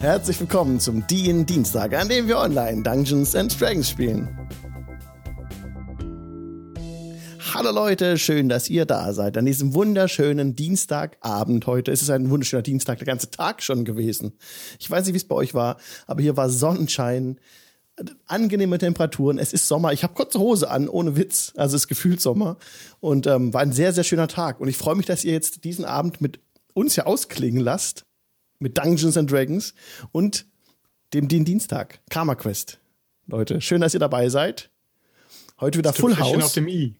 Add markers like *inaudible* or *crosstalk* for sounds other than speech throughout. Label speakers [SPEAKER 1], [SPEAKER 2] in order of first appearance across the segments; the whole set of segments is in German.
[SPEAKER 1] Herzlich willkommen zum DIN Dienstag, an dem wir online Dungeons and Dragons spielen. Hallo Leute, schön, dass ihr da seid an diesem wunderschönen Dienstagabend heute. Es ist ein wunderschöner Dienstag, der ganze Tag schon gewesen. Ich weiß nicht, wie es bei euch war, aber hier war Sonnenschein, angenehme Temperaturen. Es ist Sommer. Ich habe kurze Hose an, ohne Witz. Also es ist gefühlt Sommer. Und ähm, war ein sehr, sehr schöner Tag. Und ich freue mich, dass ihr jetzt diesen Abend mit uns hier ausklingen lasst. Mit Dungeons and Dragons und dem DIN Dienstag. Karma Quest. Leute, schön, dass ihr dabei seid. Heute wieder Full
[SPEAKER 2] Fischchen
[SPEAKER 1] House.
[SPEAKER 2] auf dem I.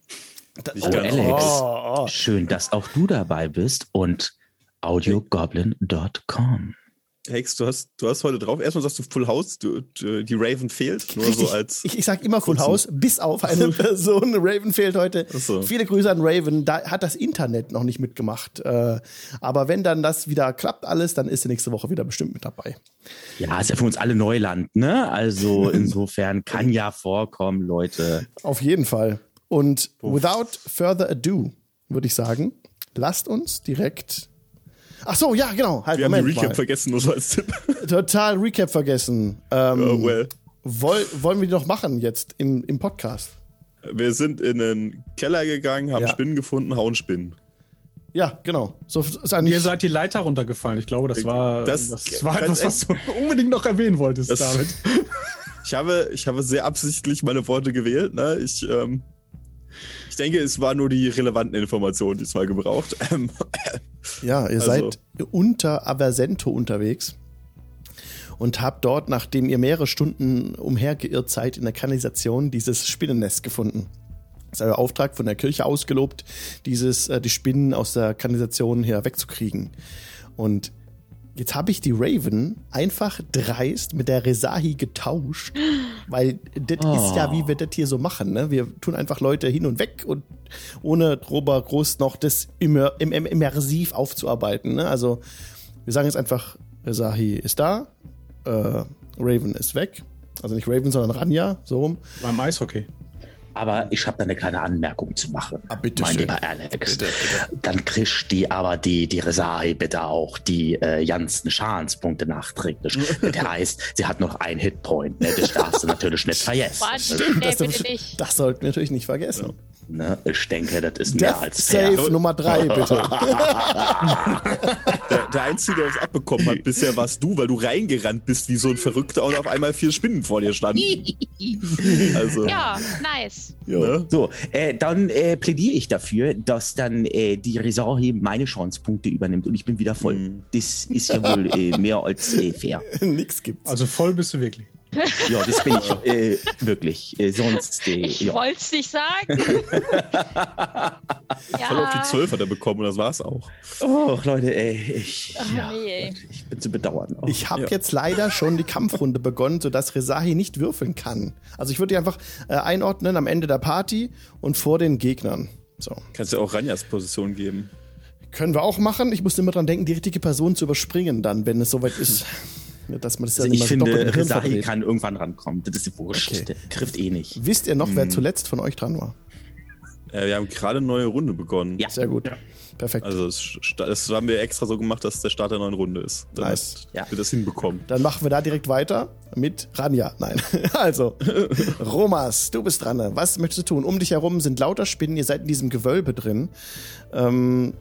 [SPEAKER 1] Da-
[SPEAKER 3] Oh, Alex.
[SPEAKER 1] Oh, oh.
[SPEAKER 3] Schön, dass auch du dabei bist und audiogoblin.com.
[SPEAKER 4] Hex, du hast, du hast heute drauf. Erstmal sagst du Full House, du, du, die Raven
[SPEAKER 1] *laughs*
[SPEAKER 4] fehlt. Nur so
[SPEAKER 1] Richtig.
[SPEAKER 4] als.
[SPEAKER 1] ich, ich sag immer Full House, bis auf
[SPEAKER 4] *laughs*
[SPEAKER 1] eine Person. Raven fehlt heute.
[SPEAKER 4] Ach so.
[SPEAKER 1] Viele Grüße an Raven. Da hat das Internet noch nicht mitgemacht. Äh, aber wenn dann das wieder klappt alles, dann ist sie nächste Woche wieder bestimmt mit dabei.
[SPEAKER 3] Ja, ist ja für uns alle Neuland, ne? Also insofern kann ja vorkommen, Leute.
[SPEAKER 1] Auf jeden Fall. Und without further ado, würde ich sagen, lasst uns direkt. Ach so, ja, genau. Halt,
[SPEAKER 4] wir haben den
[SPEAKER 1] Moment
[SPEAKER 4] Recap
[SPEAKER 1] mal.
[SPEAKER 4] vergessen, nur so als Tipp.
[SPEAKER 1] Total Recap vergessen. Ähm,
[SPEAKER 4] Oh, well.
[SPEAKER 1] woll, wollen wir die noch machen jetzt im, im Podcast?
[SPEAKER 4] Wir sind in den Keller gegangen, haben
[SPEAKER 1] Ja.
[SPEAKER 4] Spinnen gefunden, hauen Spinnen.
[SPEAKER 1] Ja, genau. So ist eigentlich.
[SPEAKER 2] Ihr seid die Leiter runtergefallen. Ich glaube, das war
[SPEAKER 4] Das-
[SPEAKER 2] das, war
[SPEAKER 4] ganz
[SPEAKER 2] etwas, was du unbedingt noch erwähnen wolltest,
[SPEAKER 4] Das-
[SPEAKER 2] David.
[SPEAKER 4] Ich habe, ich habe sehr absichtlich meine Worte gewählt. Ne? Ich, ähm, ich denke, es war nur die relevanten Informationen diesmal gebraucht. Ähm,
[SPEAKER 1] Ja, ihr
[SPEAKER 4] Also-
[SPEAKER 1] seid unter Aversento unterwegs und habt dort, nachdem ihr mehrere Stunden umhergeirrt seid, in der Kanalisation dieses Spinnennest gefunden. Das ist euer Auftrag von der Kirche ausgelobt, dieses, äh, die Spinnen aus der Kanalisation hier wegzukriegen. Und jetzt habe ich die Raven einfach dreist mit der Resahi getauscht, weil das ist ja,
[SPEAKER 3] Oh.
[SPEAKER 1] wie wir das hier so machen. Ne? Wir tun einfach Leute hin und weg und ohne drüber groß noch das immer, im, im, immersiv aufzuarbeiten. Ne? Also wir sagen jetzt einfach, Resahi ist da, äh, Raven ist weg. Also nicht Raven, sondern Ranja, so rum.
[SPEAKER 2] Beim Eishockey.
[SPEAKER 3] Aber ich habe da eine kleine Anmerkung zu machen.
[SPEAKER 1] Ah, bitte
[SPEAKER 3] mein
[SPEAKER 1] schön.
[SPEAKER 3] lieber Alex. Dann kriegst die aber die, die Resai bitte auch die äh, ganzen Schadenspunkte nachträglich. das heißt, sie hat noch einen Hitpoint. Ne? Das darfst du natürlich nicht vergessen.
[SPEAKER 5] Mann, nee,
[SPEAKER 1] das,
[SPEAKER 5] bitte nicht.
[SPEAKER 1] das sollten wir natürlich nicht vergessen.
[SPEAKER 3] Ne? Ich denke, das ist mehr
[SPEAKER 1] Death
[SPEAKER 3] als fair.
[SPEAKER 1] Save Nummer 3,
[SPEAKER 3] *laughs*
[SPEAKER 1] bitte.
[SPEAKER 4] der, der Einzige, der es abbekommen hat bisher, warst du, weil du reingerannt bist wie so ein Verrückter und auf einmal vier Spinnen vor dir
[SPEAKER 3] *laughs*
[SPEAKER 4] standen. Also,
[SPEAKER 5] Ja, nice.
[SPEAKER 4] ne?
[SPEAKER 3] So, äh, dann äh, plädiere ich dafür, dass dann äh, die Resorhi meine Chancepunkte übernimmt und ich bin wieder voll. Das ist ja wohl äh, mehr als äh, fair.
[SPEAKER 1] Nix gibt's.
[SPEAKER 2] Also voll bist du wirklich.
[SPEAKER 3] Ja, das bin ich äh, wirklich. Äh, sonst, äh,
[SPEAKER 5] Ich
[SPEAKER 3] ja.
[SPEAKER 5] wollte es nicht sagen.
[SPEAKER 1] *laughs*
[SPEAKER 5] ja.
[SPEAKER 4] voll auf die 12 hat er bekommen und das war's auch.
[SPEAKER 3] Oh, Leute, ey, ich,
[SPEAKER 5] Ach,
[SPEAKER 3] ja,
[SPEAKER 5] nee.
[SPEAKER 3] ich bin zu bedauern. Oh.
[SPEAKER 1] Ich habe jetzt leider schon die Kampfrunde begonnen, sodass Resahi nicht würfeln kann. Also ich würde die einfach äh, einordnen am Ende der Party und vor den Gegnern. So.
[SPEAKER 4] Kannst ja auch Ranjas Position geben.
[SPEAKER 1] Können wir auch machen. Ich muss immer dran denken, die richtige Person zu überspringen dann, wenn es soweit ist. Ja, Dass man das
[SPEAKER 3] also
[SPEAKER 1] dann
[SPEAKER 3] ich
[SPEAKER 1] immer doppelt im
[SPEAKER 3] finde,
[SPEAKER 1] Hirn
[SPEAKER 3] Resahi
[SPEAKER 1] verdreht.
[SPEAKER 3] kann irgendwann rankommen. Das ist wurscht.
[SPEAKER 1] Okay.
[SPEAKER 3] Der Trifft eh nicht.
[SPEAKER 1] Wisst ihr noch, wer zuletzt von euch dran war?
[SPEAKER 4] Äh, wir haben gerade eine neue Runde begonnen.
[SPEAKER 3] Ja.
[SPEAKER 1] Sehr gut. Perfekt.
[SPEAKER 4] Also es sta- das haben wir extra so gemacht, dass der Start der neuen Runde ist. Damit
[SPEAKER 1] Nice.
[SPEAKER 3] Ja.
[SPEAKER 4] wir das hinbekommen.
[SPEAKER 1] Dann machen wir da direkt weiter mit Ranja. Nein. *laughs* Also, Romas, du bist dran. Was möchtest du tun? Um dich herum sind lauter Spinnen. Ihr seid in diesem Gewölbe drin. Ähm,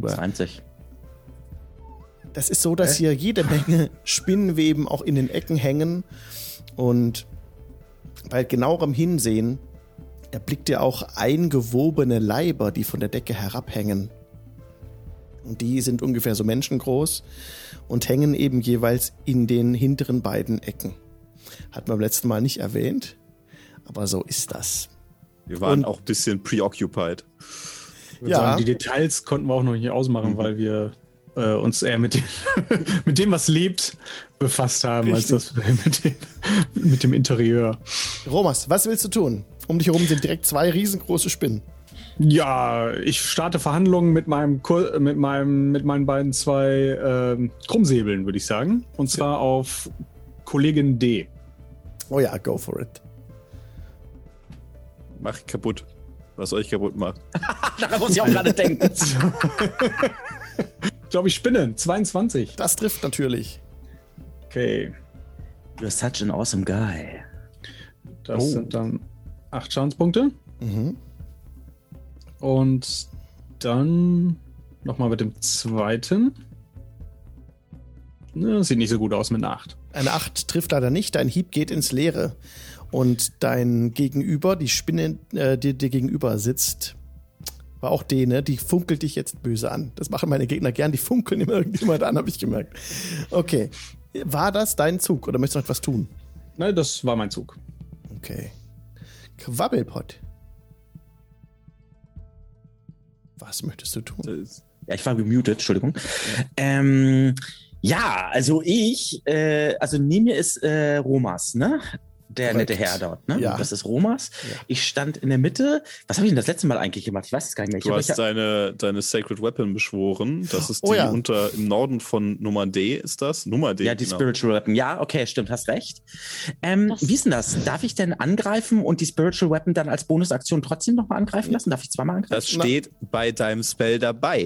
[SPEAKER 3] Das reimt sich.
[SPEAKER 1] das ist so, dass hier jede Menge Spinnenweben auch in den Ecken hängen. Und bei genauerem Hinsehen erblickt ihr auch eingewobene Leiber, die von der Decke herabhängen. Und die sind ungefähr so menschengroß und hängen eben jeweils in den hinteren beiden Ecken. Hat man beim letzten Mal nicht erwähnt, aber so ist das.
[SPEAKER 4] Wir waren
[SPEAKER 1] Und-
[SPEAKER 4] auch ein bisschen preoccupied.
[SPEAKER 2] Ich würd
[SPEAKER 1] Ja.
[SPEAKER 2] Sagen, die Details konnten wir auch noch nicht ausmachen, weil wir äh, uns eher mit dem, *laughs* mit dem, was lebt, befasst haben, als das *laughs* mit dem, mit dem Interieur.
[SPEAKER 1] Romas, was willst du tun? Um dich herum sind direkt zwei riesengroße Spinnen.
[SPEAKER 2] Ja, ich starte Verhandlungen mit meinem Kur mit meinem mit meinen beiden zwei ähm, Krummsäbeln, würde ich sagen. Und zwar auf Kollegin D.
[SPEAKER 1] Oh ja, go for it.
[SPEAKER 4] Macht kaputt. Was euch kaputt macht.
[SPEAKER 3] Daran muss ich auch gerade denken.
[SPEAKER 2] Ich glaube, ich spinne. 22.
[SPEAKER 1] Das trifft natürlich.
[SPEAKER 2] Okay.
[SPEAKER 3] You're such an awesome guy.
[SPEAKER 2] Das
[SPEAKER 4] Oh.
[SPEAKER 2] sind dann acht Schadenspunkte.
[SPEAKER 1] Mhm.
[SPEAKER 2] Und dann nochmal mit dem zweiten. Ne, sieht nicht so gut aus mit einer acht.
[SPEAKER 1] Eine 8 trifft leider nicht, dein Hieb geht ins Leere. Und dein Gegenüber, die Spinne, äh, die dir gegenüber sitzt, war auch Dene, die funkelt dich jetzt böse an. Das machen meine Gegner gern, die funkeln immer irgendjemand an, habe ich gemerkt. Okay. War das dein Zug oder möchtest du noch etwas tun?
[SPEAKER 2] Nein, das war mein Zug.
[SPEAKER 1] Okay. Quabbelpott. Was möchtest du
[SPEAKER 4] Äh,
[SPEAKER 3] Äh,
[SPEAKER 1] tun?
[SPEAKER 3] Ja, ich war gemutet, Entschuldigung. Ähm, ja, also ich, äh, also neben mir ist äh, Romas, ne? Der
[SPEAKER 1] Korrekt.
[SPEAKER 3] nette Herr dort, ne?
[SPEAKER 1] Ja.
[SPEAKER 3] Das ist Romas.
[SPEAKER 1] Ja.
[SPEAKER 3] Ich stand in der Mitte. Was habe ich denn das letzte Mal eigentlich gemacht? Ich weiß es gar nicht mehr. Ich
[SPEAKER 4] Du
[SPEAKER 3] hab
[SPEAKER 4] hast
[SPEAKER 3] euch ja-
[SPEAKER 4] deine, deine Sacred Weapon beschworen. Das ist die
[SPEAKER 1] Oh ja.
[SPEAKER 4] unter im Norden von Nummer D ist das. Nummer D.
[SPEAKER 3] ja, die
[SPEAKER 4] genau.
[SPEAKER 3] Spiritual Weapon. Ja, okay, stimmt, hast recht. Ähm,
[SPEAKER 5] Das-
[SPEAKER 3] wie ist denn das? Darf ich denn angreifen und die Spiritual Weapon dann als Bonusaktion trotzdem nochmal angreifen lassen? Darf ich zweimal angreifen?
[SPEAKER 4] Das steht bei deinem Spell dabei.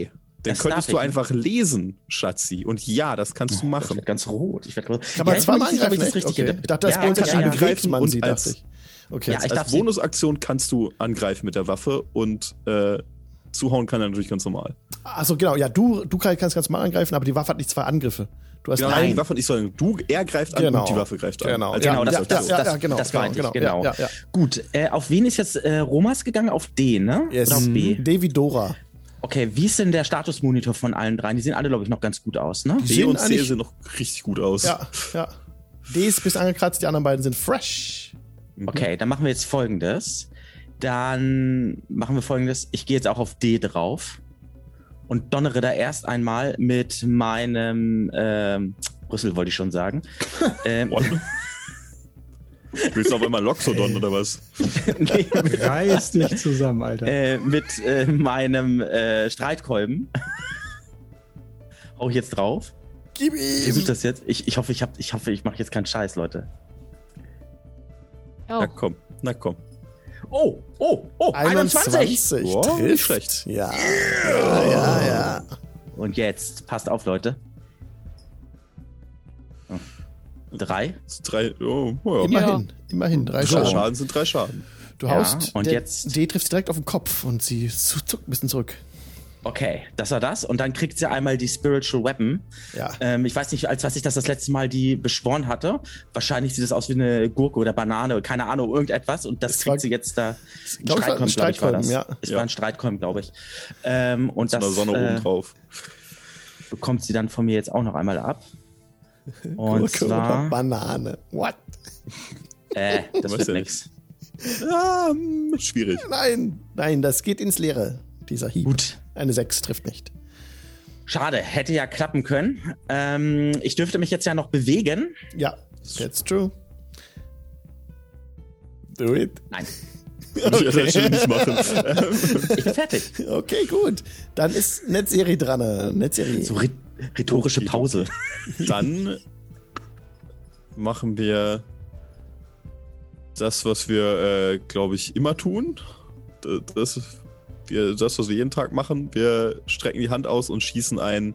[SPEAKER 4] Den
[SPEAKER 3] Das darf
[SPEAKER 4] könntest du
[SPEAKER 3] ich.
[SPEAKER 4] einfach lesen, Schatzi. Und ja, das kannst du
[SPEAKER 3] Ich
[SPEAKER 4] machen.
[SPEAKER 3] werd ganz rot. Ich werd rot.
[SPEAKER 1] Kann man
[SPEAKER 3] ich bin mir
[SPEAKER 1] zweimal
[SPEAKER 3] nicht sicher, ob
[SPEAKER 1] angreifen?
[SPEAKER 3] ich das
[SPEAKER 1] echt?
[SPEAKER 3] richtig
[SPEAKER 1] okay.
[SPEAKER 3] in-
[SPEAKER 1] Ich dachte, das
[SPEAKER 3] Ja,
[SPEAKER 1] bei uns
[SPEAKER 3] kann
[SPEAKER 1] als
[SPEAKER 3] ich
[SPEAKER 1] ja,
[SPEAKER 3] angreifen.
[SPEAKER 1] angreifen man
[SPEAKER 4] und
[SPEAKER 1] sie,
[SPEAKER 4] als-
[SPEAKER 1] dachte ich. Okay.
[SPEAKER 3] Ja, ich darf
[SPEAKER 4] Als
[SPEAKER 3] sie-
[SPEAKER 4] Bonusaktion kannst du angreifen mit der Waffe und äh, zuhauen kann er natürlich ganz normal.
[SPEAKER 1] Achso, genau. Ja, du, du kann- kannst ganz mal angreifen, aber die Waffe hat nicht zwei Angriffe. Du hast
[SPEAKER 4] Genau,
[SPEAKER 1] einen.
[SPEAKER 4] die Waffe und ich sagen, du, er greift an und die Waffe greift an.
[SPEAKER 1] Genau,
[SPEAKER 4] Als
[SPEAKER 1] ja,
[SPEAKER 3] genau, das-
[SPEAKER 1] ja,
[SPEAKER 3] das-
[SPEAKER 1] ja,
[SPEAKER 3] das-
[SPEAKER 1] ja, genau,
[SPEAKER 3] das
[SPEAKER 1] genau,
[SPEAKER 3] meinte ich,
[SPEAKER 1] genau.
[SPEAKER 3] genau.
[SPEAKER 1] Ja, ja,
[SPEAKER 3] Gut, äh, auf wen ist jetzt äh, Romas gegangen? Auf D, ne?
[SPEAKER 1] Yes.
[SPEAKER 3] Oder auf B?
[SPEAKER 1] Devi Mhm. Dora.
[SPEAKER 3] Okay, wie ist denn der Statusmonitor von allen dreien? Die sehen alle, glaube ich, noch ganz gut aus, ne?
[SPEAKER 4] B und
[SPEAKER 1] Sehen
[SPEAKER 4] C
[SPEAKER 1] eigentlich-
[SPEAKER 4] sehen noch richtig gut aus.
[SPEAKER 1] Ja, ja. D ist bis angekratzt, die anderen beiden sind fresh.
[SPEAKER 3] Okay, dann machen wir jetzt folgendes. Dann machen wir folgendes. Ich gehe jetzt auch auf D drauf und donnere da erst einmal mit meinem ähm, Brüssel, wollte ich
[SPEAKER 1] *laughs*
[SPEAKER 3] schon sagen. ähm,
[SPEAKER 4] What? Willst du auf
[SPEAKER 1] *laughs*
[SPEAKER 4] einmal Loxodon oder was?
[SPEAKER 3] *laughs* nee,
[SPEAKER 2] Reiß dich zusammen, Alter.
[SPEAKER 3] äh, mit äh, meinem äh, Streitkolben. *laughs* Hau ich jetzt drauf.
[SPEAKER 1] Gib
[SPEAKER 3] Versuch
[SPEAKER 1] ihm!
[SPEAKER 3] das jetzt. Ich, ich hoffe, ich, hab, ich, hoffe, ich mache jetzt keinen Scheiß, Leute.
[SPEAKER 5] Oh.
[SPEAKER 4] Na komm, na komm.
[SPEAKER 3] Oh, oh, oh, 21.
[SPEAKER 1] 21
[SPEAKER 4] Wow, nicht
[SPEAKER 1] trifft.
[SPEAKER 4] schlecht.
[SPEAKER 1] Ja. ja, ja, ja.
[SPEAKER 3] Und jetzt, passt auf, Leute. Oh. Drei.
[SPEAKER 4] Das ist Drei, oh, oh ja.
[SPEAKER 1] Immerhin, immerhin, drei
[SPEAKER 4] Drei
[SPEAKER 1] Schaden.
[SPEAKER 4] Schaden sind drei Schaden.
[SPEAKER 1] Du
[SPEAKER 3] Ja,
[SPEAKER 1] haust,
[SPEAKER 3] und
[SPEAKER 1] der
[SPEAKER 3] jetzt-
[SPEAKER 1] D trifft sie direkt auf den Kopf und sie zu- zuckt ein bisschen zurück.
[SPEAKER 3] Okay, das war das. Und dann kriegt sie einmal die Spiritual Weapon.
[SPEAKER 1] Ja.
[SPEAKER 3] Ähm, ich weiß nicht, als was ich das das letzte Mal die beschworen hatte. Wahrscheinlich sieht das aus wie eine Gurke oder Banane, keine Ahnung, irgendetwas. Und das
[SPEAKER 1] Es
[SPEAKER 3] kriegt
[SPEAKER 1] war-
[SPEAKER 3] sie jetzt da.
[SPEAKER 1] ich, war ein
[SPEAKER 3] glaub war das.
[SPEAKER 1] Streitkolben, ja.
[SPEAKER 3] Es
[SPEAKER 4] Ja.
[SPEAKER 3] war ein Streitkolben, glaube ich. Ähm, und
[SPEAKER 4] Das,
[SPEAKER 3] das
[SPEAKER 4] eine Sonne
[SPEAKER 3] äh,
[SPEAKER 4] oben drauf.
[SPEAKER 3] bekommt sie dann von mir jetzt auch noch einmal
[SPEAKER 1] *laughs*
[SPEAKER 3] ab. Und
[SPEAKER 1] Gurke oder
[SPEAKER 3] zwar,
[SPEAKER 1] Banane. What?
[SPEAKER 3] äh, *laughs* das
[SPEAKER 4] Weißt
[SPEAKER 3] wird
[SPEAKER 4] du
[SPEAKER 3] nix.
[SPEAKER 4] Ah, hm,
[SPEAKER 1] *laughs*
[SPEAKER 4] schwierig.
[SPEAKER 1] Nein, nein, das geht ins Leere, dieser Hieb.
[SPEAKER 3] Gut.
[SPEAKER 1] Eine 6 trifft nicht.
[SPEAKER 3] Schade, hätte ja klappen können. Ähm, ich dürfte mich jetzt ja noch bewegen.
[SPEAKER 1] Ja, that's true. Do it. *laughs*
[SPEAKER 3] Nein,
[SPEAKER 4] Okay. Ich hätte das schon nicht machen.
[SPEAKER 3] ich bin fertig.
[SPEAKER 1] Okay, gut. Dann ist Netzeri dran. äh, Netzeri.
[SPEAKER 3] So rhet rhetorische Pause.
[SPEAKER 4] Dann machen wir das, was wir, äh, glaube ich, immer tun. D- Das, wir, das, was wir jeden Tag machen. Wir strecken die Hand aus und schießen einen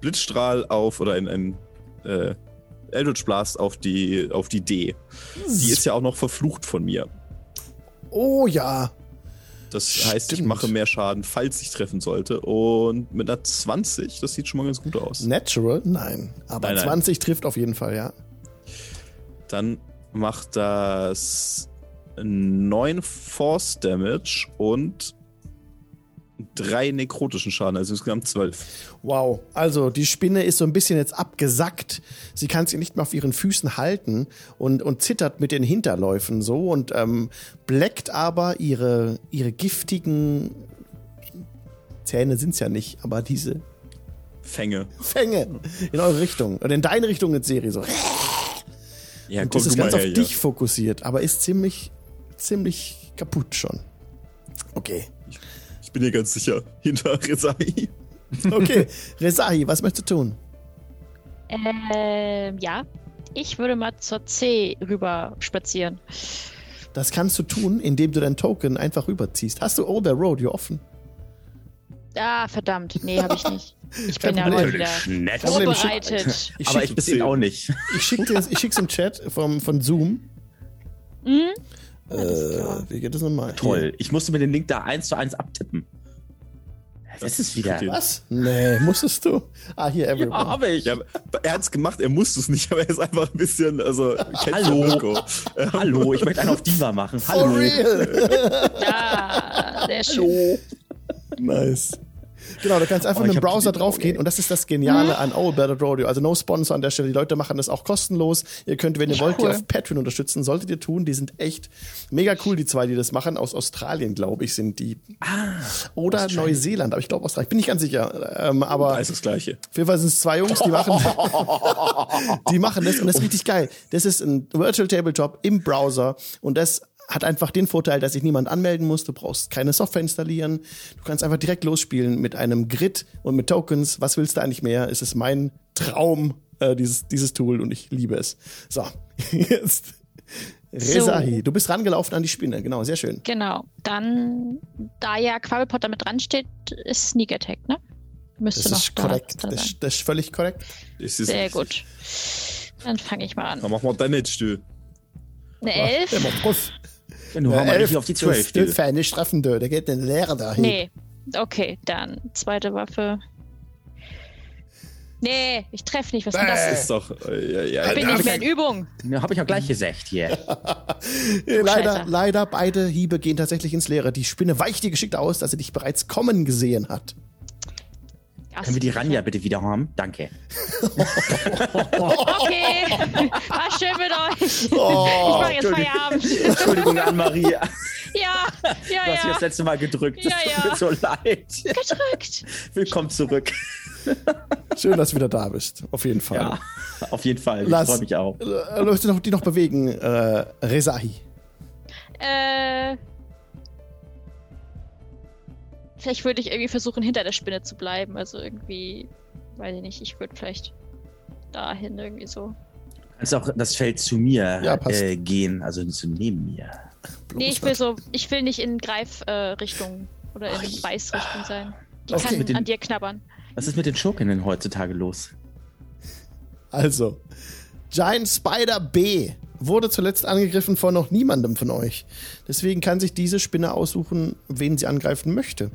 [SPEAKER 4] Blitzstrahl auf oder einen, einen äh, Eldritch Blast auf die, auf die D. Die ist ja auch noch verflucht von mir.
[SPEAKER 1] Oh ja.
[SPEAKER 4] Das heißt, ich
[SPEAKER 1] Stimmt.
[SPEAKER 4] mache mehr Schaden, falls ich treffen sollte. Und mit einer 20, das sieht schon mal ganz gut aus.
[SPEAKER 1] Natural? Nein. Aber
[SPEAKER 4] Nein, nein.
[SPEAKER 1] 20 trifft auf jeden Fall, ja.
[SPEAKER 4] Dann macht das 9 Force Damage und 3 nekrotischen Schaden, also insgesamt 12.
[SPEAKER 1] Wow. Also, die Spinne ist so ein bisschen jetzt abgesackt. Sie kann sich nicht mehr auf ihren Füßen halten und, und zittert mit den Hinterläufen so und ähm, bleckt aber ihre, ihre giftigen Zähne sind es ja nicht, aber diese
[SPEAKER 4] Fänge.
[SPEAKER 1] Fänge in eure Richtung und in deine Richtung in Serie so.
[SPEAKER 4] Ja,
[SPEAKER 1] Und das ist ganz auf dich fokussiert, aber ist ziemlich, ziemlich kaputt schon. Okay.
[SPEAKER 4] Ich bin dir ganz sicher, *laughs* hinter Rezai.
[SPEAKER 1] Okay. Resahi, was möchtest du tun?
[SPEAKER 5] Ähm, ja. Ich würde mal zur C rüber spazieren.
[SPEAKER 1] Das kannst du tun, indem du deinen Token einfach rüberziehst. Hast du Older Road, you're offen?
[SPEAKER 5] Ah, verdammt. Nee, habe ich nicht. Ich
[SPEAKER 1] Kein
[SPEAKER 5] bin ja
[SPEAKER 1] Problem.
[SPEAKER 5] heute wieder
[SPEAKER 3] Nett.
[SPEAKER 1] Kein Problem, ich schick-
[SPEAKER 5] vorbereitet.
[SPEAKER 1] Ich
[SPEAKER 3] Aber
[SPEAKER 1] schicke
[SPEAKER 3] ich bin ihn auch nicht.
[SPEAKER 1] ich schick dir- ich schick's im Chat vom, von Zoom.
[SPEAKER 5] Hm? Alles
[SPEAKER 1] Äh,
[SPEAKER 5] klar.
[SPEAKER 1] wie geht das nochmal?
[SPEAKER 3] Toll. Ich musste mir den Link da eins zu eins abtippen. Das ist wieder.
[SPEAKER 1] Hier. Was? Nee, musstest du? Ah, hier,
[SPEAKER 3] Ja,
[SPEAKER 1] everyone.
[SPEAKER 3] hab ich.
[SPEAKER 4] Ja, aber er hat's gemacht, er musste es nicht, *laughs* aber er ist einfach ein bisschen, *laughs* also, kennst du
[SPEAKER 3] Hallo.
[SPEAKER 4] Mirko?
[SPEAKER 3] Hallo, ich möchte
[SPEAKER 1] *laughs*
[SPEAKER 3] einen auf Diva machen.
[SPEAKER 1] For
[SPEAKER 3] Hallo.
[SPEAKER 1] real!
[SPEAKER 5] Ja, sehr schön.
[SPEAKER 1] nice. Genau, du kannst einfach
[SPEAKER 3] Oh,
[SPEAKER 1] mit
[SPEAKER 3] ich
[SPEAKER 1] dem
[SPEAKER 3] hab
[SPEAKER 1] Browser
[SPEAKER 3] die-
[SPEAKER 1] draufgehen
[SPEAKER 3] okay.
[SPEAKER 1] und das ist das Geniale an Old Battle Rodeo. Also no sponsor an der Stelle. Die Leute machen das auch kostenlos. Ihr könnt, wenn ihr wollt, die
[SPEAKER 5] cool.
[SPEAKER 1] auf Patreon unterstützen. Solltet ihr tun. Die sind echt mega cool, die zwei, die das machen. Aus Australien, glaube ich, sind die. Oder Neuseeland, aber ich glaube Australien. Bin nicht ganz sicher. Ähm, aber
[SPEAKER 4] Da ist das Gleiche.
[SPEAKER 1] Auf jeden Fall sind es zwei Jungs, die machen, die machen das und das ist richtig geil. Das ist ein Virtual Tabletop im Browser und das hat einfach den Vorteil, dass sich niemand anmelden muss. Du brauchst keine Software installieren. Du kannst einfach direkt losspielen mit einem Grid und mit Tokens. Was willst du eigentlich mehr? Es ist mein Traum, äh, dieses, dieses Tool und ich liebe es. So, *laughs* jetzt. Rezahi, du bist rangelaufen an die Spinne. Genau, sehr schön.
[SPEAKER 5] Genau. Dann, da ja Quabbelpot damit dran steht, ist Sneak Attack, ne? Müsste
[SPEAKER 1] Das
[SPEAKER 5] noch
[SPEAKER 1] ist
[SPEAKER 5] da,
[SPEAKER 1] korrekt.
[SPEAKER 5] Da
[SPEAKER 1] Das,
[SPEAKER 5] sein.
[SPEAKER 1] das ist völlig korrekt.
[SPEAKER 4] Es ist
[SPEAKER 5] Sehr
[SPEAKER 4] richtig.
[SPEAKER 5] gut. Dann fange ich mal an.
[SPEAKER 4] Dann machen wir Damage, du.
[SPEAKER 5] Eine
[SPEAKER 1] Der
[SPEAKER 5] 11?
[SPEAKER 1] macht Puff.
[SPEAKER 3] Wenn
[SPEAKER 1] Äh,
[SPEAKER 3] du hau mal nicht auf die 12.
[SPEAKER 1] Der
[SPEAKER 3] du.
[SPEAKER 1] feine Straffende, der geht den Lehrer dahin.
[SPEAKER 5] Nee. Okay, dann zweite Waffe. Nee, ich treffe nicht. Was ist denn
[SPEAKER 1] Bäh.
[SPEAKER 5] das?
[SPEAKER 4] Ist doch, äh, ja, ja,
[SPEAKER 5] Ich bin
[SPEAKER 4] ja.
[SPEAKER 5] nicht mehr in Übung.
[SPEAKER 3] Ja, hab ich auch gleich gesagt hier.
[SPEAKER 1] leider,
[SPEAKER 5] Scheiße.
[SPEAKER 1] leider, beide Hiebe gehen tatsächlich ins Leere. Die Spinne weicht dir geschickt aus, dass sie dich bereits kommen gesehen hat.
[SPEAKER 3] Können wir die Ranja bitte wieder haben? Danke.
[SPEAKER 5] Okay, *laughs* war schön mit euch.
[SPEAKER 1] Oh,
[SPEAKER 5] ich mache jetzt
[SPEAKER 3] Entschuldigung. *laughs*
[SPEAKER 5] Feierabend.
[SPEAKER 3] *laughs* Entschuldigung, Anne-Marie.
[SPEAKER 5] Ja, ja,
[SPEAKER 3] Du hast mich
[SPEAKER 5] ja.
[SPEAKER 3] das letzte Mal gedrückt. Das
[SPEAKER 5] Ja, ja.
[SPEAKER 3] *laughs* tut mir so leid.
[SPEAKER 5] Gedrückt.
[SPEAKER 3] Willkommen zurück.
[SPEAKER 1] Schön, dass du wieder da bist. Auf jeden Fall.
[SPEAKER 3] Ja, auf jeden Fall. Ich
[SPEAKER 1] Lass-
[SPEAKER 3] freue mich auch.
[SPEAKER 1] Äh, Leute, noch, die noch bewegen, äh, Rezahi.
[SPEAKER 5] Äh. Vielleicht würde ich irgendwie versuchen, hinter der Spinne zu bleiben. Also irgendwie, weiß ich nicht, ich würde vielleicht dahin irgendwie so.
[SPEAKER 3] Du kannst auch das Feld zu mir
[SPEAKER 1] Ja, passt.
[SPEAKER 3] äh, gehen, also zu neben mir.
[SPEAKER 5] Nee, ich will so, ich will nicht in Greifrichtung äh, oder in Beißrichtung sein. Die
[SPEAKER 1] ah. Okay.
[SPEAKER 5] kann
[SPEAKER 3] Mit den-
[SPEAKER 5] an dir knabbern.
[SPEAKER 3] Was ist mit den Schurkinnen heutzutage los?
[SPEAKER 1] Also, Giant Spider B wurde zuletzt angegriffen von noch niemandem von euch. Deswegen kann sich diese Spinne aussuchen, wen sie angreifen möchte.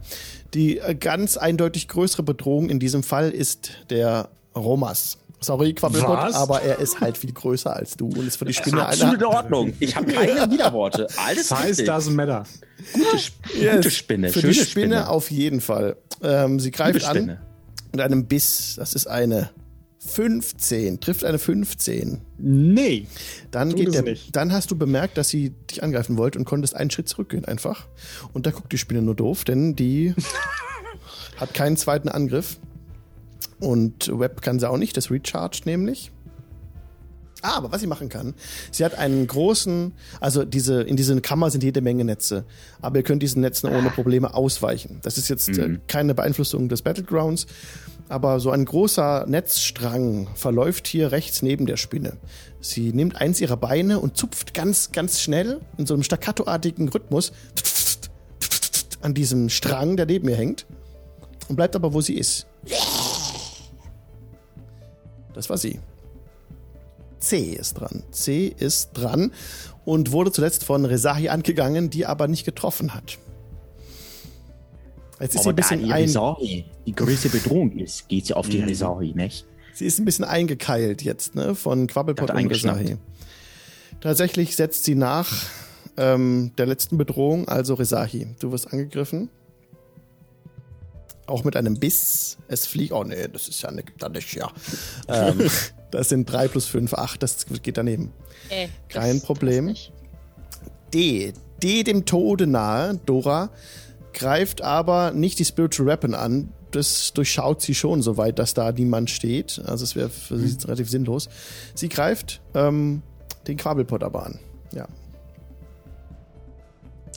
[SPEAKER 1] Die äh, ganz eindeutig größere Bedrohung in diesem Fall ist der Romas. Sorry, Quabbelgott,
[SPEAKER 2] Was?
[SPEAKER 1] aber er ist halt viel größer als du und ist für die Spinne
[SPEAKER 3] Absolut in
[SPEAKER 1] eine
[SPEAKER 3] Ordnung. Ich habe keine Widerworte. Alles
[SPEAKER 2] Size
[SPEAKER 3] richtig.
[SPEAKER 2] doesn't matter.
[SPEAKER 3] Gute, Sp- gute Spinne.
[SPEAKER 1] Für
[SPEAKER 3] schöne
[SPEAKER 1] die Spinne, auf jeden Fall. Ähm, sie
[SPEAKER 3] Gute
[SPEAKER 1] greift an
[SPEAKER 3] Spinne.
[SPEAKER 1] mit einem Biss. Das ist eine 15. Trifft eine 15.
[SPEAKER 2] Nee.
[SPEAKER 1] Dann,
[SPEAKER 2] Tu
[SPEAKER 1] geht
[SPEAKER 2] das
[SPEAKER 1] der,
[SPEAKER 2] nicht.
[SPEAKER 1] dann hast du bemerkt, dass sie dich angreifen wollte und konntest einen Schritt zurückgehen einfach. Und da guckt die Spinne nur doof, denn die hat keinen zweiten Angriff. Und Web kann sie auch nicht, das Recharge nämlich. Ah, aber was sie machen kann, sie hat einen großen, also diese, in diese Kammer sind jede Menge Netze, aber ihr könnt diesen Netzen ohne Probleme ausweichen. Das ist jetzt äh, keine Beeinflussung des Battlegrounds, aber so ein großer Netzstrang verläuft hier rechts neben der Spinne. Sie nimmt eins ihrer Beine und zupft ganz, ganz schnell in so einem staccatoartigen Rhythmus an diesem Strang, der neben ihr hängt, und bleibt aber, wo sie ist. Das war sie. C ist dran. C ist dran und wurde zuletzt von Rezahi angegangen, die aber nicht getroffen hat. Jetzt ist sie
[SPEAKER 3] Aber
[SPEAKER 1] ein
[SPEAKER 3] da
[SPEAKER 1] bisschen
[SPEAKER 3] die
[SPEAKER 1] ein, Mhm.
[SPEAKER 3] Risari die größte Bedrohung ist, geht sie auf die Risari, nicht?
[SPEAKER 1] Sie ist ein bisschen eingekeilt jetzt, ne? Von Quabbelpot
[SPEAKER 3] Hat
[SPEAKER 1] und
[SPEAKER 3] eingeschnappt.
[SPEAKER 1] Resahi. Tatsächlich setzt sie nach ähm, der letzten Bedrohung, also Resahi. Du wirst angegriffen. Auch mit einem Biss. Es fliegt. Oh nee, das ist ja nicht, da nicht ja.
[SPEAKER 3] *laughs*
[SPEAKER 1] ähm, das sind 3 plus 5, 8, das geht daneben.
[SPEAKER 5] Nee,
[SPEAKER 1] Kein
[SPEAKER 5] das-
[SPEAKER 1] Problem.
[SPEAKER 5] das Äh, nicht.
[SPEAKER 1] D. D dem Tode nahe, Dora, greift aber nicht die Spiritual Weapon an. Das durchschaut sie schon, soweit dass da niemand steht. Also es wäre für sie
[SPEAKER 4] Mhm.
[SPEAKER 1] relativ sinnlos. Sie greift ähm, den Quabelpot aber an. Ja.
[SPEAKER 4] Du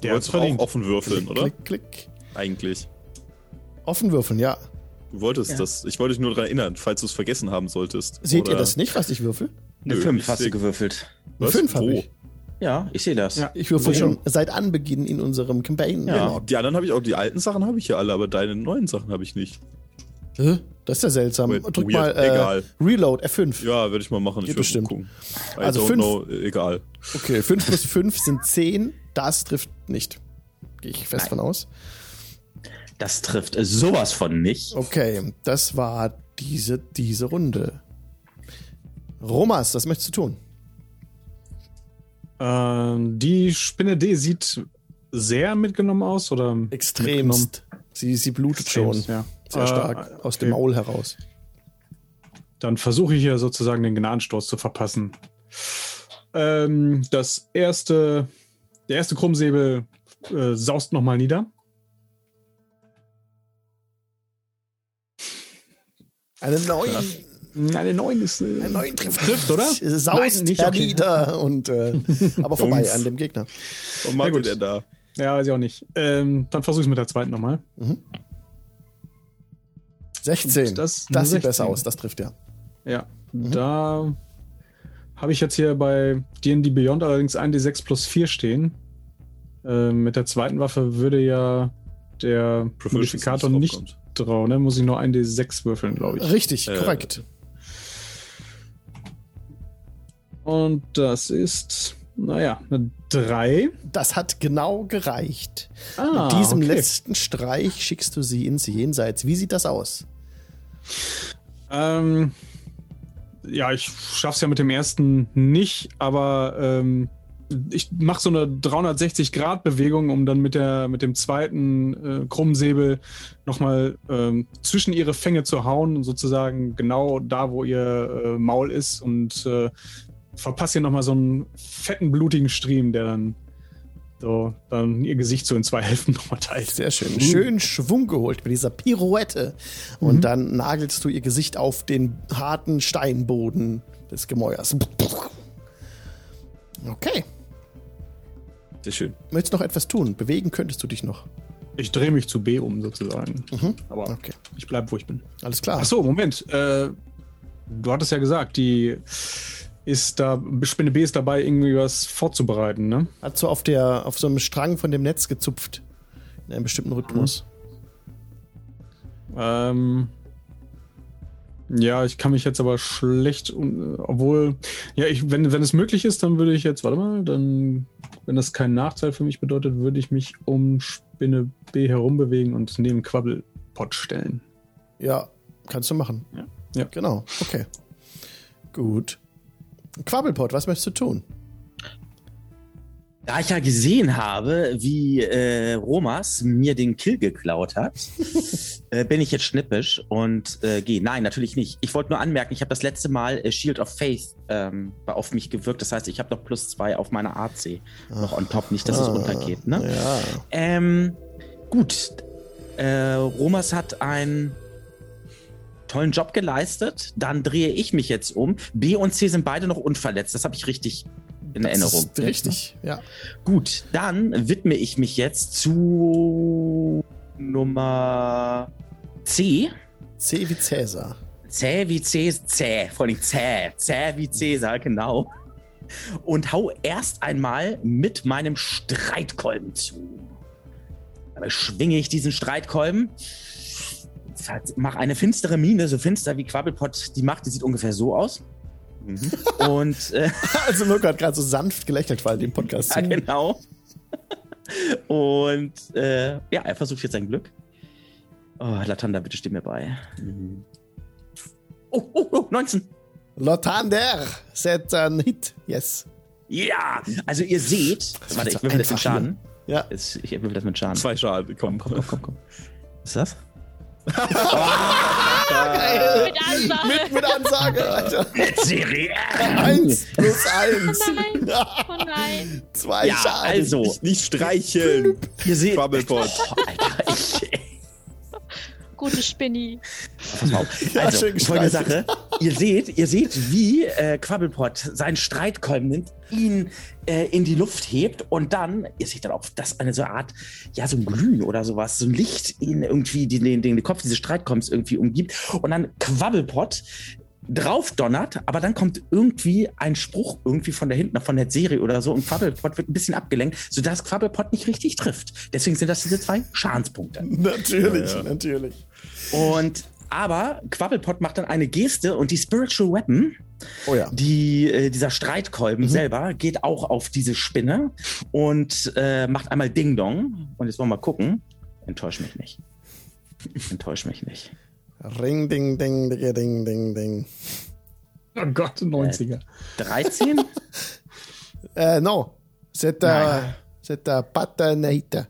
[SPEAKER 2] Der hat's
[SPEAKER 4] wolltest doch auch
[SPEAKER 2] verdient.
[SPEAKER 4] offen würfeln, oder?
[SPEAKER 1] Also Klick, klick.
[SPEAKER 4] Eigentlich.
[SPEAKER 1] Offen würfeln, ja.
[SPEAKER 4] Du wolltest
[SPEAKER 3] Ja.
[SPEAKER 4] das. Ich wollte dich nur daran erinnern, falls du es vergessen haben solltest.
[SPEAKER 1] Seht ihr
[SPEAKER 4] Oder-
[SPEAKER 1] das nicht, was ich würfel?
[SPEAKER 3] Eine
[SPEAKER 4] Nö,
[SPEAKER 3] 5
[SPEAKER 4] ich
[SPEAKER 3] hast
[SPEAKER 4] seh-
[SPEAKER 3] du gewürfelt.
[SPEAKER 1] Eine
[SPEAKER 4] Was?
[SPEAKER 1] Fünf hab
[SPEAKER 4] Wo?
[SPEAKER 1] ich.
[SPEAKER 3] Ja, ich sehe das.
[SPEAKER 2] Ja.
[SPEAKER 1] Ich würfel
[SPEAKER 2] Ja.
[SPEAKER 1] schon seit Anbeginn in unserem Campaign.
[SPEAKER 3] Ja.
[SPEAKER 4] Genau. Die anderen habe ich auch, die alten Sachen habe ich ja alle, aber deine neuen Sachen habe ich nicht.
[SPEAKER 1] Hä? Das ist ja seltsam.
[SPEAKER 4] Weird,
[SPEAKER 1] Drück mal
[SPEAKER 4] weird,
[SPEAKER 1] äh,
[SPEAKER 4] egal.
[SPEAKER 1] Reload, F5.
[SPEAKER 4] Ja, würde ich mal machen.
[SPEAKER 1] Geht
[SPEAKER 4] ich würd
[SPEAKER 1] bestimmt.
[SPEAKER 4] gucken. I
[SPEAKER 1] Also
[SPEAKER 4] also don't
[SPEAKER 1] fünf-
[SPEAKER 4] know, egal.
[SPEAKER 1] Okay, 5 plus 5 sind 10. Das trifft nicht. Gehe ich fest von aus.
[SPEAKER 3] Das trifft äh, sowas von nicht.
[SPEAKER 1] Okay, das war diese, diese Runde. Romas, das möchtest du tun.
[SPEAKER 2] Ähm, die Spinne D sieht sehr mitgenommen aus, oder?
[SPEAKER 1] Extremst. Sie, sie blutet
[SPEAKER 2] Extremst,
[SPEAKER 1] schon
[SPEAKER 2] ja.
[SPEAKER 1] sehr
[SPEAKER 2] Äh,
[SPEAKER 1] stark aus dem
[SPEAKER 2] okay.
[SPEAKER 1] Maul heraus.
[SPEAKER 2] Dann versuche ich hier sozusagen den Gnadenstoß zu verpassen. Ähm, das erste, der erste Krummsäbel äh, saust nochmal nieder.
[SPEAKER 1] Einen neuen,
[SPEAKER 2] Eine 9 ist. Äh,
[SPEAKER 1] einen neuen Treffer.
[SPEAKER 2] Trifft, oder?
[SPEAKER 1] Es Saust
[SPEAKER 2] Nein, nicht,
[SPEAKER 1] er
[SPEAKER 2] okay.
[SPEAKER 1] nieder und
[SPEAKER 2] *laughs*
[SPEAKER 1] äh, aber vorbei
[SPEAKER 4] Jungs.
[SPEAKER 1] an dem Gegner.
[SPEAKER 4] Was macht ihr
[SPEAKER 2] gut.
[SPEAKER 4] denn da?
[SPEAKER 2] Ja, weiß ich auch nicht. Ähm, dann versuche ich es mit der zweiten nochmal.
[SPEAKER 1] Mhm. 16.
[SPEAKER 2] Und
[SPEAKER 1] Das,
[SPEAKER 2] das eine
[SPEAKER 1] sieht besser
[SPEAKER 2] 16.
[SPEAKER 1] aus, Mhm. das trifft ja.
[SPEAKER 2] Ja, da habe ich jetzt hier bei D&D Beyond allerdings 1d6 plus 4 stehen. Ähm, mit der zweiten Waffe würde ja der Modifikator
[SPEAKER 4] drauf
[SPEAKER 2] nicht
[SPEAKER 4] kommt.
[SPEAKER 2] drauf, ne? Muss ich nur 1d6 würfeln, glaube ich.
[SPEAKER 1] Richtig,
[SPEAKER 4] Äh,
[SPEAKER 1] korrekt.
[SPEAKER 2] Und das ist, naja, eine 3.
[SPEAKER 1] Das hat genau gereicht.
[SPEAKER 2] Ah,
[SPEAKER 1] Mit diesem
[SPEAKER 2] okay.
[SPEAKER 1] letzten Streich schickst du sie ins Jenseits. Wie sieht das aus?
[SPEAKER 2] Ähm, ja, ich schaff's ja mit dem ersten nicht, aber ähm, ich mache so eine 360-Grad-Bewegung, um dann mit, der, mit dem zweiten äh, Krummsäbel nochmal ähm, zwischen ihre Fänge zu hauen, sozusagen genau da, wo ihr äh, Maul ist und äh, verpasse ihr nochmal so einen fetten, blutigen Stream, der dann so dann ihr Gesicht so in zwei *laughs* Hälften nochmal teilt.
[SPEAKER 1] Sehr schön. Schön Schwung geholt mit dieser Pirouette. Und
[SPEAKER 2] Mhm.
[SPEAKER 1] dann nagelst du ihr Gesicht auf den harten Steinboden des Gemäuers. Okay.
[SPEAKER 4] Sehr schön.
[SPEAKER 1] Möchtest du noch etwas tun? Bewegen könntest du dich noch.
[SPEAKER 2] Ich drehe mich zu B um, sozusagen. Aber
[SPEAKER 1] Okay.
[SPEAKER 2] ich bleib, wo ich bin.
[SPEAKER 1] Alles klar.
[SPEAKER 2] Ach so, Moment. Äh, du hattest ja gesagt, die ist da, Spinne B ist dabei, irgendwie was vorzubereiten, ne?
[SPEAKER 1] Hat so auf, der, auf so einem Strang von dem Netz gezupft. In einem bestimmten Rhythmus.
[SPEAKER 2] Ähm, ja, ich kann mich jetzt aber schlecht, un- obwohl, ja, ich, wenn, wenn es möglich ist, dann würde ich jetzt, warte mal, dann, wenn das keinen Nachteil für mich bedeutet, würde ich mich um Spinne B herumbewegen und neben Quabbelpot stellen.
[SPEAKER 1] Ja, kannst du machen.
[SPEAKER 2] Mhm. Ja. Ja.
[SPEAKER 1] Genau. Okay. Gut. Quabbelpot, was möchtest du tun?
[SPEAKER 3] Da ich ja gesehen habe, wie äh, Romas mir den Kill geklaut hat, äh, bin ich jetzt schnippisch und äh, gehe. Nein, natürlich nicht. Ich wollte nur anmerken, ich habe das letzte Mal äh, Shield of Faith ähm, auf mich gewirkt. Das heißt, ich habe noch plus zwei auf meiner AC. Noch on top, nicht, dass es
[SPEAKER 1] Ah,
[SPEAKER 3] runtergeht. Ne?
[SPEAKER 1] Ja.
[SPEAKER 3] Ähm, gut. Äh, Romas hat einen tollen Job geleistet. Dann drehe ich mich jetzt um. B und C sind beide noch unverletzt. Das habe ich richtig in
[SPEAKER 1] Das
[SPEAKER 3] Erinnerung. ne?
[SPEAKER 1] ist richtig, ja.
[SPEAKER 3] Gut, dann widme ich mich jetzt zu Nummer C.
[SPEAKER 1] C wie Cäsar.
[SPEAKER 3] Zäh wie Cäh, zäh, vor allem zäh, zäh wie Cäsar, genau. Und hau erst einmal mit meinem Streitkolben zu. Dabei schwinge ich diesen Streitkolben, mach eine finstere Miene, so finster wie Quabbelpott die macht, die sieht ungefähr so aus.
[SPEAKER 4] Mhm.
[SPEAKER 3] Und äh,
[SPEAKER 1] *laughs* Also Mirko hat gerade so sanft gelächelt, weil dem Podcast
[SPEAKER 3] Ja,
[SPEAKER 1] zu.
[SPEAKER 3] genau. Und äh, ja, er versucht jetzt sein Glück. Oh, Latanda, bitte steh mir bei. Mhm. Oh, oh, oh, 19.
[SPEAKER 1] Lotander, set an Hit, yes.
[SPEAKER 3] Ja, also ihr seht. warte,
[SPEAKER 1] wird
[SPEAKER 3] ich
[SPEAKER 1] so
[SPEAKER 3] würfel das mit
[SPEAKER 1] einfach
[SPEAKER 3] Schaden.
[SPEAKER 1] Ja.
[SPEAKER 3] *laughs* Jetzt, ich würfel das mit Schaden.
[SPEAKER 4] Zwei Schaden, komm.
[SPEAKER 3] Komm, komm,
[SPEAKER 4] *laughs*
[SPEAKER 3] komm. Was ist das?
[SPEAKER 5] Äh, Mit Ansage.
[SPEAKER 1] Äh, Mit, mit Ansage, Alter.
[SPEAKER 3] *laughs* Serie.
[SPEAKER 1] Eins plus eins.
[SPEAKER 5] Nein. Oh
[SPEAKER 1] *laughs*
[SPEAKER 5] nein.
[SPEAKER 1] Zwei
[SPEAKER 3] Ja,
[SPEAKER 1] Schaden.
[SPEAKER 3] also,
[SPEAKER 4] Nicht, nicht streicheln.
[SPEAKER 3] ihr seht.
[SPEAKER 4] Quabbelpot.
[SPEAKER 3] Oh, Alter, ich,
[SPEAKER 5] Gute Spinni.
[SPEAKER 3] Pass mal auf.
[SPEAKER 1] *laughs* Ja,
[SPEAKER 3] Also,
[SPEAKER 1] schön
[SPEAKER 3] folgende Sache.
[SPEAKER 1] gestreichelt.
[SPEAKER 3] Ihr seht, ihr seht, wie äh, Quabbelpot seinen Streitkolben nimmt, ihn äh, in die Luft hebt und dann, ihr seht dann auch, dass eine so Art, ja, so ein Glühen oder sowas, so ein Licht ihn irgendwie, die, den, den Kopf dieses Streitkolbens irgendwie umgibt und dann Quabbelpot drauf donnert, aber dann kommt irgendwie ein Spruch irgendwie von da hinten, von der Serie oder so und Quabbelpot wird ein bisschen abgelenkt, sodass Quabbelpot nicht richtig trifft. Deswegen sind das diese zwei Schadenspunkte.
[SPEAKER 1] Natürlich,
[SPEAKER 4] Ja, ja.
[SPEAKER 1] natürlich.
[SPEAKER 3] Und Aber Quabbelpot macht dann eine Geste und die Spiritual Weapon,
[SPEAKER 1] Oh ja.
[SPEAKER 3] die, äh, dieser Streitkolben
[SPEAKER 1] Mhm.
[SPEAKER 3] selber, geht auch auf diese Spinne und äh, macht einmal Ding Dong. Und jetzt wollen wir mal gucken. Enttäusch mich nicht. Enttäusch mich nicht.
[SPEAKER 1] Ring, ding, ding, ding, ding, ding, ding.
[SPEAKER 2] Oh Gott, 90er.
[SPEAKER 1] *laughs*
[SPEAKER 3] 13?
[SPEAKER 1] Äh, no. C'est
[SPEAKER 3] Nein.
[SPEAKER 1] der, c'est der Paternator.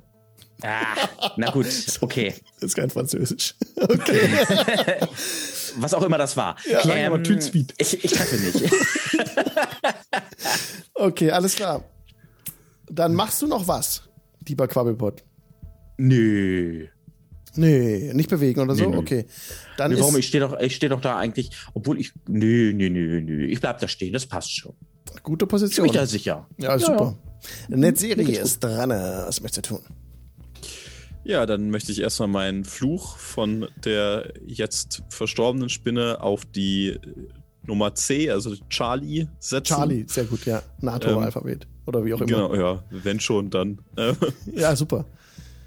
[SPEAKER 3] ah, na gut, okay.
[SPEAKER 1] Ist kein Französisch. *laughs*
[SPEAKER 3] *laughs* Was auch immer das war. Ähm,
[SPEAKER 2] Klang aber tütswiet.
[SPEAKER 3] Ich, ich treffe nicht.
[SPEAKER 1] *laughs* Okay, alles klar. Dann machst du noch was, lieber Quabbelpot.
[SPEAKER 3] Nö.
[SPEAKER 1] Nee, nicht bewegen oder so?
[SPEAKER 3] Nee, nee.
[SPEAKER 1] Okay. Dann
[SPEAKER 3] Nee, warum?
[SPEAKER 1] ist,
[SPEAKER 3] Ich stehe doch, ich steh doch da eigentlich, obwohl ich. Nö, nö, nö, nö. Ich bleib da stehen, das passt schon.
[SPEAKER 1] gute
[SPEAKER 3] Ich bin
[SPEAKER 1] Position.
[SPEAKER 3] mich da sicher.
[SPEAKER 1] also. Ja, super. Netzeri ist dran. äh, Was möchtest du tun?
[SPEAKER 4] Ja, dann möchte ich erstmal meinen Fluch von der jetzt verstorbenen Spinne auf die äh, Nummer C, also Charlie, setzen.
[SPEAKER 1] Charlie, sehr gut, ja. NATO-Alphabet. oder wie auch immer.
[SPEAKER 4] Genau, ja, wenn schon, dann. Äh,
[SPEAKER 1] Ja, super.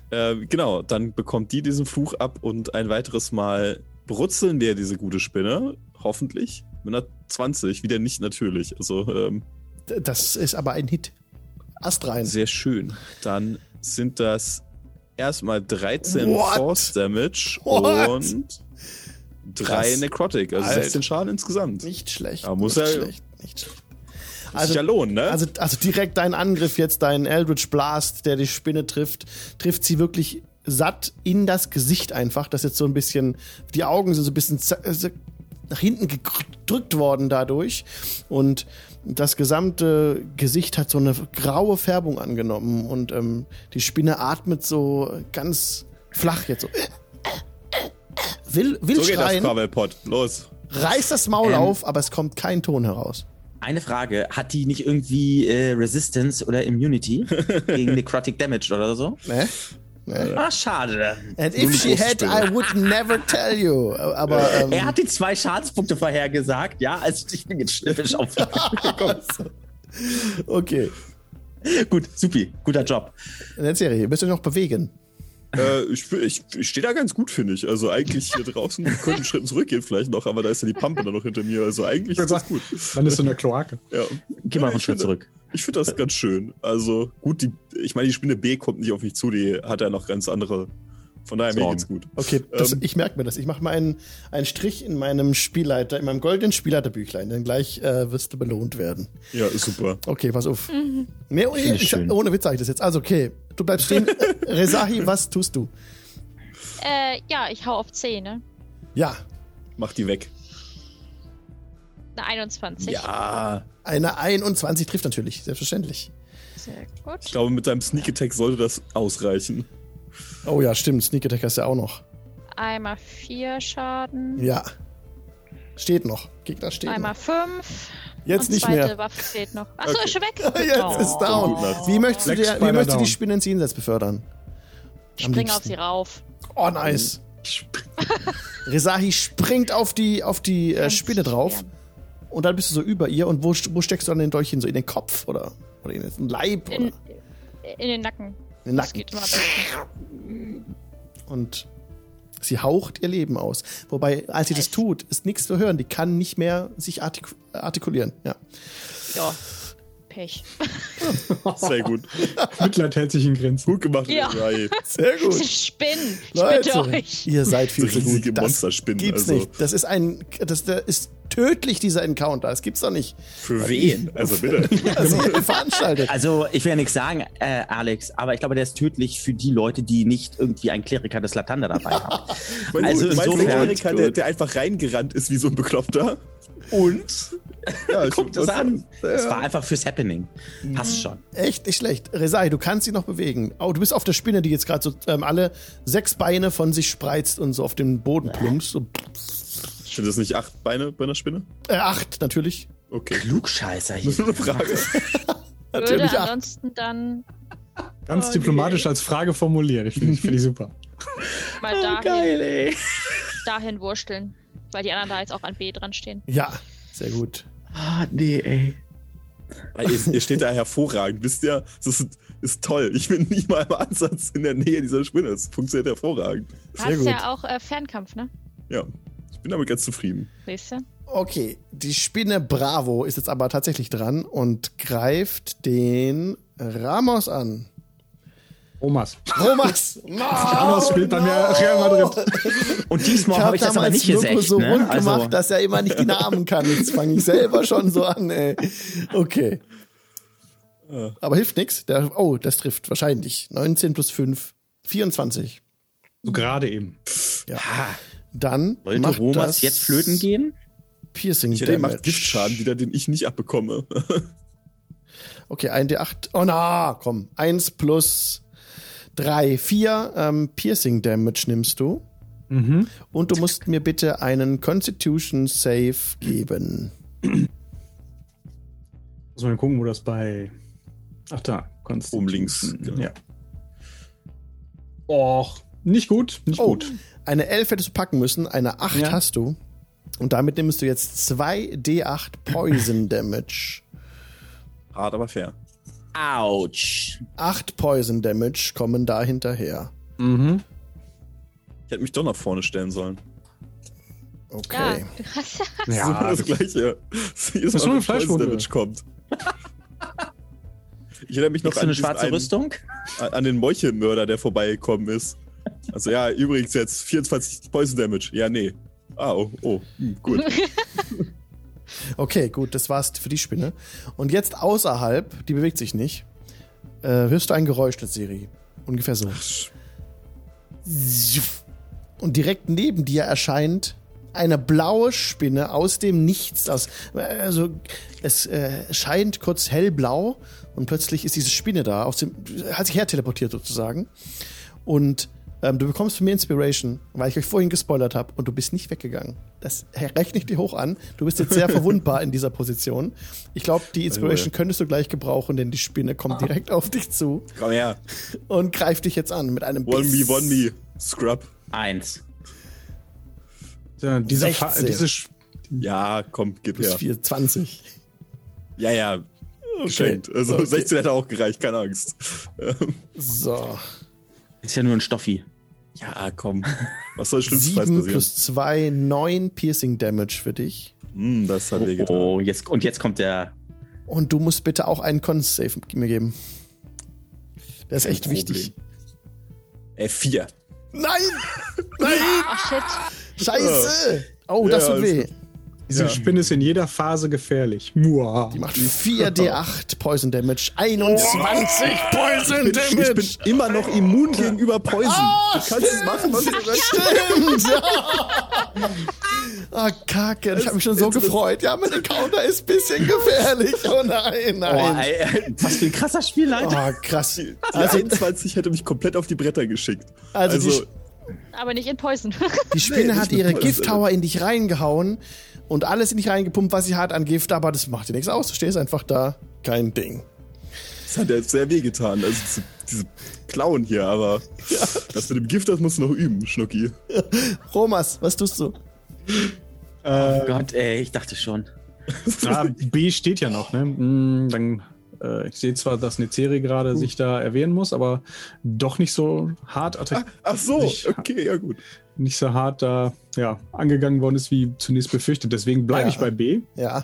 [SPEAKER 4] äh, genau, dann bekommt die diesen Fluch ab und ein weiteres Mal brutzeln wir diese gute Spinne, hoffentlich, mit einer 20, wieder nicht natürlich. Also ähm,
[SPEAKER 1] D- Das ist aber ein Hit. Ast rein.
[SPEAKER 4] sehr schön. Dann sind das erstmal 13
[SPEAKER 1] What?
[SPEAKER 4] Force Damage
[SPEAKER 1] What?
[SPEAKER 4] und 3
[SPEAKER 1] Krass.
[SPEAKER 4] Necrotic, also
[SPEAKER 1] Alter. Also,
[SPEAKER 4] 16 Schaden insgesamt.
[SPEAKER 1] nicht schlecht.
[SPEAKER 4] Aber muss
[SPEAKER 1] nicht
[SPEAKER 4] er-
[SPEAKER 1] schlecht. Nicht schlecht.
[SPEAKER 4] Also,
[SPEAKER 1] Also,
[SPEAKER 4] ja lohnen, ne?
[SPEAKER 1] also, also direkt dein Angriff jetzt, dein Eldritch Blast, der die Spinne trifft, trifft sie wirklich satt in das Gesicht einfach. Das ist jetzt so ein bisschen, die Augen sind so ein bisschen zer- äh, zer- nach hinten gedrückt worden dadurch. Und das gesamte Gesicht hat so eine graue Färbung angenommen. Und ähm, die Spinne atmet so ganz flach jetzt so. Will, will
[SPEAKER 4] so geht das
[SPEAKER 1] schreien,
[SPEAKER 4] Quabbelpot. Los.
[SPEAKER 1] reißt das Maul
[SPEAKER 3] Ähm.
[SPEAKER 1] auf, aber es kommt kein Ton heraus.
[SPEAKER 3] Eine Frage: Hat die nicht irgendwie äh, Resistance oder Immunity gegen Necrotic Damage oder so?
[SPEAKER 1] Ne? Ne?
[SPEAKER 3] Ah, schade.
[SPEAKER 1] And if she had, I would never tell you. Aber ähm,
[SPEAKER 3] Er hat die zwei Schadenspunkte vorhergesagt, ja, also ich bin jetzt
[SPEAKER 4] *laughs*
[SPEAKER 3] schnippisch auf.
[SPEAKER 1] okay.
[SPEAKER 3] Gut, supi, guter Job.
[SPEAKER 1] Eine Serie. Müsst ihr noch bewegen?
[SPEAKER 4] Äh, ich ich, ich stehe da ganz gut, finde ich. Also eigentlich hier draußen, wir können einen Schritt zurückgehen vielleicht noch, aber da ist ja die Pampe dann noch hinter mir. Also eigentlich ist das gut.
[SPEAKER 2] Dann ist so eine Kloake.
[SPEAKER 4] Ja.
[SPEAKER 3] Geh mal
[SPEAKER 4] Ich
[SPEAKER 3] einen Schritt
[SPEAKER 4] finde-
[SPEAKER 3] zurück.
[SPEAKER 4] Ich finde das ganz schön. Also gut, die, ich meine, die Spinne B kommt nicht auf mich zu, die hat ja noch ganz andere. Von daher mir
[SPEAKER 3] Sorgen.
[SPEAKER 4] geht's gut.
[SPEAKER 1] Okay, das,
[SPEAKER 4] Ähm.
[SPEAKER 1] ich merke mir das. Ich mache mal einen, einen Strich in meinem Spielleiter, in meinem goldenen Spielleiterbüchlein, denn gleich äh, wirst du belohnt werden.
[SPEAKER 4] Ja, ist super.
[SPEAKER 1] Okay, pass auf.
[SPEAKER 5] Mhm.
[SPEAKER 1] Nee, oh, ich,
[SPEAKER 3] schön.
[SPEAKER 1] ohne Witz sage ich das jetzt. Also, okay, du bleibst stehen. Resahi, was tust du?
[SPEAKER 5] Äh, ja, ich hau auf 10, ne?
[SPEAKER 1] Ja,
[SPEAKER 4] Mach die weg.
[SPEAKER 5] Eine 21.
[SPEAKER 4] Ja.
[SPEAKER 1] eine 21 trifft natürlich, selbstverständlich.
[SPEAKER 5] Sehr
[SPEAKER 4] Ich
[SPEAKER 5] gut.
[SPEAKER 4] glaube, mit deinem Sneak Attack sollte das ausreichen.
[SPEAKER 1] Oh ja, stimmt. Sneak Attack hast du ja auch noch.
[SPEAKER 5] Einmal 4 Schaden.
[SPEAKER 1] Ja. Steht noch. Gegner steht
[SPEAKER 5] Einmal
[SPEAKER 1] noch.
[SPEAKER 5] 5.
[SPEAKER 1] Jetzt
[SPEAKER 5] und
[SPEAKER 1] nicht
[SPEAKER 5] zweite
[SPEAKER 1] mehr.
[SPEAKER 5] Waffe steht noch. Achso,
[SPEAKER 4] Okay.
[SPEAKER 5] ist schon weg.
[SPEAKER 1] *laughs*
[SPEAKER 5] Genau.
[SPEAKER 1] Jetzt ist down.
[SPEAKER 4] Guten Nacht.
[SPEAKER 1] Wie möchtest du,
[SPEAKER 2] Sechs
[SPEAKER 1] der, wie
[SPEAKER 2] Beine
[SPEAKER 1] möchtest du die
[SPEAKER 2] down.
[SPEAKER 1] Spinne ins Jenseits befördern?
[SPEAKER 5] Ich
[SPEAKER 1] Am
[SPEAKER 5] springe auf
[SPEAKER 1] liebsten.
[SPEAKER 5] sie rauf.
[SPEAKER 1] Oh, *laughs* nice. Resahi springt auf die, auf die äh,
[SPEAKER 5] Ganz
[SPEAKER 1] Spinne drauf.
[SPEAKER 5] schwer.
[SPEAKER 1] Und dann bist du so über ihr. Und wo, st- wo steckst du dann den Dolch hin? So in den Kopf oder, oder in den Leib oder
[SPEAKER 5] In,
[SPEAKER 1] in
[SPEAKER 5] in den Nacken.
[SPEAKER 1] den
[SPEAKER 5] Das
[SPEAKER 1] Nacken?
[SPEAKER 5] geht immer besser.
[SPEAKER 1] Und sie haucht ihr Leben aus. Wobei, als sie das tut, ist nichts zu hören. Die kann nicht mehr sich artik artikulieren. Ja.
[SPEAKER 5] Ja. Pech.
[SPEAKER 4] Sehr
[SPEAKER 3] *laughs*
[SPEAKER 4] gut.
[SPEAKER 2] Mitleid hält sich in Grenzen.
[SPEAKER 4] Gut gemacht,
[SPEAKER 5] Ja.
[SPEAKER 4] Rai.
[SPEAKER 1] Sehr
[SPEAKER 5] Sie spinnen. *laughs* Ich bitte
[SPEAKER 1] Leute,
[SPEAKER 5] euch.
[SPEAKER 1] ihr seid viel
[SPEAKER 4] So
[SPEAKER 1] zu gut.
[SPEAKER 4] riesige Monsterspinnen,
[SPEAKER 1] gibt's
[SPEAKER 4] also.
[SPEAKER 1] nicht. Das ist ein, das, das ist tödlich, dieser Encounter. Das gibt's doch nicht.
[SPEAKER 4] Für wen? Also bitte.
[SPEAKER 1] *laughs* Das ist veranstaltet.
[SPEAKER 3] Also, ich will ja nichts sagen, äh, Alex, aber ich glaube, der ist tödlich für die Leute, die nicht irgendwie einen Kleriker des Latanda dabei haben.
[SPEAKER 4] *laughs*
[SPEAKER 3] Also
[SPEAKER 4] meinst du den
[SPEAKER 3] insofern-
[SPEAKER 4] Kleriker, der, der einfach reingerannt ist wie so ein Bekloppter? Und? Ja, ich-
[SPEAKER 3] Guck das an. Es war
[SPEAKER 4] Ja.
[SPEAKER 3] einfach fürs Happening. Passt schon.
[SPEAKER 1] Echt nicht schlecht. Resai, du kannst sie noch bewegen. Oh, du bist auf der Spinne, die jetzt gerade so ähm, alle sechs Beine von sich spreizt und so auf den Boden plumpst. So,
[SPEAKER 4] Sind das nicht acht Beine bei einer
[SPEAKER 3] *laughs*
[SPEAKER 4] Spinne?
[SPEAKER 1] äh, acht, natürlich.
[SPEAKER 4] Okay.
[SPEAKER 3] Klugscheißer
[SPEAKER 4] Das ist
[SPEAKER 3] hier.
[SPEAKER 4] nur eine *laughs* Frage.
[SPEAKER 5] Würde
[SPEAKER 1] Natürlich acht.
[SPEAKER 5] ansonsten dann
[SPEAKER 2] Ganz diplomatisch als Frage formuliert. Ich finde find ich super.
[SPEAKER 5] mal
[SPEAKER 3] Ah,
[SPEAKER 5] dahin,
[SPEAKER 3] ey.
[SPEAKER 5] dahin wursteln. Weil die anderen da jetzt auch an B dran stehen.
[SPEAKER 1] Ja, sehr gut.
[SPEAKER 3] Ah, nee, ey.
[SPEAKER 4] Ey, Ihr, ihr steht da hervorragend, wisst ihr? Das ist, ist toll. Ich bin nicht mal im Ansatz in der Nähe dieser Spinne. Das funktioniert hervorragend.
[SPEAKER 5] Du hast ja auch äh, Fernkampf, ne?
[SPEAKER 4] Ja, ich bin damit ganz zufrieden.
[SPEAKER 5] Siehst du?
[SPEAKER 1] Okay, die Spinne Bravo ist jetzt aber tatsächlich dran und greift den Ramos an.
[SPEAKER 2] Omas.
[SPEAKER 1] Thomas!
[SPEAKER 2] Ramos
[SPEAKER 3] Oh,
[SPEAKER 2] spielt bei mir Real Madrid.
[SPEAKER 3] Und diesmal habe ich das aber nicht gesägt.
[SPEAKER 1] so
[SPEAKER 3] ne?
[SPEAKER 1] rund
[SPEAKER 3] also,
[SPEAKER 1] gemacht, dass er immer nicht die Namen kann. Jetzt fange ich selber schon so an, ey. Okay. Aber hilft nix. Der, oh, das trifft wahrscheinlich. 19 plus 5, 24.
[SPEAKER 2] So gerade eben.
[SPEAKER 1] Dann
[SPEAKER 3] wollte
[SPEAKER 1] macht
[SPEAKER 3] Romas
[SPEAKER 1] das
[SPEAKER 3] jetzt flöten gehen?
[SPEAKER 1] Piercing
[SPEAKER 4] Ich hätte
[SPEAKER 1] Damage.
[SPEAKER 4] macht Giftschaden wieder, den ich nicht abbekomme.
[SPEAKER 1] Okay, 1d8. Oh na, komm. 1 plus 3, 4 ähm, Piercing Damage nimmst du.
[SPEAKER 2] Mhm.
[SPEAKER 1] Und du musst mir bitte einen Constitution Save geben.
[SPEAKER 2] Muss man gucken, wo das bei. Ach da, Konst.
[SPEAKER 4] Oben links, genau.
[SPEAKER 2] Ja. Och, nicht gut, nicht
[SPEAKER 1] Oh,
[SPEAKER 2] gut.
[SPEAKER 1] eine 11 hättest du packen müssen, eine 8
[SPEAKER 2] Ja.
[SPEAKER 1] hast du. Und damit nimmst du jetzt 2d8 Poison Damage.
[SPEAKER 4] Hart, aber fair.
[SPEAKER 3] Autsch.
[SPEAKER 1] 8 Poison Damage kommen da hinterher.
[SPEAKER 2] Mhm.
[SPEAKER 4] Ich hätte mich doch nach vorne stellen sollen.
[SPEAKER 5] Ja,
[SPEAKER 1] Okay.
[SPEAKER 5] du hast ja. *laughs*
[SPEAKER 4] so,
[SPEAKER 2] Ja,
[SPEAKER 4] das gleiche. Jedes
[SPEAKER 2] Das ist nur
[SPEAKER 4] wenn
[SPEAKER 2] eine Fleischwunde.
[SPEAKER 4] Poison Damage kommt. Ich erinnere mich noch
[SPEAKER 3] Kriegst du
[SPEAKER 4] an,
[SPEAKER 3] eine
[SPEAKER 4] diesen
[SPEAKER 3] schwarze
[SPEAKER 4] einen-
[SPEAKER 3] Rüstung?
[SPEAKER 4] an den Meuchelmörder, der vorbeigekommen ist. Also ja, übrigens jetzt 24 Poison Damage. Ja, nee. Ah, oh, oh. Hm, gut.
[SPEAKER 1] Okay, gut, das war's für die Spinne. Und jetzt außerhalb, die bewegt sich nicht, äh, hörst du ein Geräusch der Serie. Ungefähr so. Zjuff. Und direkt neben dir erscheint eine blaue Spinne aus dem Nichts. Aus, also es äh, scheint kurz hellblau und plötzlich ist diese Spinne da, aus dem, hat sich her teleportiert sozusagen. Und ähm, du bekommst von mir Inspiration, weil ich euch vorhin gespoilert habe und du bist nicht weggegangen. Das rechne ich dir hoch an. Du bist
[SPEAKER 4] *laughs*
[SPEAKER 1] jetzt sehr verwundbar in dieser Position. Ich glaube, die Inspiration könntest du gleich gebrauchen, denn die Spinne kommt direkt auf dich zu
[SPEAKER 4] Komm her.
[SPEAKER 1] und greift dich jetzt an mit einem
[SPEAKER 4] One me,
[SPEAKER 1] Biss.
[SPEAKER 4] one me. Scrub.
[SPEAKER 3] Eins.
[SPEAKER 2] ja diese, Fa-
[SPEAKER 1] 16.
[SPEAKER 2] diese Sch-
[SPEAKER 4] Ja, komm, gib
[SPEAKER 1] Plus
[SPEAKER 4] her.
[SPEAKER 1] 4, 20.
[SPEAKER 4] Ja, ja. Geschenkt. Also
[SPEAKER 1] Okay.
[SPEAKER 4] 16 hätte auch gereicht, keine Angst. Ähm,
[SPEAKER 1] So.
[SPEAKER 3] Ist ja nur ein Stoffi.
[SPEAKER 4] ja, komm. Was soll schlimmstenfalls
[SPEAKER 1] 7
[SPEAKER 4] passieren?
[SPEAKER 1] plus 2, 9 Piercing Damage für dich.
[SPEAKER 4] Hm, das hat wehgetan.
[SPEAKER 3] Oh, jetzt, und jetzt kommt der.
[SPEAKER 1] Und du musst bitte auch einen Con-Save mir geben. Das ist echt
[SPEAKER 4] Problem.
[SPEAKER 1] wichtig.
[SPEAKER 4] Äh, 4.
[SPEAKER 1] Nein! Nein!
[SPEAKER 5] Ach shit.
[SPEAKER 1] Scheiße! Oh, das
[SPEAKER 4] Ja, also
[SPEAKER 1] tut
[SPEAKER 4] alles
[SPEAKER 1] weh.
[SPEAKER 2] diese
[SPEAKER 4] Ja.
[SPEAKER 2] Spinne ist in jeder Phase gefährlich. Mua.
[SPEAKER 1] Die macht 4d8 Poison Damage. 21 Poison
[SPEAKER 4] Oh. Ich bin, ich bin immer noch immun gegenüber Poison.
[SPEAKER 1] Ah!
[SPEAKER 4] du kannst es machen, was du willst.
[SPEAKER 1] Stimmt! *laughs* Ah, Kacke. Ich habe mich schon so gefreut. Ja, mein Encounter ist ein bisschen gefährlich. Oh nein,
[SPEAKER 3] Oh,
[SPEAKER 1] nein.
[SPEAKER 3] ey, ey, was für ein krasser Spielleiter.
[SPEAKER 1] Oh, krass.
[SPEAKER 4] Die 21 hätte mich komplett auf die Bretter geschickt.
[SPEAKER 1] Also die
[SPEAKER 4] also
[SPEAKER 1] Sch-
[SPEAKER 5] Aber nicht in Poison. *laughs*
[SPEAKER 1] Die Spinne
[SPEAKER 4] Nee,
[SPEAKER 1] hat
[SPEAKER 4] nicht mit
[SPEAKER 1] ihre
[SPEAKER 4] Poison.
[SPEAKER 1] Gifttower in dich reingehauen und alles in dich reingepumpt, was sie hat an Gift, aber das macht dir nichts aus. Du stehst einfach da. Kein Ding.
[SPEAKER 4] Das hat ja sehr wehgetan, also diese, diese Klauen hier, aber das mit dem Gift, das musst du noch üben, Schnucki.
[SPEAKER 1] Romas, was tust du?
[SPEAKER 3] Oh Gott, ey, *laughs* ich dachte schon.
[SPEAKER 2] Ah, B steht ja noch, ne? Mm, Dann, äh, ich sehe zwar, dass Nezeri gerade sich da erwehren muss, aber doch nicht so hart attack
[SPEAKER 4] Ach so,
[SPEAKER 2] Ich-
[SPEAKER 4] okay, ja gut.
[SPEAKER 2] nicht so hart da ja, angegangen worden ist, wie zunächst befürchtet. Deswegen bleibe
[SPEAKER 1] Ja.
[SPEAKER 2] ich bei B.
[SPEAKER 1] Ja.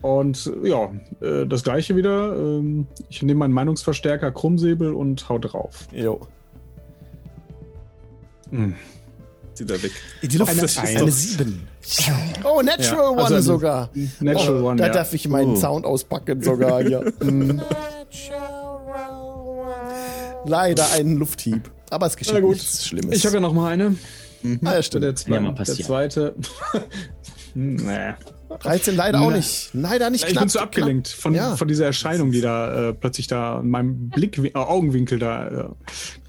[SPEAKER 2] Und äh, ja, äh, das gleiche wieder. Ähm, ich nehme meinen Meinungsverstärker Krummsäbel und hau drauf.
[SPEAKER 1] Jo.
[SPEAKER 4] Zieh da weg.
[SPEAKER 1] Die Luft
[SPEAKER 2] Eine
[SPEAKER 1] das ist
[SPEAKER 2] Eins.
[SPEAKER 1] eine 7.
[SPEAKER 2] *laughs*
[SPEAKER 1] Oh, Natural
[SPEAKER 2] Ja, also
[SPEAKER 1] One
[SPEAKER 2] ein
[SPEAKER 1] sogar.
[SPEAKER 2] Natural
[SPEAKER 1] oh,
[SPEAKER 2] One,
[SPEAKER 1] Da
[SPEAKER 2] ja. Uh.
[SPEAKER 1] darf ich meinen Sound auspacken sogar. Mhm. Ja.
[SPEAKER 2] *laughs*
[SPEAKER 1] Leider einen Lufthieb. Aber es geschieht
[SPEAKER 2] Na gut.
[SPEAKER 1] nichts Schlimmes.
[SPEAKER 2] Ich habe ja noch mal eine.
[SPEAKER 1] ah, ja,
[SPEAKER 2] Der,
[SPEAKER 1] stimmt.
[SPEAKER 2] zwe
[SPEAKER 3] Ja, mal
[SPEAKER 2] der
[SPEAKER 3] passieren.
[SPEAKER 2] zweite. *laughs* naja.
[SPEAKER 1] 13 leider auch
[SPEAKER 2] Na.
[SPEAKER 1] nicht. Leider nicht
[SPEAKER 2] Ich bin zu abgelenkt von,
[SPEAKER 1] Ja.
[SPEAKER 2] von dieser Erscheinung, die da äh, plötzlich da in meinem Blick, äh, Augenwinkel da, äh,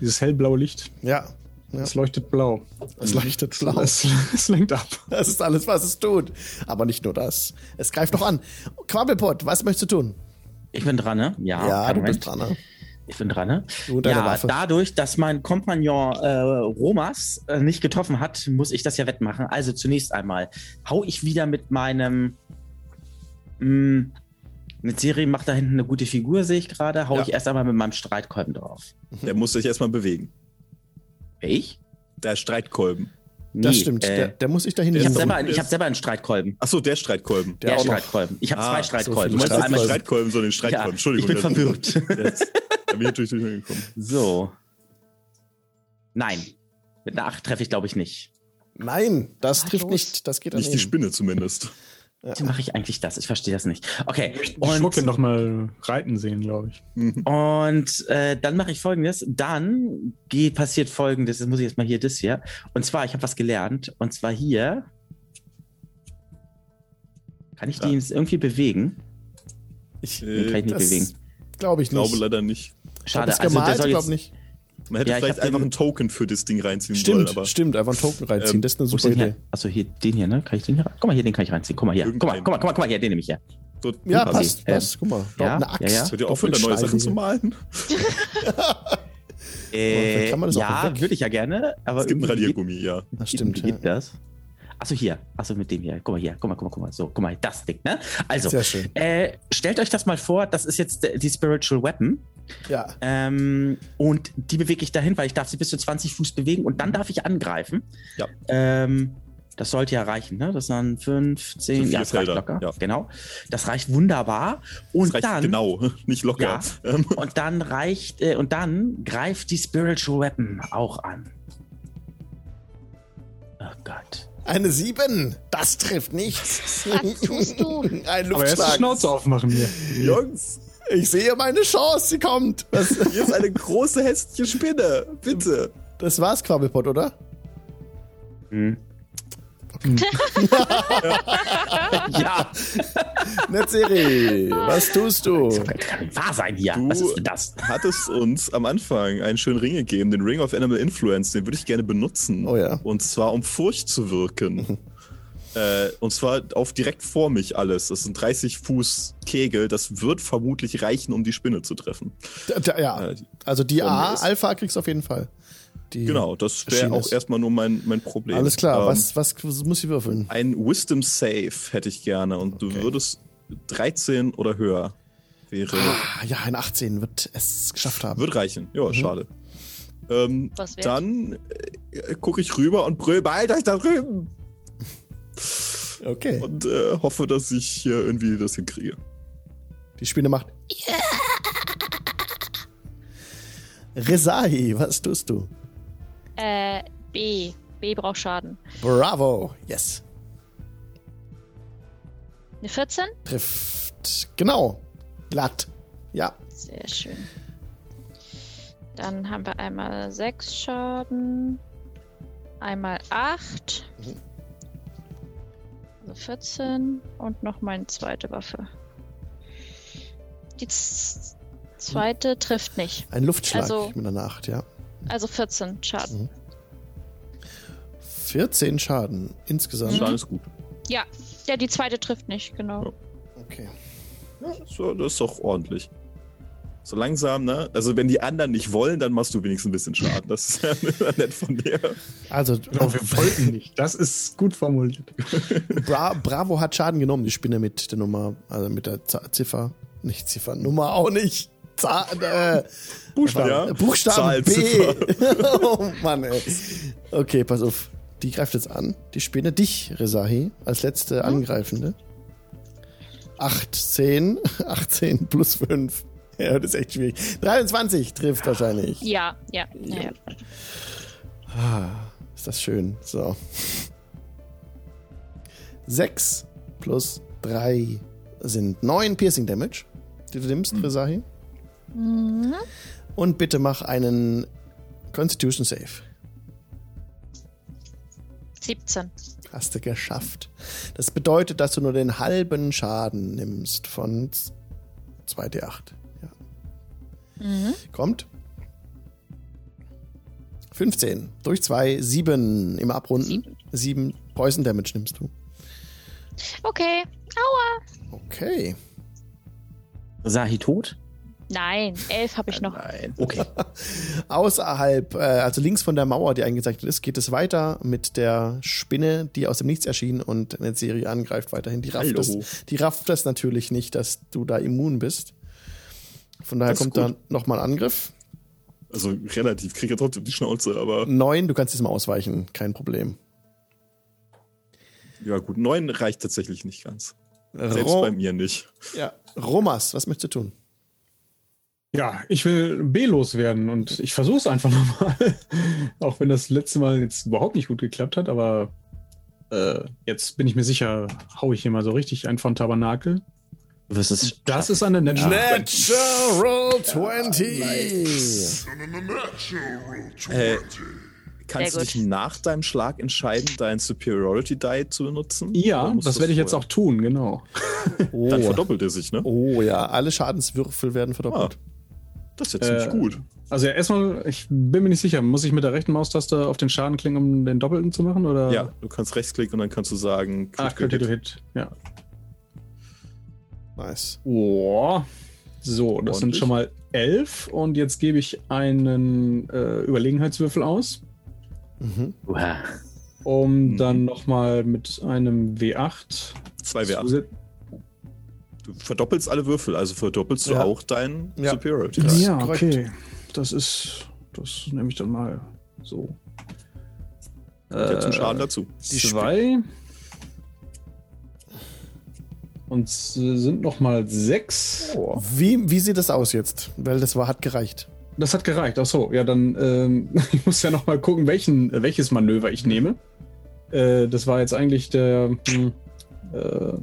[SPEAKER 2] dieses hellblaue Licht,
[SPEAKER 1] Knapp. Ja. Ja.
[SPEAKER 2] es leuchtet blau.
[SPEAKER 1] Es leuchtet blau.
[SPEAKER 2] Es, *laughs* es lenkt ab.
[SPEAKER 1] Das ist alles, was es tut. Aber nicht nur das. Es greift noch an. Quabbelpot, was möchtest du tun?
[SPEAKER 3] Ich bin dran, ne? Ja,
[SPEAKER 1] ja, du
[SPEAKER 3] Moment.
[SPEAKER 1] bist dran. Ne?
[SPEAKER 3] Ich bin dran, ne?
[SPEAKER 1] Du und deine
[SPEAKER 3] Ja,
[SPEAKER 1] Waffe.
[SPEAKER 3] dadurch, dass mein Kompagnon äh, Romas äh, nicht getroffen hat, muss ich das ja wettmachen. Also zunächst einmal hau ich wieder mit meinem. Mh, mit Siri macht da hinten eine gute Figur, sehe ich gerade. Hau
[SPEAKER 4] Ja.
[SPEAKER 3] ich erst einmal mit meinem Streitkolben drauf.
[SPEAKER 4] Der muss sich erstmal bewegen.
[SPEAKER 3] Ich?
[SPEAKER 4] Der Streitkolben.
[SPEAKER 1] Das
[SPEAKER 3] Nee,
[SPEAKER 1] stimmt.
[SPEAKER 3] äh,
[SPEAKER 1] der, der muss ich dahin
[SPEAKER 3] ich habe
[SPEAKER 4] ist-
[SPEAKER 1] suchen.
[SPEAKER 3] selber, einen- ich hab selber einen Streitkolben.
[SPEAKER 4] Achso, der Streitkolben.
[SPEAKER 1] Der
[SPEAKER 3] Der,
[SPEAKER 1] auch noch.
[SPEAKER 3] Streitkolben. Ich habe
[SPEAKER 4] Ah,
[SPEAKER 3] zwei
[SPEAKER 4] so
[SPEAKER 1] viele
[SPEAKER 4] Du
[SPEAKER 3] Streitkolben.
[SPEAKER 4] meinst
[SPEAKER 1] Also
[SPEAKER 4] jetzt
[SPEAKER 1] einmal-
[SPEAKER 4] nicht Streitkolben, sondern den Streitkolben.
[SPEAKER 3] Ja,
[SPEAKER 4] Entschuldigung.
[SPEAKER 3] ich bin
[SPEAKER 4] das- Jetzt- Da bin ich natürlich nicht mehr gekommen.
[SPEAKER 3] So. Nein. Mit einer 8 treffe ich, glaube ich, nicht.
[SPEAKER 1] Nein, das
[SPEAKER 5] Ach,
[SPEAKER 1] trifft
[SPEAKER 5] Ah, los.
[SPEAKER 1] nicht. Das geht
[SPEAKER 4] Nicht die Spinne zumindest.
[SPEAKER 3] Wie mache ich eigentlich das? Ich verstehe das nicht. Okay.
[SPEAKER 2] Ich Schmucke
[SPEAKER 3] Und,
[SPEAKER 2] noch mal reiten sehen, glaube ich.
[SPEAKER 4] Mhm.
[SPEAKER 3] und äh, dann mache ich folgendes. Dann geht, passiert folgendes. Jetzt muss ich jetzt mal hier das hier. Und zwar, ich habe was gelernt. Und zwar hier. Kann ich die jetzt irgendwie bewegen?
[SPEAKER 1] Ich,
[SPEAKER 3] Den kann ich nicht bewegen.
[SPEAKER 1] Glaube ich
[SPEAKER 4] Ich Äh, glaube
[SPEAKER 1] nicht.
[SPEAKER 4] leider nicht.
[SPEAKER 3] Schade.
[SPEAKER 1] ist
[SPEAKER 3] Also
[SPEAKER 1] gemalt,
[SPEAKER 3] der soll
[SPEAKER 1] ich glaube
[SPEAKER 3] jetzt,
[SPEAKER 1] nicht.
[SPEAKER 4] Man hätte
[SPEAKER 3] Ja, ich
[SPEAKER 4] vielleicht
[SPEAKER 3] hab den-
[SPEAKER 4] einfach einen Token für das Ding reinziehen
[SPEAKER 1] Stimmt,
[SPEAKER 4] sollen, aber
[SPEAKER 1] stimmt. Einfach einen Token reinziehen.
[SPEAKER 4] Ähm,
[SPEAKER 1] das ist eine
[SPEAKER 3] Wo ist
[SPEAKER 1] super
[SPEAKER 3] denn
[SPEAKER 1] Idee.
[SPEAKER 3] hier? Achso, hier, den hier, ne? Kann ich den hier rein? Guck mal, hier, den kann ich reinziehen. Guck mal hier. Guck mal, guck mal, guck mal, guck mal hier, den nehme ich
[SPEAKER 1] Oh,
[SPEAKER 3] hier.
[SPEAKER 4] so
[SPEAKER 1] Ja,
[SPEAKER 4] passt.
[SPEAKER 1] passt,
[SPEAKER 3] Ähm,
[SPEAKER 1] passt. Guck mal. Dort
[SPEAKER 3] ja,
[SPEAKER 1] eine Axt.
[SPEAKER 3] ja, ja.
[SPEAKER 4] Hört ihr auf, wieder neue Sachen zu malen?
[SPEAKER 1] vielleicht
[SPEAKER 3] Äh,
[SPEAKER 1] kann man das auch
[SPEAKER 3] ja,
[SPEAKER 1] weg.
[SPEAKER 3] würde ich ja gerne, aber
[SPEAKER 4] Es gibt einen
[SPEAKER 3] irgendwie geht-
[SPEAKER 4] Radiergummi, ja.
[SPEAKER 1] Das
[SPEAKER 3] geht-
[SPEAKER 1] Ah, stimmt.
[SPEAKER 3] Geht
[SPEAKER 1] Ja.
[SPEAKER 3] das? Achso, hier. Achso, mit dem hier. Guck mal hier. Guck mal, guck mal, guck mal. So, guck mal, das Ding, ne? Also,
[SPEAKER 1] Sehr schön.
[SPEAKER 3] äh, stellt euch das mal vor, das ist jetzt äh, die Spiritual Weapon.
[SPEAKER 1] Ja.
[SPEAKER 3] Ähm, und die bewege ich dahin, weil ich darf sie bis zu 20 Fuß bewegen und dann darf ich angreifen.
[SPEAKER 4] Ja.
[SPEAKER 3] Ähm, das sollte ja reichen, ne? Das waren 15,
[SPEAKER 4] Sind vier
[SPEAKER 3] ja, das reicht
[SPEAKER 4] Felder,
[SPEAKER 3] locker.
[SPEAKER 4] ja.
[SPEAKER 3] Genau. Das reicht wunderbar. Und
[SPEAKER 4] Das reicht
[SPEAKER 3] dann
[SPEAKER 4] genau, *laughs* nicht locker.
[SPEAKER 3] Ja.
[SPEAKER 4] Ähm,
[SPEAKER 3] und dann reicht äh, und dann greift die Spiritual Weapon auch an. Oh Gott.
[SPEAKER 1] Eine sieben. Das trifft nichts.
[SPEAKER 5] Was tust
[SPEAKER 1] *laughs*
[SPEAKER 5] du?
[SPEAKER 1] Ein
[SPEAKER 2] Aber erst die
[SPEAKER 1] Luftschlag.
[SPEAKER 2] Schnauze aufmachen hier.
[SPEAKER 4] Jungs,
[SPEAKER 1] Ich sehe meine Chance. Sie kommt. Das,
[SPEAKER 4] hier ist eine große hässliche Spinne. Bitte.
[SPEAKER 1] das war's, Quabbelpot, oder?
[SPEAKER 3] Hm. *laughs* ja,
[SPEAKER 1] Netzeri, was tust du?
[SPEAKER 3] das kann nicht wahr sein hier.
[SPEAKER 4] Du-
[SPEAKER 3] Was ist denn das?
[SPEAKER 4] Hat es uns am Anfang einen schönen Ring gegeben, den Ring of Animal Influence, den würde ich gerne benutzen.
[SPEAKER 1] Oh ja. Mhm.
[SPEAKER 4] Und zwar, um Furcht zu wirken. äh, und zwar auf direkt vor mich alles. Das sind 30 Fuß Kegel. Das wird vermutlich reichen, um die Spinne zu treffen.
[SPEAKER 1] Da, da, ja,
[SPEAKER 4] Äh, die-
[SPEAKER 1] also die
[SPEAKER 4] Bombe
[SPEAKER 1] A,
[SPEAKER 4] ist-
[SPEAKER 1] Alpha kriegst du auf jeden Fall. Die-
[SPEAKER 4] Genau, das
[SPEAKER 1] Erschienen
[SPEAKER 4] wäre auch
[SPEAKER 1] ist.
[SPEAKER 4] erstmal nur mein, mein Problem.
[SPEAKER 1] Alles klar,
[SPEAKER 4] Ähm,
[SPEAKER 1] was, was muss ich würfeln?
[SPEAKER 4] Ein Wisdom Save hätte ich gerne und du
[SPEAKER 1] Okay.
[SPEAKER 4] würdest 13 oder höher wäre.
[SPEAKER 1] Ah, ja, ein 18 wird es geschafft haben.
[SPEAKER 4] Wird reichen. Ja,
[SPEAKER 1] Mhm.
[SPEAKER 4] schade. Ähm,
[SPEAKER 5] Was wär's?
[SPEAKER 4] dann äh, gucke ich rüber und brüll, beeilt euch da drüben!
[SPEAKER 1] Okay.
[SPEAKER 4] Und äh, hoffe, dass ich hier irgendwie das hinkriege.
[SPEAKER 1] Die Spinne macht. Rezahi, was tust du?
[SPEAKER 5] Äh, B. B braucht Schaden.
[SPEAKER 1] Bravo, yes.
[SPEAKER 5] Eine 14?
[SPEAKER 1] Trifft. Genau. Glatt. Ja.
[SPEAKER 5] Sehr schön. Dann haben wir einmal 6 Schaden. Einmal 8. Also 14. Und noch meine zweite Waffe. Die z- zweite trifft nicht.
[SPEAKER 1] Ein Luftschlag
[SPEAKER 5] Also-
[SPEAKER 1] mit einer Nacht, ja.
[SPEAKER 5] Also 14 Schaden.
[SPEAKER 1] 14 Schaden insgesamt.
[SPEAKER 4] Dann ist gut.
[SPEAKER 5] Ja, ja, die zweite trifft nicht, genau.
[SPEAKER 1] Okay.
[SPEAKER 4] Ja, so, das ist doch ordentlich. So langsam, ne? Also, wenn die anderen nicht wollen, dann machst du wenigstens ein bisschen Schaden. Das ist *laughs* ja nett von dir.
[SPEAKER 1] Also,
[SPEAKER 2] Genau, wir wollten nicht. Das ist gut formuliert.
[SPEAKER 1] Bra Bravo hat Schaden genommen, die Spinne mit der Nummer, also mit der Z Ziffer. Nicht Ziffer, Nummer auch nicht. Za äh,
[SPEAKER 4] Buchstaben.
[SPEAKER 1] Äh,
[SPEAKER 4] Ja.
[SPEAKER 1] Buchstaben
[SPEAKER 4] Zahl,
[SPEAKER 1] B. *laughs* oh Mann, ey. Okay, pass auf. Die greift jetzt an. Die Spinne dich, Rezahi, als letzte Angreifende. *laughs* 18, 18 plus 5. Ja, das ist echt schwierig. 23 trifft wahrscheinlich.
[SPEAKER 5] Ja, ja, ja. ja.
[SPEAKER 1] Ah, ist das schön. So. 6 plus 3 sind 9 Piercing Damage, die du nimmst, Rezahi.
[SPEAKER 5] Mhm.
[SPEAKER 1] Und bitte mach einen Constitution Save.
[SPEAKER 5] 17.
[SPEAKER 1] Hast du geschafft. Das bedeutet, dass du nur den halben Schaden nimmst von z- 2d8. Ja.
[SPEAKER 5] Mhm.
[SPEAKER 1] Kommt. 15 durch 2, 7 im Abrunden. 7 Poison Damage nimmst du.
[SPEAKER 5] Okay. Aua.
[SPEAKER 1] Okay.
[SPEAKER 3] Sahi tot?
[SPEAKER 5] Nein, 11 habe ich noch.
[SPEAKER 3] Nein. Okay.
[SPEAKER 1] *laughs* Außerhalb, äh, also links von der Mauer, die eingezeichnet ist, geht es weiter mit der Spinne, die aus dem Nichts erschien und eine Serie angreift weiterhin. Die rafft,
[SPEAKER 4] Hallo.
[SPEAKER 1] das, die rafft das natürlich nicht, dass du da immun bist. Von daher
[SPEAKER 4] Das
[SPEAKER 1] kommt
[SPEAKER 4] ist gut.
[SPEAKER 1] dann nochmal ein Angriff.
[SPEAKER 4] Also, relativ. Krieg ja trotzdem die Schnauze, aber.
[SPEAKER 1] Mhm. Neun, du kannst diesmal ausweichen, kein Problem.
[SPEAKER 4] Ja, gut, neun reicht tatsächlich nicht ganz. Selbst
[SPEAKER 1] Ro-
[SPEAKER 4] bei mir nicht.
[SPEAKER 1] Ja. Romas, was möchtest du tun?
[SPEAKER 2] Ja, ich will B loswerden und ich versuche es einfach *laughs* nochmal. Auch wenn das letzte Mal jetzt überhaupt nicht gut geklappt hat, aber äh, jetzt bin ich mir sicher, hau ich hier mal so richtig einen von Tabernakel.
[SPEAKER 3] Du wirst es
[SPEAKER 2] Das ist eine Natural.
[SPEAKER 1] Natural 20!
[SPEAKER 4] Äh, kannst du
[SPEAKER 5] Sehr
[SPEAKER 4] dich
[SPEAKER 5] gut.
[SPEAKER 4] nach deinem Schlag entscheiden, deinen Superiority Die zu benutzen? Oder
[SPEAKER 2] Ja,
[SPEAKER 4] musst
[SPEAKER 2] das
[SPEAKER 4] du's
[SPEAKER 2] werde ich jetzt
[SPEAKER 4] vorher?
[SPEAKER 2] auch tun, genau.
[SPEAKER 4] Dann
[SPEAKER 1] Oh.
[SPEAKER 4] verdoppelt er sich, ne? Ah,
[SPEAKER 1] oh ja, alle Schadenswürfel werden verdoppelt.
[SPEAKER 4] Das ist ja ziemlich
[SPEAKER 2] Äh,
[SPEAKER 4] gut.
[SPEAKER 2] Also ja, erstmal, ich bin mir nicht sicher, muss ich mit der rechten Maustaste auf den Schaden klicken, um den Doppelten zu machen?
[SPEAKER 1] äh.
[SPEAKER 2] Oder?
[SPEAKER 4] Ja, du kannst rechtsklicken und dann kannst du sagen,
[SPEAKER 2] Ach, Critical Hit. Ja.
[SPEAKER 4] Ah.
[SPEAKER 1] Nice.
[SPEAKER 2] Boah. So, das sind
[SPEAKER 4] Oh. Ordentlich.
[SPEAKER 2] schon mal elf und jetzt gebe ich einen äh, Überlegenheitswürfel aus,
[SPEAKER 1] Mhm.
[SPEAKER 3] Uah.
[SPEAKER 2] um
[SPEAKER 4] Mhm.
[SPEAKER 2] dann nochmal mit einem W8.
[SPEAKER 4] 2W8.
[SPEAKER 2] zusä-
[SPEAKER 4] Du verdoppelst alle Würfel, also verdoppelst
[SPEAKER 1] Ja.
[SPEAKER 4] du auch deinen
[SPEAKER 1] Ja.
[SPEAKER 4] Superiority
[SPEAKER 1] Das
[SPEAKER 4] Die.
[SPEAKER 1] ist
[SPEAKER 2] Ja,
[SPEAKER 1] korrekt.
[SPEAKER 2] okay. Das ist. Das nehme ich dann mal so.
[SPEAKER 4] Der zum
[SPEAKER 2] Äh,
[SPEAKER 4] Schaden dazu.
[SPEAKER 2] Die zwei. Und s- sind nochmal sechs.
[SPEAKER 1] Wie, wie sieht das aus jetzt? Weil das war, hat gereicht.
[SPEAKER 2] Das hat gereicht. Ach so, ja, dann ähm, *laughs* ich muss ja nochmal gucken, welchen, äh, welches Manöver ich nehme. Äh, das war jetzt eigentlich der hm, äh,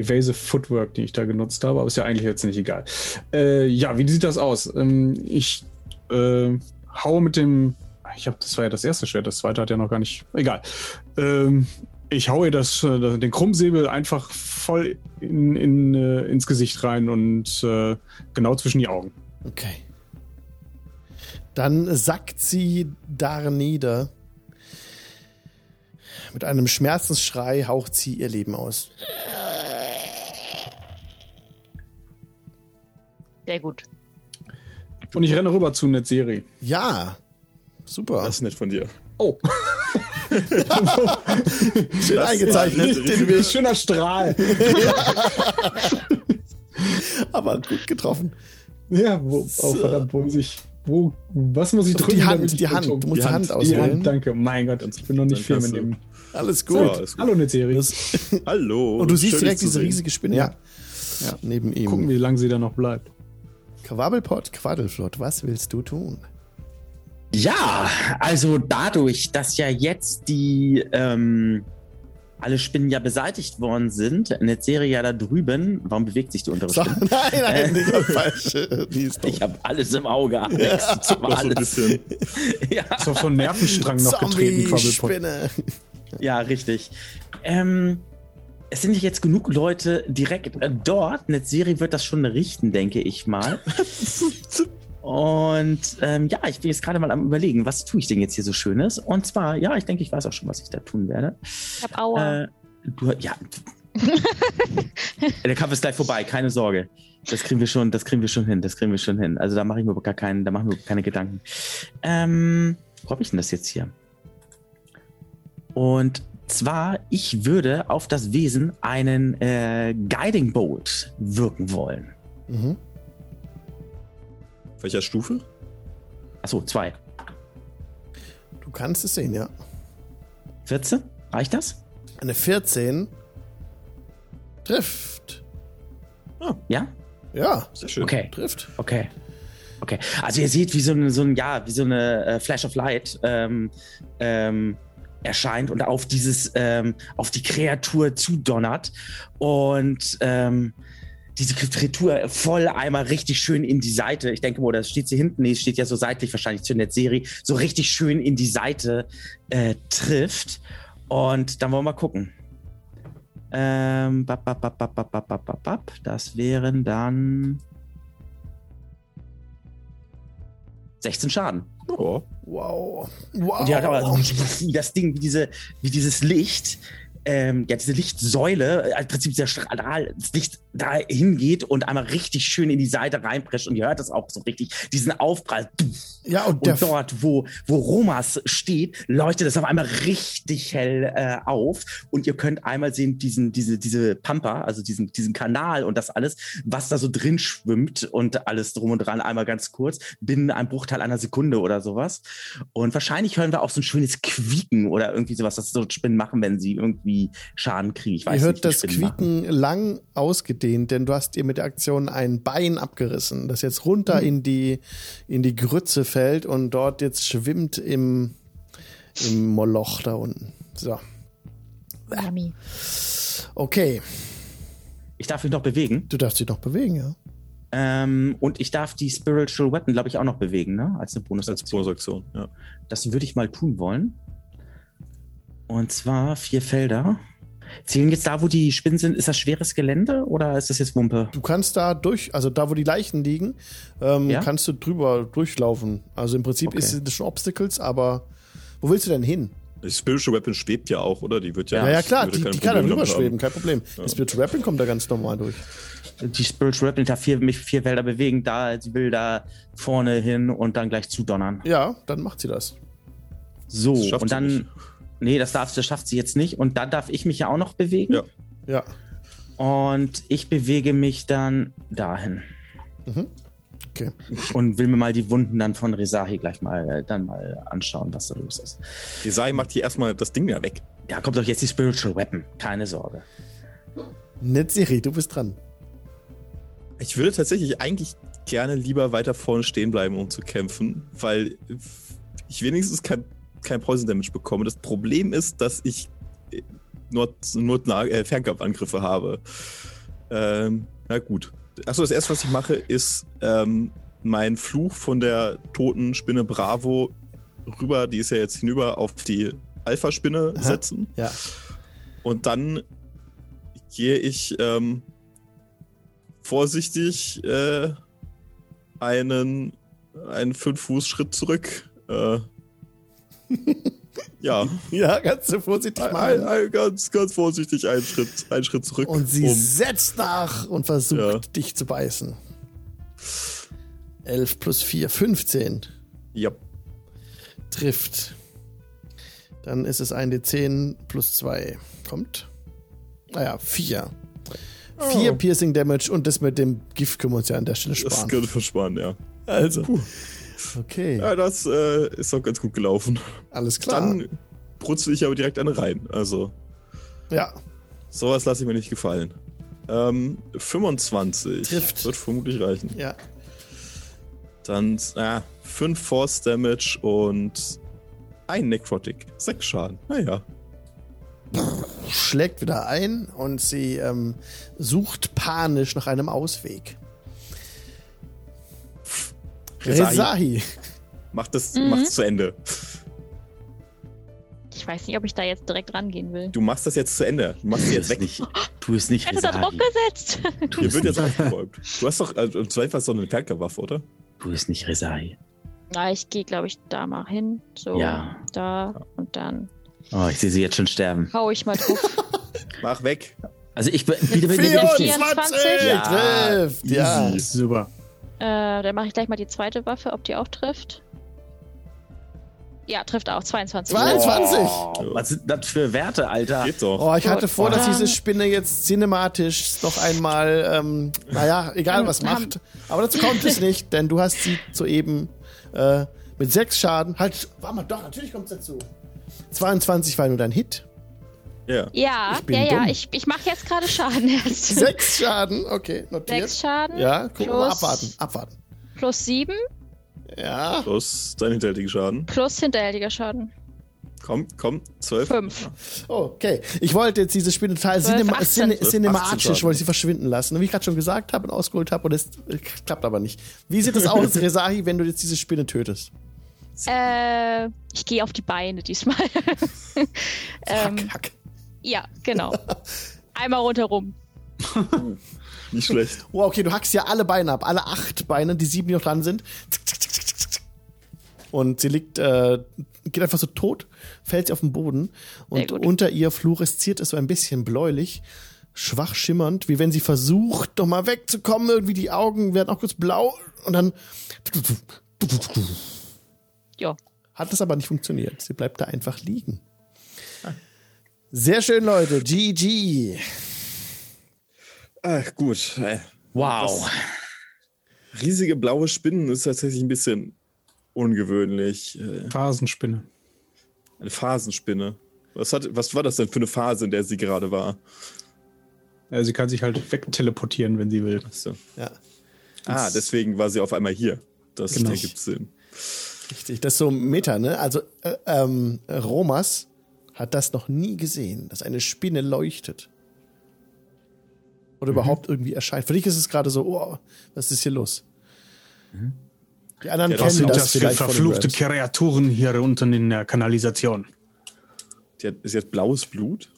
[SPEAKER 2] Evasive Footwork, die ich da genutzt habe, aber ist ja eigentlich jetzt nicht egal. Äh, ja, wie sieht das aus? Ähm, ich äh, haue mit dem. ah, Ich habe, das war ja das erste Schwert, das zweite hat ja noch gar nicht. Egal. Ähm, ich haue ihr das, äh, den Krummsäbel einfach voll in, in, äh, ins Gesicht rein und äh, genau zwischen die Augen.
[SPEAKER 1] Okay. Dann sackt sie da nieder. Mit einem Schmerzensschrei haucht sie ihr Leben aus.
[SPEAKER 5] Sehr gut.
[SPEAKER 2] Und ich renne rüber zu Netzeri.
[SPEAKER 1] Ja, super.
[SPEAKER 4] Das ist nett von dir.
[SPEAKER 2] *laughs* Oh,
[SPEAKER 1] Schön eingezeichnet, den wir
[SPEAKER 2] schöner Strahl.
[SPEAKER 1] *laughs* aber gut getroffen.
[SPEAKER 2] Ja, wo, oh, verdammt, wo muss ich, wo, was muss ich
[SPEAKER 1] Die
[SPEAKER 2] drücken? damit ich
[SPEAKER 1] Hand, die Hand. Du
[SPEAKER 2] bekomme?
[SPEAKER 1] musst die Hand,
[SPEAKER 2] Die
[SPEAKER 1] auswählen.
[SPEAKER 2] Hand, danke. Mein Gott, also ich bin noch nicht
[SPEAKER 4] Dann
[SPEAKER 2] viel mit
[SPEAKER 4] kannst
[SPEAKER 2] dem.
[SPEAKER 1] Alles
[SPEAKER 4] Ja,
[SPEAKER 1] gut.
[SPEAKER 4] alles gut.
[SPEAKER 2] Hallo, Netzeri.
[SPEAKER 4] Hallo.
[SPEAKER 1] Und du siehst
[SPEAKER 4] schön,
[SPEAKER 1] direkt
[SPEAKER 4] dich zu
[SPEAKER 1] diese
[SPEAKER 4] sehen.
[SPEAKER 1] riesige Spinne
[SPEAKER 2] Ja.
[SPEAKER 1] Ja, neben ihm.
[SPEAKER 2] Gucken, wie lange sie da noch bleibt.
[SPEAKER 1] Quabbelpott, Quaddelflott, was willst du tun?
[SPEAKER 3] Ja, also dadurch, dass ja jetzt die ähm, alle Spinnen ja beseitigt worden sind, eine Serie ja da drüben, warum bewegt sich die untere
[SPEAKER 1] So,
[SPEAKER 3] Spinne?
[SPEAKER 1] *laughs* nein, nein, die war falsch. Die ist
[SPEAKER 3] Ich
[SPEAKER 1] doof.
[SPEAKER 3] habe alles im Auge, Alex. Ich hab
[SPEAKER 4] Noch so ein
[SPEAKER 3] alles.
[SPEAKER 4] bisschen.
[SPEAKER 3] *laughs* ja.
[SPEAKER 2] Ist doch von Nervenstrang noch getreten, Quabbelpott.
[SPEAKER 1] Zombie-Spinne.
[SPEAKER 3] ja, richtig. Ähm, es sind ja jetzt genug Leute direkt äh, dort. Netzeri wird das schon richten, denke ich mal. Und ähm, ja, ich bin jetzt gerade mal am überlegen, was tue ich denn jetzt hier so Schönes? Und zwar, ja, ich denke, ich weiß auch schon, was ich da tun werde.
[SPEAKER 5] Ich hab Aua.
[SPEAKER 3] Äh, du, ja. Der Kampf ist gleich vorbei, keine Sorge. Das kriegen wir schon, das kriegen wir schon hin, das kriegen wir schon hin. Also da mache ich mir gar keinen, da mache ich mir keine Gedanken. Ähm, wo habe ich denn das jetzt hier? Und zwar, ich würde auf das Wesen einen äh, Guiding Bolt wirken wollen.
[SPEAKER 1] Mhm.
[SPEAKER 4] Welcher Stufe?
[SPEAKER 3] Achso, zwei.
[SPEAKER 1] Du kannst es sehen, ja.
[SPEAKER 3] 14? Reicht das?
[SPEAKER 1] Eine 14 trifft.
[SPEAKER 3] Ja?
[SPEAKER 1] Ja,
[SPEAKER 4] Sehr schön.
[SPEAKER 3] Okay.
[SPEAKER 1] trifft.
[SPEAKER 3] Okay. Okay. Also ihr seht, wie so ein, so ein ja, wie so eine äh, Flash of Light ähm, ähm, erscheint und auf dieses, ähm, auf die Kreatur zudonnert. Und ähm, diese Kreatur voll einmal richtig schön in die Seite. Ich denke mal, oder steht sie hinten? Nee, es steht ja so seitlich wahrscheinlich zur Netzserie, so richtig schön in die Seite äh, trifft. Und dann wollen wir mal gucken. Ähm, bap, bap, bap, bap, bap, bap, bap, bap. Das wären dann 16 Schaden.
[SPEAKER 4] Oh.
[SPEAKER 1] Wow. Wow.
[SPEAKER 3] Und die hat aber so, wie das Ding, wie, diese, wie dieses Licht ähm, ja, diese Lichtsäule, äh, im Prinzip dieser Strahl, das Licht da hingeht und einmal richtig schön in die Seite reinprescht und ihr hört das auch so richtig, diesen Aufprall.
[SPEAKER 1] Ja, und, der
[SPEAKER 3] Und dort, wo, wo Romas steht, leuchtet es auf einmal richtig hell äh, auf. Und ihr könnt einmal sehen, diesen, diese, diese Pampa, also diesen, diesen Kanal und das alles, was da so drin schwimmt und alles drum und dran, einmal ganz kurz, binnen einem Bruchteil einer Sekunde oder sowas. Und wahrscheinlich hören wir auch so ein schönes Quieken oder irgendwie sowas, das so Spinnen machen, wenn sie irgendwie Schaden kriegen. Ich weiß
[SPEAKER 1] ihr hört
[SPEAKER 3] nicht, wie
[SPEAKER 1] das
[SPEAKER 3] Spinnen machen.
[SPEAKER 1] Quieken lang ausgedehnt, denn du hast ihr mit der Aktion ein Bein abgerissen, das jetzt runter
[SPEAKER 3] Hm.
[SPEAKER 1] in die in die Grütze fällt und dort jetzt schwimmt im im Moloch da unten. So,
[SPEAKER 5] Yummy.
[SPEAKER 1] okay,
[SPEAKER 3] Ich darf mich noch bewegen.
[SPEAKER 1] du darfst dich noch bewegen, ja.
[SPEAKER 3] Ähm, und ich darf die Spiritual Weapon, glaube ich, auch noch bewegen, ne? Als eine
[SPEAKER 4] Als
[SPEAKER 3] Bonusaktion.
[SPEAKER 4] Bonusaktion, ja.
[SPEAKER 3] Das würde ich mal tun wollen. Und zwar vier Felder. Zählen jetzt da, wo die Spinnen sind, ist das schweres Gelände oder ist das jetzt Wumpe?
[SPEAKER 1] Du kannst da durch, also da, wo die Leichen liegen, ähm,
[SPEAKER 3] Ja?
[SPEAKER 1] kannst du drüber durchlaufen. Also im Prinzip
[SPEAKER 3] Okay.
[SPEAKER 1] ist sind das schon Obstacles, aber wo willst du denn hin?
[SPEAKER 4] Die Spiritual Weapon schwebt ja auch, oder? Die wird ja.
[SPEAKER 1] Ja, ja
[SPEAKER 4] ich
[SPEAKER 1] klar,
[SPEAKER 4] würde
[SPEAKER 1] die,
[SPEAKER 4] kein
[SPEAKER 1] die kann da
[SPEAKER 4] Problem
[SPEAKER 1] drüber
[SPEAKER 4] damit haben.
[SPEAKER 1] schweben, kein Problem. Das Spiritual Weapon kommt da ganz normal durch.
[SPEAKER 3] Die Spiritual Weapon darf vier, mich vier Felder bewegen, da sie will da vorne hin und dann gleich zudonnern.
[SPEAKER 1] Ja, dann macht sie das.
[SPEAKER 3] So,
[SPEAKER 4] Das schafft
[SPEAKER 3] und
[SPEAKER 4] sie
[SPEAKER 3] dann.
[SPEAKER 4] nicht.
[SPEAKER 3] Nee, das, darf, das schafft sie jetzt nicht. Und dann darf ich mich ja auch noch bewegen.
[SPEAKER 4] Ja.
[SPEAKER 1] Ja.
[SPEAKER 3] Und ich bewege mich dann dahin.
[SPEAKER 1] Mhm. Okay.
[SPEAKER 3] Und will mir mal die Wunden dann von Resahi gleich mal äh, dann mal anschauen, was da los ist.
[SPEAKER 4] Die Sai macht hier erstmal das Ding da weg.
[SPEAKER 3] Da kommt doch jetzt die Spiritual Weapon. Keine Sorge.
[SPEAKER 1] Netzeri, du bist dran.
[SPEAKER 4] Ich würde tatsächlich eigentlich gerne lieber weiter vorne stehen bleiben, um zu kämpfen, weil ich wenigstens kein, kein Poison Damage bekomme. Das Problem ist, dass ich äh, nur, nur nah, äh, Fernkampfangriffe habe. Ähm, na gut. Achso, das erste, was ich mache, ist ähm, mein Fluch von der toten Spinne Bravo rüber, die ist ja jetzt hinüber, auf die Alpha-Spinne
[SPEAKER 1] Aha.
[SPEAKER 4] setzen.
[SPEAKER 1] Ja.
[SPEAKER 4] Und dann gehe ich ähm, vorsichtig äh, einen, einen Fünf-Fuß-Schritt zurück.
[SPEAKER 1] *laughs*
[SPEAKER 4] Äh, ja,
[SPEAKER 1] Ja, ganz so vorsichtig
[SPEAKER 4] ein, ein,
[SPEAKER 1] mal.
[SPEAKER 4] ein, ganz, ganz vorsichtig einen Schritt, einen Schritt zurück.
[SPEAKER 1] Und sie
[SPEAKER 4] um,
[SPEAKER 1] setzt nach und versucht,
[SPEAKER 4] Ja.
[SPEAKER 1] dich zu beißen. 11 plus 4, 15.
[SPEAKER 4] ja,
[SPEAKER 1] Trifft. Dann ist es ein D10 plus 2. Kommt. Ah Naja, 4. 4 Piercing Damage und das mit dem Gift können wir uns ja an der Stelle
[SPEAKER 4] das
[SPEAKER 1] sparen.
[SPEAKER 4] könnte versparen, ja.
[SPEAKER 1] Also. Okay,
[SPEAKER 4] Ja, das äh, ist auch ganz gut gelaufen.
[SPEAKER 1] alles klar.
[SPEAKER 4] Dann brutzel ich aber direkt eine rein. Also,
[SPEAKER 1] ja,
[SPEAKER 4] sowas lasse ich mir nicht gefallen. Ähm, 25.
[SPEAKER 1] Trifft.
[SPEAKER 4] Wird vermutlich reichen.
[SPEAKER 1] ja.
[SPEAKER 4] Dann 5 Force Damage und ein Necrotic. 6 Schaden. Naja.
[SPEAKER 1] schlägt wieder ein und sie ähm, sucht panisch nach einem Ausweg. Resahi.
[SPEAKER 4] Macht das
[SPEAKER 5] Mhm.
[SPEAKER 4] macht's zu Ende.
[SPEAKER 5] Ich weiß nicht, ob ich da jetzt direkt rangehen will.
[SPEAKER 4] Du machst das jetzt zu Ende. Du machst sie jetzt weg.
[SPEAKER 3] *laughs* Nicht, tu es nicht,
[SPEAKER 5] Ich hätte da drauf
[SPEAKER 3] Resahi.
[SPEAKER 5] gesetzt. *laughs*
[SPEAKER 3] Tu
[SPEAKER 4] Hier
[SPEAKER 3] es
[SPEAKER 4] wird
[SPEAKER 3] nicht,
[SPEAKER 4] jetzt aufgeräumt. Du hast doch also, im Zweifel hast du eine Fernkampfwaffe, oder?
[SPEAKER 3] tu es nicht, Resahi.
[SPEAKER 5] Na, ich gehe, glaube ich, da mal hin. So,
[SPEAKER 3] Ja.
[SPEAKER 5] da und dann
[SPEAKER 3] Oh, ich sehe sie jetzt schon sterben.
[SPEAKER 5] hau ich
[SPEAKER 1] *laughs*
[SPEAKER 5] mal drauf.
[SPEAKER 4] Mach weg.
[SPEAKER 3] Also ich be- biete mir
[SPEAKER 5] Vier-
[SPEAKER 3] richtig.
[SPEAKER 5] 24.
[SPEAKER 1] Ja, trifft, ja.
[SPEAKER 2] Easy. Super.
[SPEAKER 5] äh, dann mache ich gleich mal die zweite Waffe, ob die auch trifft. Ja, trifft auch. 22.
[SPEAKER 1] Zwei? 20.
[SPEAKER 3] Oh, was sind das für Werte, Alter?
[SPEAKER 4] Geht doch.
[SPEAKER 1] Oh, ich hatte vor, dass
[SPEAKER 5] Dann-
[SPEAKER 1] diese Spinne jetzt cinematisch noch einmal, ähm, naja, egal was
[SPEAKER 5] Dann haben-
[SPEAKER 1] macht. Aber dazu kommt es nicht, denn du hast sie soeben äh, mit sechs Schaden. Halt, warte mal, doch, natürlich kommt es dazu. 22 war nur dein
[SPEAKER 5] *laughs*
[SPEAKER 1] Hit.
[SPEAKER 4] Ja.
[SPEAKER 5] Ja,
[SPEAKER 1] Ich bin
[SPEAKER 5] ja, ja.
[SPEAKER 1] dumm.
[SPEAKER 5] Ich, ich mache jetzt gerade Schaden *laughs* erst.
[SPEAKER 1] Sechs Schaden, okay, notiert.
[SPEAKER 5] Sechs Schaden
[SPEAKER 1] Ja, guck mal,
[SPEAKER 5] Plus-
[SPEAKER 1] abwarten, abwarten.
[SPEAKER 5] plus sieben
[SPEAKER 1] Ja.
[SPEAKER 4] Plus dein hinterhältigen Schaden.
[SPEAKER 5] plus hinterhältiger Schaden.
[SPEAKER 4] Komm, komm. 12.
[SPEAKER 5] Fünf.
[SPEAKER 1] Okay, ich wollte jetzt diese Spinne total
[SPEAKER 5] Zwölf,
[SPEAKER 1] cinema
[SPEAKER 5] 18.
[SPEAKER 1] cine cinematisch,
[SPEAKER 4] Schaden.
[SPEAKER 1] wollte ich sie verschwinden lassen. Und wie ich gerade schon gesagt habe und ausgeholt habe, und es äh, klappt aber nicht. Wie sieht es aus, Resahi, wenn du jetzt diese Spinne tötest?
[SPEAKER 5] Äh, ich gehe auf die Beine diesmal. *laughs* ähm,
[SPEAKER 1] hack, hack.
[SPEAKER 5] ja,
[SPEAKER 1] *laughs*
[SPEAKER 5] genau. Einmal rundherum.
[SPEAKER 4] Nicht schlecht.
[SPEAKER 1] Wow, okay, du hackst ja alle Beine ab, alle acht Beine, die sieben, die noch dran sind. Zick, zick, zick, zick, zick, zick. Und sie liegt, äh, geht einfach so tot, fällt sie auf den Boden und
[SPEAKER 5] gut.
[SPEAKER 1] unter ihr fluoresziert es so ein bisschen bläulich, schwach schimmernd, wie wenn sie versucht, noch mal wegzukommen. Irgendwie die Augen werden auch kurz blau und dann
[SPEAKER 5] Ja.
[SPEAKER 1] hat das aber nicht funktioniert. Sie bleibt da einfach liegen. Sehr schön, Leute. GG.
[SPEAKER 4] Ach, gut. Äh,
[SPEAKER 3] Wow.
[SPEAKER 4] Riesige blaue Spinnen ist tatsächlich ein bisschen ungewöhnlich. Äh,
[SPEAKER 2] Phasenspinne.
[SPEAKER 4] Eine Phasenspinne. Was, hat, was war das denn für eine Phase, in der sie gerade war?
[SPEAKER 2] Ja, sie kann sich halt wegteleportieren, wenn sie will.
[SPEAKER 4] Ach so.
[SPEAKER 1] Ja,
[SPEAKER 4] Ah, deswegen war sie auf einmal hier. Das
[SPEAKER 1] Genau.
[SPEAKER 4] ergibt Sinn.
[SPEAKER 1] richtig. Das ist so Meta, ne? Also, äh, ähm, Romas hat das noch nie gesehen, dass eine Spinne leuchtet. Oder
[SPEAKER 4] Mhm.
[SPEAKER 1] überhaupt irgendwie erscheint. Für dich ist es gerade so, oh, was ist hier los? Die anderen
[SPEAKER 4] Mhm. Ja, das
[SPEAKER 1] kennen
[SPEAKER 4] sind
[SPEAKER 1] das, vielleicht von den Raps.
[SPEAKER 2] Kreaturen hier unten in der Kanalisation?
[SPEAKER 4] Die hat, sie hat blaues Blut?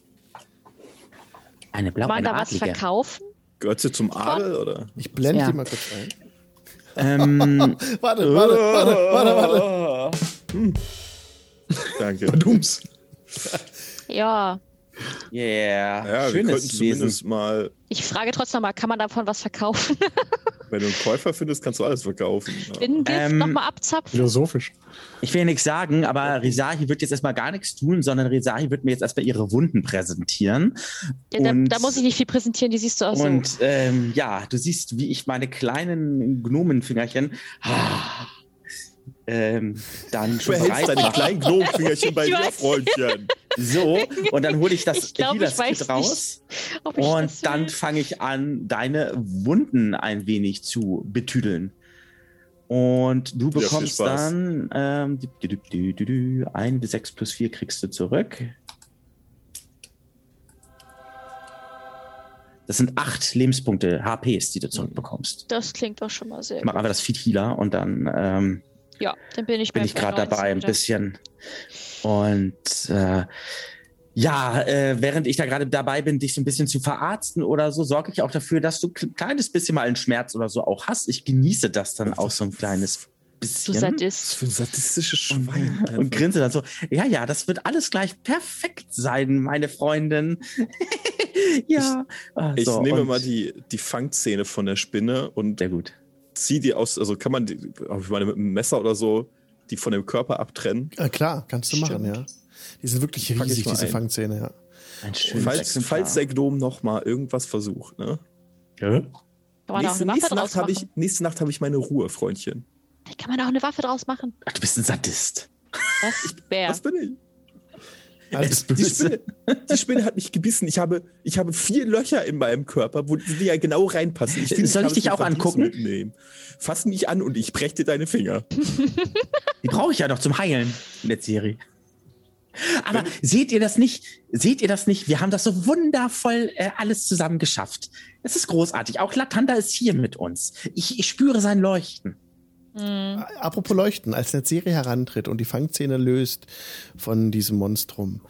[SPEAKER 3] Eine blaue,
[SPEAKER 5] Mal
[SPEAKER 3] eine
[SPEAKER 5] da was
[SPEAKER 3] Adlige.
[SPEAKER 5] verkaufen?
[SPEAKER 4] Gehört sie zum Adel oder?
[SPEAKER 1] Ich blende
[SPEAKER 3] Ja.
[SPEAKER 1] die mal kurz ein.
[SPEAKER 3] Ähm,
[SPEAKER 1] *laughs* Warte, warte,
[SPEAKER 4] *laughs*
[SPEAKER 1] warte, warte, warte.
[SPEAKER 4] Danke.
[SPEAKER 2] Badums.
[SPEAKER 5] Ja.
[SPEAKER 3] yeah.
[SPEAKER 4] Ja, wir könnten
[SPEAKER 3] Schönes
[SPEAKER 4] zumindest
[SPEAKER 3] Wesen.
[SPEAKER 4] mal,
[SPEAKER 5] Ich frage trotzdem mal, kann man davon was verkaufen? *laughs*
[SPEAKER 4] wenn du einen Käufer findest, kannst du alles verkaufen. Ja.
[SPEAKER 5] Binnengift
[SPEAKER 3] Ähm,
[SPEAKER 5] nochmal abzapfen?
[SPEAKER 2] Philosophisch.
[SPEAKER 3] Ich will ja nichts sagen, aber Risahi wird jetzt erstmal gar nichts tun, sondern Risahi wird mir jetzt erstmal ihre Wunden präsentieren.
[SPEAKER 5] Ja, da,
[SPEAKER 3] und-
[SPEAKER 5] da muss ich nicht viel präsentieren, die siehst du auch so.
[SPEAKER 3] Und ähm, ja, du siehst, wie ich meine kleinen Gnomenfingerchen ah, ähm, dann schon
[SPEAKER 4] Du hältst
[SPEAKER 3] bereit
[SPEAKER 4] deine
[SPEAKER 3] mache.
[SPEAKER 4] kleinen Gnomenfingerchen bei
[SPEAKER 5] Ich
[SPEAKER 4] dir,
[SPEAKER 5] weiß.
[SPEAKER 4] Freundchen.
[SPEAKER 3] So, und dann hole ich das
[SPEAKER 5] *laughs* Ich glaub, ich
[SPEAKER 3] Healers Kit
[SPEAKER 5] weiß nicht,
[SPEAKER 3] raus
[SPEAKER 5] *laughs* Ob ich das
[SPEAKER 3] und
[SPEAKER 5] will?
[SPEAKER 3] dann fange ich an, deine Wunden ein wenig zu betüdeln. Und du
[SPEAKER 4] viel
[SPEAKER 3] bekommst
[SPEAKER 4] Spaß.
[SPEAKER 3] dann ähm, dü- dü- dü- dü- dü- 1 bis 6 plus 4 kriegst du zurück. Das sind 8 Lebenspunkte, HPs, die du zurückbekommst.
[SPEAKER 5] Das klingt doch schon mal sehr
[SPEAKER 3] Ich mache
[SPEAKER 5] gut.
[SPEAKER 3] einfach das Feed Healer und dann ähm,
[SPEAKER 5] Ja, dann bin ich
[SPEAKER 3] bin
[SPEAKER 5] bei
[SPEAKER 3] ich gerade
[SPEAKER 5] 19
[SPEAKER 3] dabei ein
[SPEAKER 5] wieder.
[SPEAKER 3] bisschen. Und äh, ja, äh, während ich da gerade dabei bin, dich so ein bisschen zu verarzten oder so, sorge ich auch dafür, dass du ein kleines bisschen mal einen Schmerz oder so auch hast. Ich genieße das dann auch so ein kleines
[SPEAKER 5] Du
[SPEAKER 3] bisschen.
[SPEAKER 4] Was
[SPEAKER 5] Sadist.
[SPEAKER 4] für ein sadistisches Schwein.
[SPEAKER 3] Und grinse dann so, ja, ja, das wird alles gleich perfekt sein, meine Freundin. *laughs* ja. Ah,
[SPEAKER 4] Ich
[SPEAKER 3] so,
[SPEAKER 4] nehme
[SPEAKER 3] und-
[SPEAKER 4] mal die, die Fangzähne von der Spinne und
[SPEAKER 3] Sehr gut.
[SPEAKER 4] zieh die aus, also kann man, die, ich meine, mit einem Messer oder so, die von dem Körper abtrennen.
[SPEAKER 1] Ja, klar, kannst du machen, ja. Die sind wirklich
[SPEAKER 4] Pack ich
[SPEAKER 1] riesig,
[SPEAKER 4] mal
[SPEAKER 1] diese
[SPEAKER 4] ein.
[SPEAKER 1] Fangzähne,
[SPEAKER 4] *laughs*
[SPEAKER 1] ja.
[SPEAKER 3] Ein schönes
[SPEAKER 4] Falls,
[SPEAKER 3] Exemplar.
[SPEAKER 4] falls der Gnom nochmal irgendwas versucht, ne?
[SPEAKER 3] Ja?
[SPEAKER 5] Kann man da auch
[SPEAKER 4] nächste,
[SPEAKER 5] eine Waffe
[SPEAKER 4] nächste
[SPEAKER 5] draus
[SPEAKER 4] Nacht habe ich,
[SPEAKER 5] machen?
[SPEAKER 4] nächste Nacht hab ich meine Ruhe, Freundchen.
[SPEAKER 5] Kann man da auch eine Waffe draus machen?
[SPEAKER 3] Ach, du bist ein Sadist.
[SPEAKER 5] Was?
[SPEAKER 4] Was
[SPEAKER 5] Bär.
[SPEAKER 4] bin ich?
[SPEAKER 1] Also,
[SPEAKER 4] Die Spinne, die Spinne hat mich gebissen. Ich habe, ich habe vier Löcher in meinem Körper, wo die ja genau reinpassen. Ich
[SPEAKER 3] Äh, Soll
[SPEAKER 4] kann
[SPEAKER 3] ich dich
[SPEAKER 4] das
[SPEAKER 3] auch
[SPEAKER 4] mit Verbiss
[SPEAKER 3] angucken?
[SPEAKER 4] Mitnehmen. Fass mich an und ich breche dir deine Finger.
[SPEAKER 3] Die brauche ich ja noch zum Heilen in der Serie. Aber seht ihr das nicht? Seht ihr das nicht? Wir haben das so wundervoll äh, alles zusammen geschafft. Es ist großartig. Auch Latanda ist hier mit uns. Ich, ich spüre sein Leuchten.
[SPEAKER 5] Hm.
[SPEAKER 1] Apropos Leuchten, als eine Serie herantritt und die Fangzähne löst von diesem Monstrum,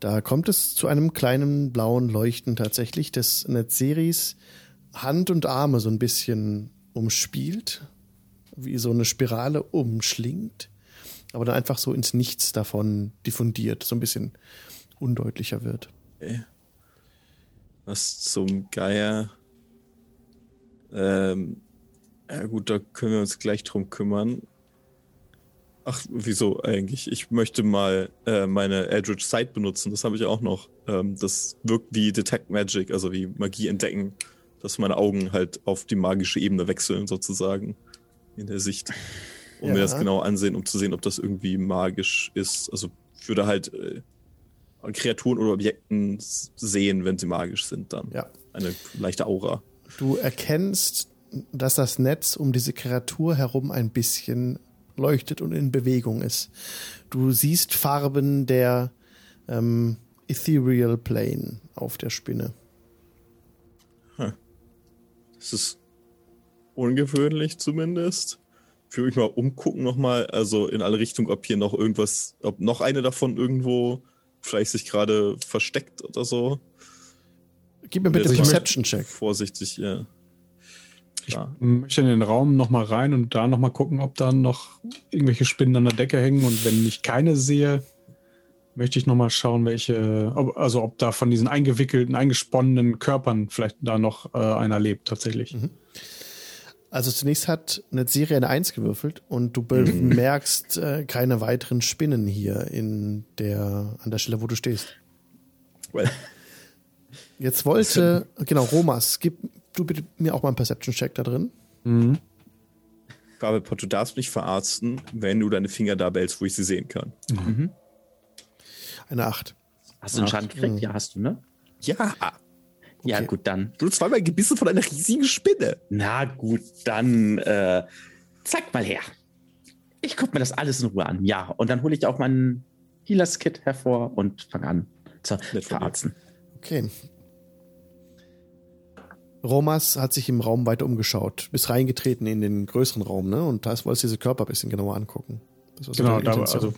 [SPEAKER 1] da kommt es zu einem kleinen blauen Leuchten tatsächlich, das Netzeris Hand und Arme so ein bisschen umspielt, wie so eine Spirale umschlingt, aber dann einfach so ins Nichts davon diffundiert, so ein bisschen undeutlicher wird.
[SPEAKER 4] Was zum Geier. Ähm, ja gut, da können wir uns gleich drum kümmern. Ach, wieso eigentlich? Ich möchte mal äh, meine Eldritch Sight benutzen, das habe ich auch noch. Ähm, das wirkt wie Detect Magic, also wie Magie entdecken, dass meine Augen halt auf die magische Ebene wechseln, sozusagen, in der Sicht. Und mir
[SPEAKER 1] Ja.
[SPEAKER 4] das genau ansehen, um zu sehen, ob das irgendwie magisch ist. Also ich würde halt äh, Kreaturen oder Objekten s- sehen, wenn sie magisch sind, dann.
[SPEAKER 1] Ja.
[SPEAKER 4] Eine leichte Aura.
[SPEAKER 1] Du erkennst, dass das Netz um diese Kreatur herum ein bisschen leuchtet und in Bewegung ist. Du siehst Farben der ähm, Ethereal Plane auf der Spinne.
[SPEAKER 4] Es ist ungewöhnlich zumindest. Ich würde mich mal umgucken nochmal, also in alle Richtungen, ob hier noch irgendwas, ob noch eine davon irgendwo vielleicht sich gerade versteckt oder so.
[SPEAKER 1] Gib mir bitte
[SPEAKER 4] Jetzt mal-
[SPEAKER 1] Perception Check.
[SPEAKER 4] Vorsichtig, ja.
[SPEAKER 2] Ich
[SPEAKER 3] Da.
[SPEAKER 2] möchte in den Raum nochmal rein und da nochmal gucken, ob da noch irgendwelche Spinnen an der Decke hängen. Und wenn ich keine sehe, möchte ich nochmal schauen, welche, ob, also ob da von diesen eingewickelten, eingesponnenen Körpern vielleicht da noch äh, einer lebt tatsächlich.
[SPEAKER 1] Mhm. Also zunächst hat eine Serie eine Eins gewürfelt und du bemerkst äh, keine weiteren Spinnen hier in der, an der Stelle, wo du stehst.
[SPEAKER 4] Well.
[SPEAKER 1] Jetzt wollte, genau, Romas, gib du bitte mir auch mal einen Perception-Check da drin.
[SPEAKER 2] Mhm.
[SPEAKER 4] Gabelpott, du darfst mich verarzten, wenn du deine Finger da bellst, wo ich sie sehen kann.
[SPEAKER 1] Eine Acht.
[SPEAKER 3] Hast du einen Schaden gekriegt? Ja, hast du, ne?
[SPEAKER 4] Ja,
[SPEAKER 3] Ja,
[SPEAKER 1] Okay.
[SPEAKER 3] gut, dann.
[SPEAKER 4] du zweimal gebissen von einer riesigen Spinne.
[SPEAKER 3] Na gut, dann äh, zeig mal her. Ich guck mir das alles in Ruhe an. Ja, und dann hole ich auch mein Healers Kit hervor und fange an zu
[SPEAKER 4] dir.
[SPEAKER 3] verarzten.
[SPEAKER 1] Okay. Romas hat sich im Raum weiter umgeschaut, bis reingetreten in den größeren Raum, ne? Und da wolltest du diese Körper ein bisschen genauer angucken. Das war so
[SPEAKER 2] Genau,
[SPEAKER 1] deine
[SPEAKER 2] da,
[SPEAKER 1] Intention.
[SPEAKER 2] also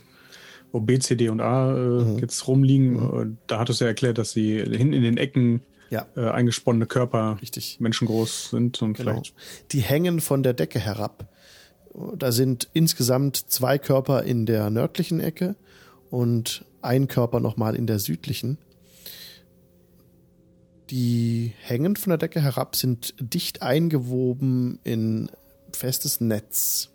[SPEAKER 2] wo B, C, D und A äh,
[SPEAKER 1] Mhm.
[SPEAKER 2] jetzt rumliegen, äh, da hattest du ja erklärt, dass sie hinten in den Ecken
[SPEAKER 1] Ja.
[SPEAKER 2] äh, eingesponnene Körper
[SPEAKER 1] Richtig.
[SPEAKER 2] menschengroß sind und
[SPEAKER 1] Genau.
[SPEAKER 2] vielleicht.
[SPEAKER 1] Die hängen von der Decke herab. Da sind insgesamt zwei Körper in der nördlichen Ecke und ein Körper nochmal in der südlichen. Die hängen von der Decke herab, sind dicht eingewoben in festes Netz.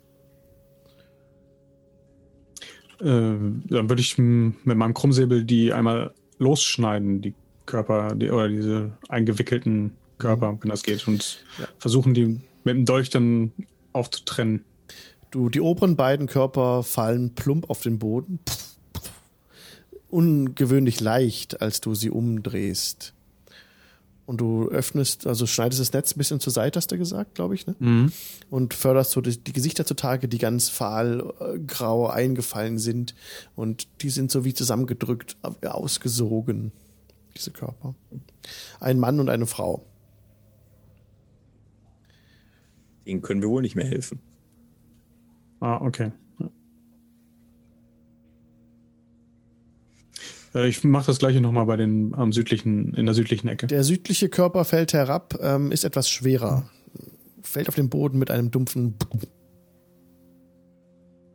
[SPEAKER 2] Äh, dann würde ich m, mit meinem Krummsäbel die einmal losschneiden, die Körper, die, oder diese eingewickelten Körper,
[SPEAKER 1] Mhm.
[SPEAKER 2] wenn das geht, und versuchen, die mit dem Dolch dann aufzutrennen.
[SPEAKER 1] Du, die oberen beiden Körper fallen plump auf den Boden. Ungewöhnlich leicht, als du sie umdrehst. Und du öffnest, also schneidest das Netz ein bisschen zur Seite, hast du gesagt, glaube ich, ne? Und förderst so die, die Gesichter zutage, die ganz fahl, äh, grau eingefallen sind. Und die sind so wie zusammengedrückt, äh, ausgesogen, diese Körper. Ein Mann und eine Frau.
[SPEAKER 4] Denen können wir wohl nicht mehr helfen.
[SPEAKER 2] Ah, okay. Äh, Ich mache das gleiche nochmal bei den am südlichen, in der südlichen Ecke.
[SPEAKER 1] Der südliche Körper fällt herab, ähm, ist etwas schwerer. Fällt auf den Boden mit einem dumpfen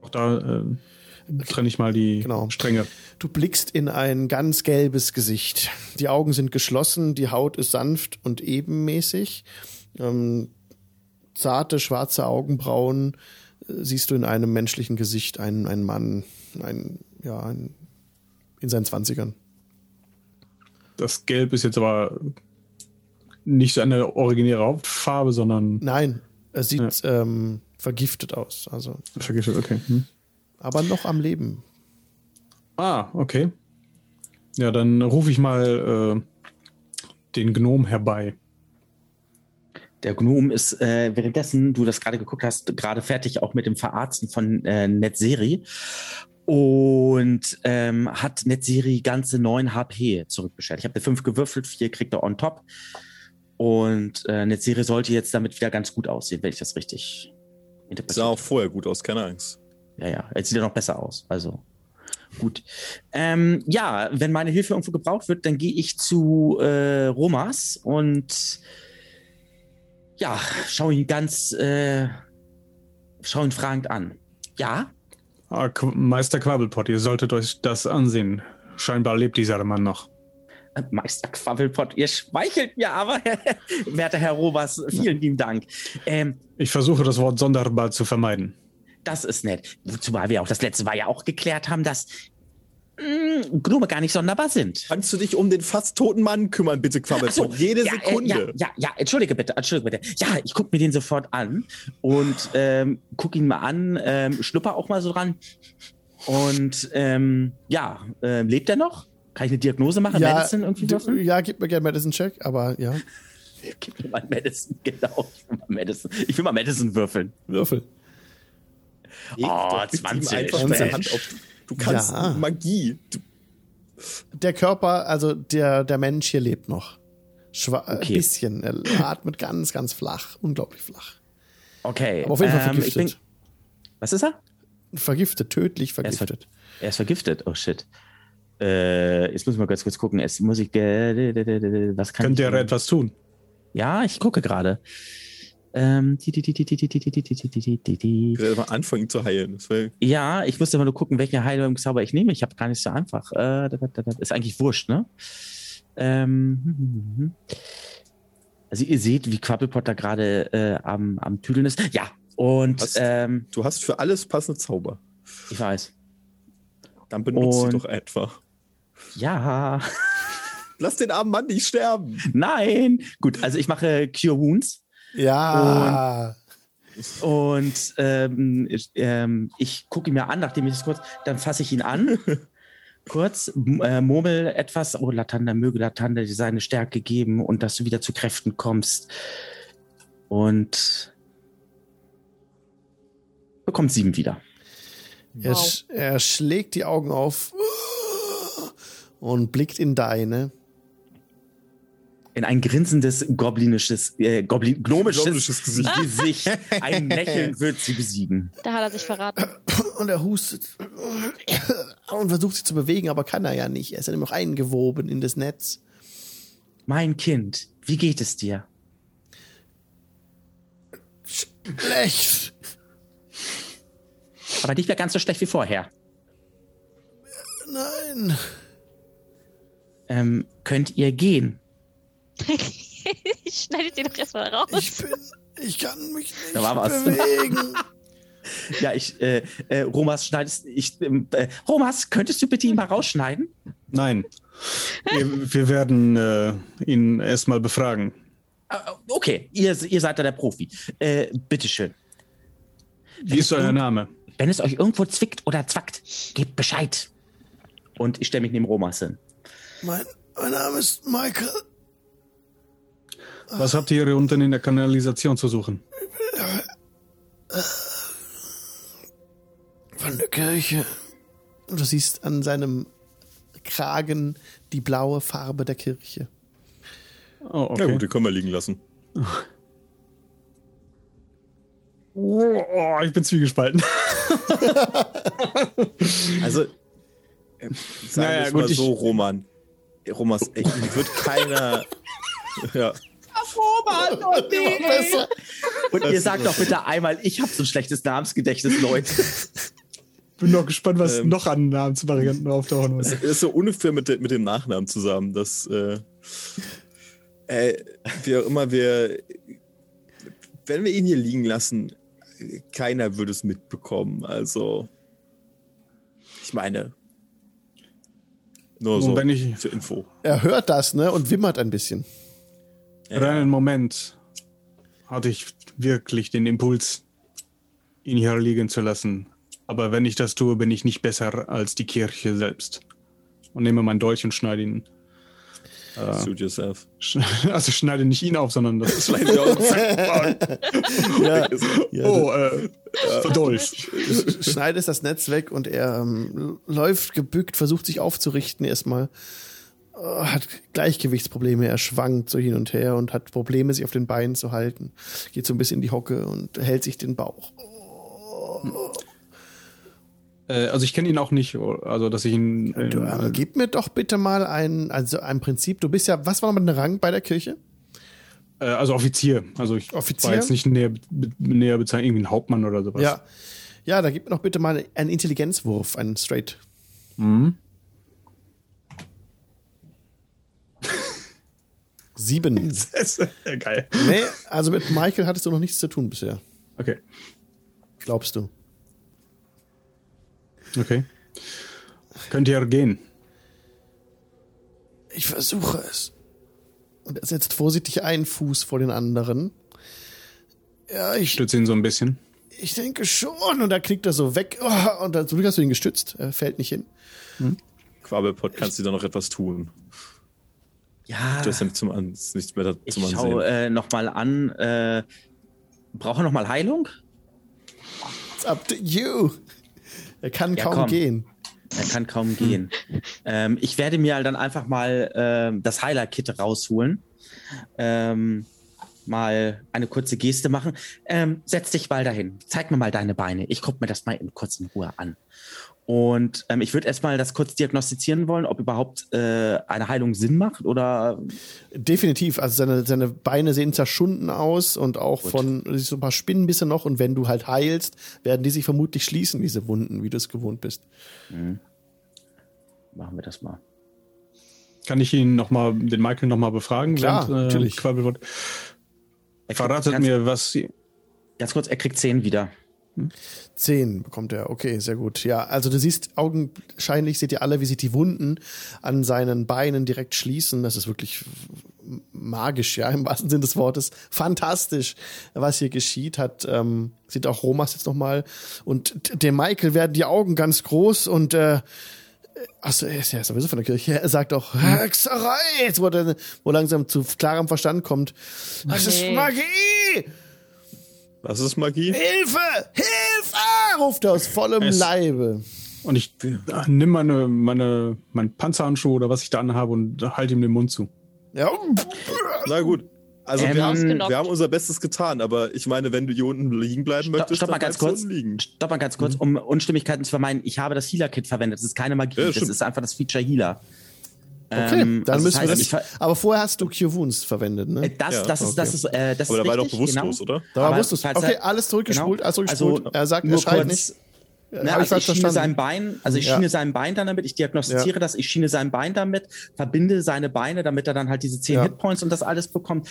[SPEAKER 2] Auch da äh, trenne ich mal die
[SPEAKER 1] Genau.
[SPEAKER 2] Stränge.
[SPEAKER 1] Du blickst in ein ganz gelbes Gesicht. Die Augen sind geschlossen, die Haut ist sanft und ebenmäßig. Ähm, zarte schwarze Augenbrauen äh, siehst du in einem menschlichen Gesicht einen, einen Mann, einen, ja, einen, in seinen Zwanzigern.
[SPEAKER 2] Das Gelb ist jetzt aber nicht eine originäre Hauptfarbe, sondern
[SPEAKER 1] Nein, er sieht ähm, vergiftet aus, also,
[SPEAKER 2] vergiss es, okay. Hm.
[SPEAKER 1] aber noch am Leben.
[SPEAKER 2] Ah, okay. Ja, dann rufe ich mal äh, den Gnom herbei.
[SPEAKER 3] Der Gnom ist, äh, währenddessen du das gerade geguckt hast, gerade fertig auch mit dem Verarzten von äh, Netzeri und ähm, hat Netzeri ganze 9 HP zurückbestellt. Ich habe dir 5 gewürfelt, 4 kriegt er on top. Und äh, Netzeri sollte jetzt damit wieder ganz gut aussehen, wenn ich das richtig
[SPEAKER 4] Sah
[SPEAKER 3] interpretiere.
[SPEAKER 4] auch vorher gut aus, keine Angst.
[SPEAKER 3] Ja, ja, jetzt sieht er noch besser aus. Also gut. Ähm, ja, wenn meine Hilfe irgendwo gebraucht wird, dann gehe ich zu äh, Romas und ja, schaue ihn ganz, äh, schaue ihn fragend an. Ja,
[SPEAKER 2] Ah, Qu- Meister Quabbelpott, ihr solltet euch das ansehen. Scheinbar lebt dieser Mann noch.
[SPEAKER 3] äh, Meister Quabbelpott, ihr schmeichelt mir aber, *laughs* werter Herr Romas, vielen lieben Dank. Ähm,
[SPEAKER 2] Ich versuche das Wort sonderbar zu vermeiden.
[SPEAKER 3] Das ist nett. Zumal wir auch das letzte Mal ja auch geklärt haben, dass mh, Gnome gar nicht sonderbar sind.
[SPEAKER 4] Kannst du dich um den fast toten Mann kümmern, bitte, Quabbelpott?
[SPEAKER 3] Ach so,
[SPEAKER 4] Jede
[SPEAKER 3] ja, äh,
[SPEAKER 4] Sekunde.
[SPEAKER 3] ja, ja, ja, entschuldige bitte, entschuldige bitte. Ja, ich gucke mir den sofort an und ähm, gucke ihn mal an, ähm, schnupper auch mal so dran. Und ähm, ja, ähm, lebt er noch? Kann ich eine Diagnose machen?
[SPEAKER 1] Ja,
[SPEAKER 3] Medicine irgendwie
[SPEAKER 1] du- äh,
[SPEAKER 3] dürfen?
[SPEAKER 1] ja, gib mir gerne Medicine-Check, aber ja.
[SPEAKER 3] Gib mir mal Medicine, *laughs* genau. Ich will mal Medicine, ich will mal Medicine würfeln.
[SPEAKER 1] Würfel.
[SPEAKER 4] Leg
[SPEAKER 3] Oh,
[SPEAKER 4] doch bitte ihm
[SPEAKER 3] 20,
[SPEAKER 4] einfach
[SPEAKER 1] Mensch.
[SPEAKER 4] deine Hand auf. Du kannst
[SPEAKER 1] Ja.
[SPEAKER 4] Magie. Du,
[SPEAKER 1] Der Körper, also der, der Mensch hier lebt noch. Schwa Ein
[SPEAKER 3] Okay.
[SPEAKER 1] bisschen. Er atmet ganz, ganz flach. Unglaublich flach.
[SPEAKER 3] Okay.
[SPEAKER 1] Aber auf jeden Fall
[SPEAKER 3] ähm, ich
[SPEAKER 1] vergiftet.
[SPEAKER 3] bin, was ist er?
[SPEAKER 1] vergiftet, tödlich
[SPEAKER 3] Er ist, ver
[SPEAKER 1] vergiftet.
[SPEAKER 3] er ist vergiftet. Oh shit. Äh, jetzt müssen wir ganz kurz gucken. Es äh, muss ich. Was kann
[SPEAKER 2] Könnt
[SPEAKER 3] ich
[SPEAKER 2] ihr etwas tun?
[SPEAKER 3] Ja, ich gucke gerade. Ähm, die, die, die, die, die, die, die, die, die, die, die, die, die.
[SPEAKER 4] Ich werde mal anfangen zu heilen. Das wär,
[SPEAKER 3] Ja, ich musste immer nur gucken, welche Heilungszauber ich nehme. Ich habe gar nicht so einfach. Äh, da, da, da, da. Ist eigentlich wurscht, ne? Ähm, hm, hm, hm. also ihr seht, wie Quappelpot da gerade äh, am, am Tüdeln ist. Ja, und
[SPEAKER 4] Hast-
[SPEAKER 3] ähm,
[SPEAKER 4] du hast für alles passende Zauber.
[SPEAKER 3] ich weiß.
[SPEAKER 4] Dann benutzt sie
[SPEAKER 3] Und-
[SPEAKER 4] doch einfach.
[SPEAKER 3] Ja, *laughs*
[SPEAKER 4] Lass den armen Mann nicht sterben.
[SPEAKER 3] nein. Gut, also ich mache Cure Wounds.
[SPEAKER 1] Ja.
[SPEAKER 3] Und ähm, ich, ähm, ich gucke ihn mir an, nachdem ich es kurz, dann fasse ich ihn an. kurz, m- äh, murmel etwas, oh Latanda, möge Latanda dir seine Stärke geben und dass du wieder zu Kräften kommst. Und bekommt sieben wieder.
[SPEAKER 1] er, sch er schlägt die Augen auf und blickt in deine.
[SPEAKER 3] In ein grinsendes goblinisches, äh, goblin, gnomisches,
[SPEAKER 4] Gnomisches Gesicht.
[SPEAKER 3] Gesicht. Ein Lächeln wird sie besiegen.
[SPEAKER 5] Da hat er
[SPEAKER 3] *laughs*
[SPEAKER 5] sich verraten. *laughs*
[SPEAKER 1] Und er hustet und versucht sich zu bewegen, aber kann er ja nicht. Er ist ja nämlich auch eingewoben in das Netz.
[SPEAKER 3] Mein Kind, wie geht es dir?
[SPEAKER 1] Schlecht.
[SPEAKER 3] Aber nicht mehr ganz so schlecht wie vorher.
[SPEAKER 1] Nein.
[SPEAKER 3] Ähm, könnt ihr gehen?
[SPEAKER 5] ich schneide den doch erstmal raus.
[SPEAKER 1] Ich bin. Ich kann mich nicht
[SPEAKER 3] Da war was.
[SPEAKER 1] bewegen.
[SPEAKER 3] *laughs* Ja, ich, äh, äh, Romas, schneidest, ich, ähm, äh, Romas, könntest du bitte ihn mal rausschneiden?
[SPEAKER 2] Nein. Wir, wir werden äh, ihn erstmal befragen.
[SPEAKER 3] Äh, okay, ihr, ihr seid da der Profi. Äh, bitteschön.
[SPEAKER 2] Wie ist euer Name?
[SPEAKER 3] Wenn es euch irgendwo zwickt oder zwackt, gebt Bescheid. Und ich stelle mich neben Romas hin.
[SPEAKER 1] Mein, mein Name ist Michael.
[SPEAKER 2] Was habt ihr hier unten in der Kanalisation zu suchen?
[SPEAKER 1] Von der Kirche. Und du siehst an seinem Kragen die blaue Farbe der Kirche.
[SPEAKER 2] Oh,
[SPEAKER 4] Na
[SPEAKER 2] okay.
[SPEAKER 4] gut, den können wir liegen lassen.
[SPEAKER 2] Oh, oh, ich bin zwiegespalten. *laughs*
[SPEAKER 4] Also, äh, sagen
[SPEAKER 2] Naja,
[SPEAKER 4] wir es
[SPEAKER 2] gut,
[SPEAKER 4] mal
[SPEAKER 2] ich-
[SPEAKER 4] so, Roman. Äh, Romas, ich wird keiner. ja,
[SPEAKER 1] Immer besser.
[SPEAKER 3] Und ihr sagt doch bitte einmal, ich habe so ein schlechtes
[SPEAKER 4] *laughs*
[SPEAKER 3] Namensgedächtnis, Leute.
[SPEAKER 2] Bin noch gespannt, was
[SPEAKER 4] Ähm.
[SPEAKER 2] noch an Namensvarianten auftauchen
[SPEAKER 4] es
[SPEAKER 2] muss.
[SPEAKER 4] ist so unfair mit, de- mit dem Nachnamen zusammen, dass. Äh, äh, wie auch immer wir. Wenn wir ihn hier liegen lassen, äh, keiner würde es mitbekommen. Also. Ich meine. Nur
[SPEAKER 2] Nun,
[SPEAKER 4] so
[SPEAKER 2] wenn ich-
[SPEAKER 4] zur Info.
[SPEAKER 1] Er hört das, ne? Und wimmert ein bisschen. Äh.
[SPEAKER 2] Für einen Moment hatte ich wirklich den Impuls, ihn hier liegen zu lassen. Aber wenn ich das tue, bin ich nicht besser als die Kirche selbst. Und nehme mein Dolch und schneide ihn. *laughs* Ah.
[SPEAKER 4] Suit yourself.
[SPEAKER 2] Sch- Also schneide nicht ihn auf, sondern das ist
[SPEAKER 4] Schneiden wir uns.
[SPEAKER 1] Ja. ja
[SPEAKER 2] *laughs* Oh, äh, *laughs* verdolcht.
[SPEAKER 1] du schneidest das Netz weg und er ähm, läuft gebückt, versucht sich aufzurichten erstmal. Äh, Hat Gleichgewichtsprobleme, er schwankt so hin und her und hat Probleme, sich auf den Beinen zu halten. Geht so ein bisschen in die Hocke und hält sich den Bauch.
[SPEAKER 2] Äh, also ich kenne ihn auch nicht, also dass ich ihn.
[SPEAKER 1] Du, ähm,
[SPEAKER 2] Äh,
[SPEAKER 1] gib mir doch bitte mal ein, also ein Prinzip. Du bist ja, was war nochmal ein Rang bei der Kirche?
[SPEAKER 2] äh, also Offizier. Also ich
[SPEAKER 1] Offizier?
[SPEAKER 2] war jetzt nicht näher, be näher bezeichnet, irgendwie ein Hauptmann oder sowas.
[SPEAKER 1] Ja. Ja, da gib mir doch bitte mal einen Intelligenzwurf, einen Straight. Sieben.
[SPEAKER 2] *laughs* Das ist, äh, geil.
[SPEAKER 1] Nee, also mit Michael hattest du noch nichts zu tun bisher,
[SPEAKER 2] Okay.
[SPEAKER 1] glaubst du.
[SPEAKER 2] Okay. Könnt ihr gehen?
[SPEAKER 1] Ich versuche es. Und er setzt vorsichtig einen Fuß vor den anderen. Ja, ich,
[SPEAKER 2] Stütze ihn so ein bisschen.
[SPEAKER 1] ich denke schon. Und dann knickt er so weg. Oh, und dann zum Glück hast du ihn gestützt. Er fällt nicht hin.
[SPEAKER 4] Quabbelpot, kannst du da noch etwas tun?
[SPEAKER 3] Ja,
[SPEAKER 4] Du hast ja nicht zum An ist nichts mehr da,
[SPEAKER 3] ich
[SPEAKER 4] zum Ansehen.
[SPEAKER 3] schaue äh, nochmal an. Äh, braucht er nochmal Heilung?
[SPEAKER 1] It's up to you. Er kann
[SPEAKER 3] Ja,
[SPEAKER 1] kaum
[SPEAKER 3] komm.
[SPEAKER 1] gehen.
[SPEAKER 3] Er kann
[SPEAKER 2] Hm.
[SPEAKER 3] kaum gehen. ähm, ich werde mir dann einfach mal ähm, das Heiler-Kit rausholen. Ähm, mal eine kurze Geste machen. Ähm, setz dich mal dahin. Zeig mir mal deine Beine. Ich gucke mir das mal in kurz in Ruhe an. Und ähm, ich würde erstmal das kurz diagnostizieren wollen, ob überhaupt äh, eine Heilung Sinn macht oder
[SPEAKER 1] Definitiv. Also seine, seine Beine sehen zerschunden aus und auch
[SPEAKER 3] Gut.
[SPEAKER 1] von siehst so ein paar Spinnenbisse noch. Und wenn du halt heilst, werden die sich vermutlich schließen, diese Wunden, wie du es gewohnt bist.
[SPEAKER 3] machen wir das mal.
[SPEAKER 2] Kann ich ihn noch mal, den Michael nochmal befragen? äh,
[SPEAKER 1] Klar, natürlich.
[SPEAKER 2] Quabbelwort.
[SPEAKER 3] Er kriegt-
[SPEAKER 2] Verratet
[SPEAKER 3] ganz,
[SPEAKER 2] mir, was sie.
[SPEAKER 3] Ganz kurz, er kriegt 10 wieder.
[SPEAKER 1] Zehn bekommt er. Okay, sehr gut. Ja, also du siehst augenscheinlich, seht ihr alle, wie sich die Wunden an seinen Beinen direkt schließen. Das ist wirklich magisch, ja, im wahrsten Sinne des Wortes. Fantastisch, was hier geschieht. Hat, ähm, sieht auch Romas jetzt nochmal. Und t- dem Michael werden die Augen ganz groß und äh, Achso, er ist ja sowieso von der Kirche. Er sagt auch Hexerei, jetzt wo, er, wo langsam zu klarem Verstand kommt. Das ist
[SPEAKER 5] Nee.
[SPEAKER 1] Magie!
[SPEAKER 4] Das ist Magie.
[SPEAKER 1] Hilfe! Hilfe! ruft er aus vollem
[SPEAKER 2] Es-
[SPEAKER 1] Leibe.
[SPEAKER 2] Und ich ach, nimm meine, meine, meinen Panzerhandschuh oder was ich da anhabe und halte ihm den Mund zu.
[SPEAKER 1] Ja.
[SPEAKER 4] Na gut. Also
[SPEAKER 3] Ähm,
[SPEAKER 4] wir, haben,
[SPEAKER 5] Ausgenockt.
[SPEAKER 4] wir haben unser Bestes getan, aber ich meine, wenn du hier unten liegen bleiben
[SPEAKER 3] Stopp,
[SPEAKER 4] möchtest,
[SPEAKER 3] stopp mal
[SPEAKER 4] dann bleibst
[SPEAKER 3] ganz kurz.
[SPEAKER 4] du unten liegen. Mhm.
[SPEAKER 3] Stopp mal ganz kurz, um Unstimmigkeiten zu vermeiden. Ich habe das Healer-Kit verwendet. Das ist keine Magie.
[SPEAKER 4] Ja,
[SPEAKER 3] das
[SPEAKER 4] stimmt.
[SPEAKER 3] ist einfach das Feature Healer.
[SPEAKER 1] Okay,
[SPEAKER 3] Ähm,
[SPEAKER 1] dann
[SPEAKER 3] also
[SPEAKER 1] müssen wir das.
[SPEAKER 3] heißt, ich
[SPEAKER 1] aber vorher hast du Cure Wounds verwendet,
[SPEAKER 3] ver- äh,
[SPEAKER 1] ne?
[SPEAKER 3] Das,
[SPEAKER 4] Ja,
[SPEAKER 3] das ist, das
[SPEAKER 1] okay.
[SPEAKER 3] ist, äh, das
[SPEAKER 4] Aber
[SPEAKER 3] ist
[SPEAKER 4] da war er doch
[SPEAKER 3] richtig,
[SPEAKER 4] bewusstlos,
[SPEAKER 3] genau.
[SPEAKER 4] oder?
[SPEAKER 1] Da war
[SPEAKER 3] aber
[SPEAKER 1] wusstest du.
[SPEAKER 3] falls er-
[SPEAKER 1] Okay, alles zurückgespult,
[SPEAKER 3] Genau.
[SPEAKER 1] alles zurückgespult. er sagt, er
[SPEAKER 3] nur
[SPEAKER 1] schreit
[SPEAKER 3] kurz,
[SPEAKER 1] nicht. Äh,
[SPEAKER 3] Ne,
[SPEAKER 1] Hab
[SPEAKER 3] also ich
[SPEAKER 1] falsch
[SPEAKER 3] schiene
[SPEAKER 1] verstanden.
[SPEAKER 3] seinem Bein, also ich
[SPEAKER 1] Ja.
[SPEAKER 3] schiene seinem Bein dann damit, ich diagnostiziere das, ich schiene seinem Bein damit, verbinde seine Beine, damit er dann halt diese 10
[SPEAKER 1] Ja.
[SPEAKER 3] Hitpoints und das alles bekommt.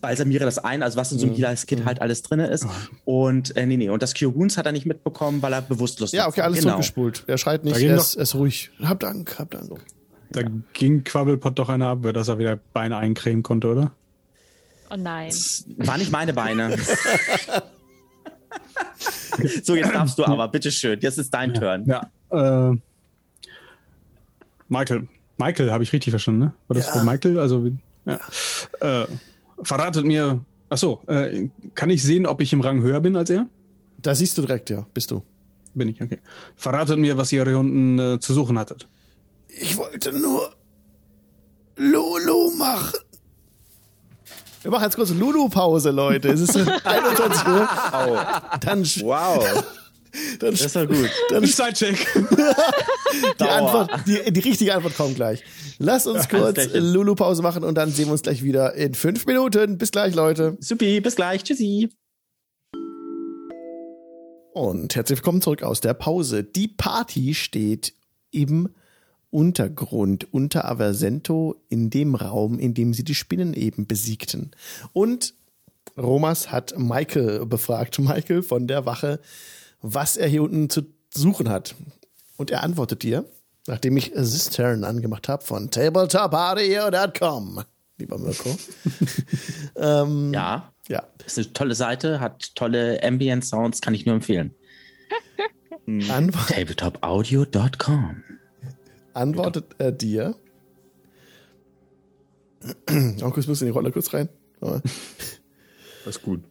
[SPEAKER 3] Balsamiere das ein, also was in so
[SPEAKER 1] Mhm.
[SPEAKER 3] einem Healers Kit halt alles drinne ist. Und äh, nee, nee, und das Cure Wounds hat er nicht mitbekommen, weil er bewusstlos
[SPEAKER 1] Ja,
[SPEAKER 3] war.
[SPEAKER 1] okay, alles
[SPEAKER 3] genau.
[SPEAKER 1] zurückgespult. Er schreit nicht,
[SPEAKER 2] Da gehen
[SPEAKER 1] er
[SPEAKER 2] doch-
[SPEAKER 1] ist, er ist ruhig. Habt Dank, habt Dank.
[SPEAKER 2] Da ging Quabbelpott doch einer ab, dass er wieder Beine eincremen konnte, oder?
[SPEAKER 5] Oh nein.
[SPEAKER 3] Das War nicht
[SPEAKER 1] *laughs*
[SPEAKER 3] meine Beine. *laughs* so, jetzt darfst du aber, bitteschön, jetzt ist dein Turn.
[SPEAKER 2] Ja. Äh, Michael. Michael, habe ich richtig verstanden, ne? War das
[SPEAKER 1] Ja.
[SPEAKER 2] von Michael? Also, wie- ja. Äh, verratet mir. Achso, äh, kann ich sehen, ob ich im Rang höher bin als er?
[SPEAKER 1] Da siehst du direkt, ja, bist du.
[SPEAKER 2] Bin ich, okay. Verratet mir, was ihr hier unten äh, zu suchen hattet.
[SPEAKER 1] Ich wollte nur Lulu machen. Wir machen jetzt kurz Lulu-Pause, Leute. Es ist 21 Uhr. Dann,
[SPEAKER 3] *laughs*
[SPEAKER 4] Wow.
[SPEAKER 1] dann,
[SPEAKER 3] Das halt war gut.
[SPEAKER 1] dann
[SPEAKER 2] Sidecheck.
[SPEAKER 1] *laughs* Die,
[SPEAKER 3] Dauer.
[SPEAKER 1] Antwort, die, die richtige Antwort kommt gleich. Lasst uns kurz
[SPEAKER 3] Dankeschön.
[SPEAKER 1] Lulu-Pause machen und dann sehen wir uns gleich wieder in fünf Minuten. Bis gleich, Leute.
[SPEAKER 3] Supi, bis gleich, tschüssi.
[SPEAKER 1] Und herzlich willkommen zurück aus der Pause. Die Party steht im Untergrund unter Aversento in dem Raum, in dem sie die Spinnen eben besiegten. Und Romas hat Michael befragt, Michael von der Wache, was er hier unten zu suchen hat. Und er antwortet dir, nachdem ich Cistern angemacht habe von tabletopaudio.com. Lieber Mirko. ähm,
[SPEAKER 3] Ja.
[SPEAKER 1] ja.
[SPEAKER 3] Ist eine tolle Seite, hat tolle Ambient Sounds, kann ich nur empfehlen.
[SPEAKER 1] Antwort
[SPEAKER 3] Tabletopaudio.com.
[SPEAKER 1] antwortet er dir. Oh, Markus, muss in die Rolle kurz rein. Aber
[SPEAKER 4] Das ist gut.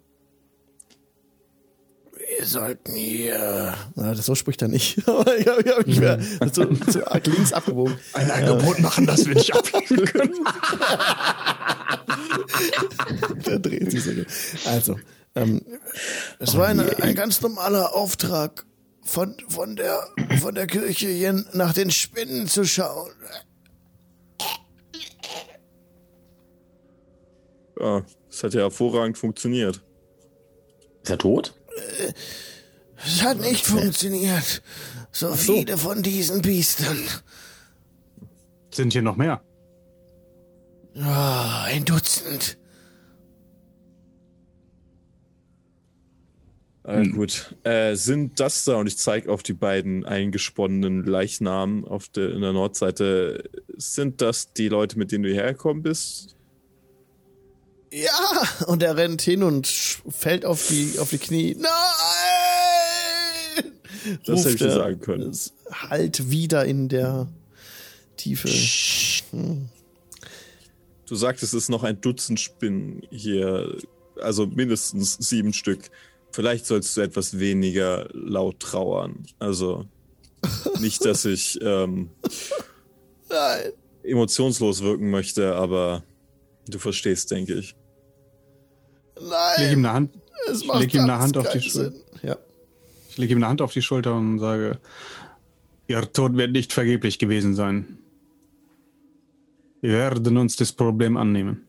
[SPEAKER 1] Wir sollten hier. Na, das so spricht er nicht. *laughs* Aber ich habe mich mehr zu, zu arg links abgewogen.
[SPEAKER 2] Mhm. Ein Angebot machen, das wir nicht
[SPEAKER 3] *laughs*
[SPEAKER 2] ablehnen können.
[SPEAKER 1] *laughs* Der dreht sich so. Also, ähm, es war ein, ein ganz normaler Auftrag von, von, der, von der Kirche hier nach den Spinnen zu schauen.
[SPEAKER 4] Ja, das hat ja hervorragend funktioniert.
[SPEAKER 3] Ist er tot?
[SPEAKER 1] Es hat nicht funktioniert. So viele von diesen Biestern.
[SPEAKER 2] Sind hier noch mehr?
[SPEAKER 1] Ah, ein Dutzend.
[SPEAKER 4] Ah,
[SPEAKER 3] Hm.
[SPEAKER 4] Gut. Äh, sind das da, und ich zeige auf die beiden eingesponnenen Leichnamen auf der, in der Nordseite, sind das die Leute, mit denen du hierher gekommen bist?
[SPEAKER 1] Ja, und er rennt hin und sch- fällt auf die, auf die Knie. Nein!
[SPEAKER 4] Das
[SPEAKER 1] Ruft
[SPEAKER 4] hätte ich dir
[SPEAKER 1] er.
[SPEAKER 4] sagen können.
[SPEAKER 1] Es Halt wieder in der Tiefe. Hm.
[SPEAKER 4] Du sagtest, es ist noch ein Dutzend Spinnen hier, also mindestens sieben Stück. Vielleicht sollst du etwas weniger laut trauern. Also nicht, dass ich ähm,
[SPEAKER 1] Nein.
[SPEAKER 4] emotionslos wirken möchte, aber du verstehst, denke ich.
[SPEAKER 2] Leg ihm
[SPEAKER 1] Nein.
[SPEAKER 2] eine Hand,
[SPEAKER 1] Es
[SPEAKER 2] leg ihm eine
[SPEAKER 1] ganz
[SPEAKER 2] Hand auf die
[SPEAKER 1] keinen
[SPEAKER 2] Schulter.
[SPEAKER 1] Sinn. Ja.
[SPEAKER 2] Ich lege ihm eine Hand auf die Schulter und sage, Ihr Tod wird nicht vergeblich gewesen sein. Wir werden uns das Problem annehmen.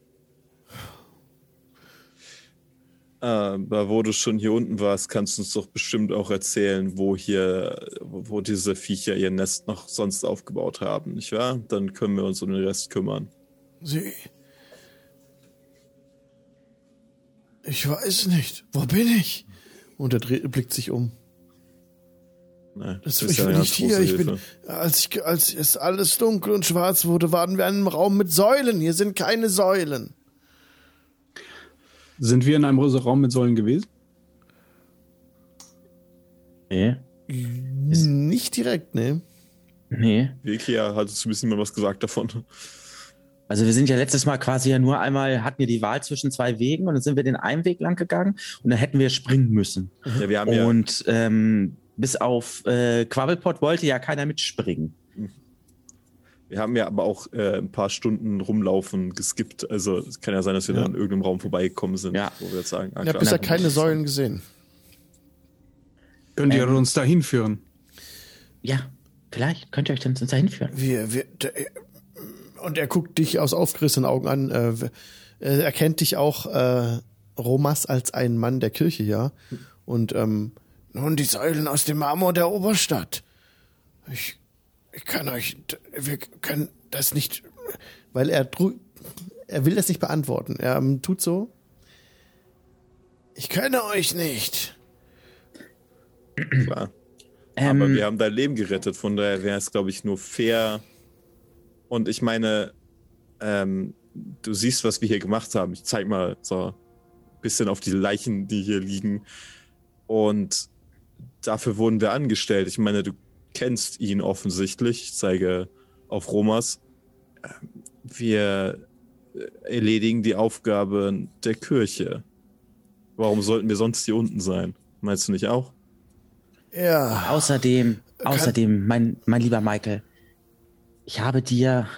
[SPEAKER 4] Aber wo du schon hier unten warst, kannst du uns doch bestimmt auch erzählen, wo hier, wo diese Viecher ihr Nest noch sonst aufgebaut haben, nicht wahr? Dann können wir uns um den Rest kümmern.
[SPEAKER 6] Sie. Ich weiß nicht. Wo bin ich?
[SPEAKER 1] Und er dreht, blickt sich um.
[SPEAKER 4] Ne,
[SPEAKER 6] Das,
[SPEAKER 4] bist
[SPEAKER 6] Also ich
[SPEAKER 4] ja
[SPEAKER 6] bin
[SPEAKER 4] eine
[SPEAKER 6] nicht
[SPEAKER 4] große
[SPEAKER 6] hier. Ich bin,
[SPEAKER 4] Hilfe.
[SPEAKER 6] als, ich, als es alles dunkel und schwarz wurde, waren wir in einem Raum mit Säulen. Hier sind keine Säulen.
[SPEAKER 2] Sind wir in einem Raum mit Säulen gewesen?
[SPEAKER 3] Nee.
[SPEAKER 1] Nicht direkt, ne?
[SPEAKER 3] Nee.
[SPEAKER 4] Wilkia hat zumindest niemand was gesagt davon.
[SPEAKER 3] Also wir sind ja letztes Mal quasi ja nur einmal, hatten wir die Wahl zwischen zwei Wegen und dann sind wir den einen Weg lang gegangen und dann hätten wir springen müssen.
[SPEAKER 4] Ja, wir haben ja,
[SPEAKER 3] Und ähm, bis auf äh, Quabbelpot wollte ja keiner mitspringen.
[SPEAKER 4] wir haben ja aber auch äh, ein paar Stunden rumlaufen geskippt. Also es kann ja sein, dass wir
[SPEAKER 1] Ja.
[SPEAKER 4] dann in irgendeinem Raum vorbeigekommen sind,
[SPEAKER 3] Ja.
[SPEAKER 4] wo wir jetzt sagen, ah,
[SPEAKER 6] Ich habe
[SPEAKER 4] klar.
[SPEAKER 6] bisher
[SPEAKER 3] Na,
[SPEAKER 6] keine Säulen gesehen.
[SPEAKER 2] Könnt ihr
[SPEAKER 3] Ähm.
[SPEAKER 2] uns dahin führen?
[SPEAKER 3] Ja, vielleicht könnt ihr euch dann dahin führen.
[SPEAKER 1] Wir, wir, d- äh, und er guckt dich aus aufgerissenen Augen an. Äh, w- äh, er kennt dich auch, äh, Romas, als einen Mann der Kirche, ja. Und ähm,
[SPEAKER 6] Nun, die Säulen aus dem Marmor der Oberstadt. Ich, ich kann euch. Wir können das nicht.
[SPEAKER 1] weil er drü- er will das nicht beantworten. Er ähm, tut so.
[SPEAKER 6] Ich kenne euch nicht.
[SPEAKER 4] klar.
[SPEAKER 3] Ähm,
[SPEAKER 4] Aber wir haben dein Leben gerettet, von daher wäre es, glaube ich, nur fair. Und ich meine, ähm, du siehst, was wir hier gemacht haben. Ich zeig mal so ein bisschen auf die Leichen, die hier liegen. Und dafür wurden wir angestellt. Ich meine, du kennst ihn offensichtlich. Ich zeige auf Romas. Ähm, Wir äh, erledigen die Aufgaben der Kirche. Warum sollten wir sonst hier unten sein? Meinst du nicht auch?
[SPEAKER 6] Ja.
[SPEAKER 3] Außerdem, außerdem, mein, mein lieber Michael, ich habe dir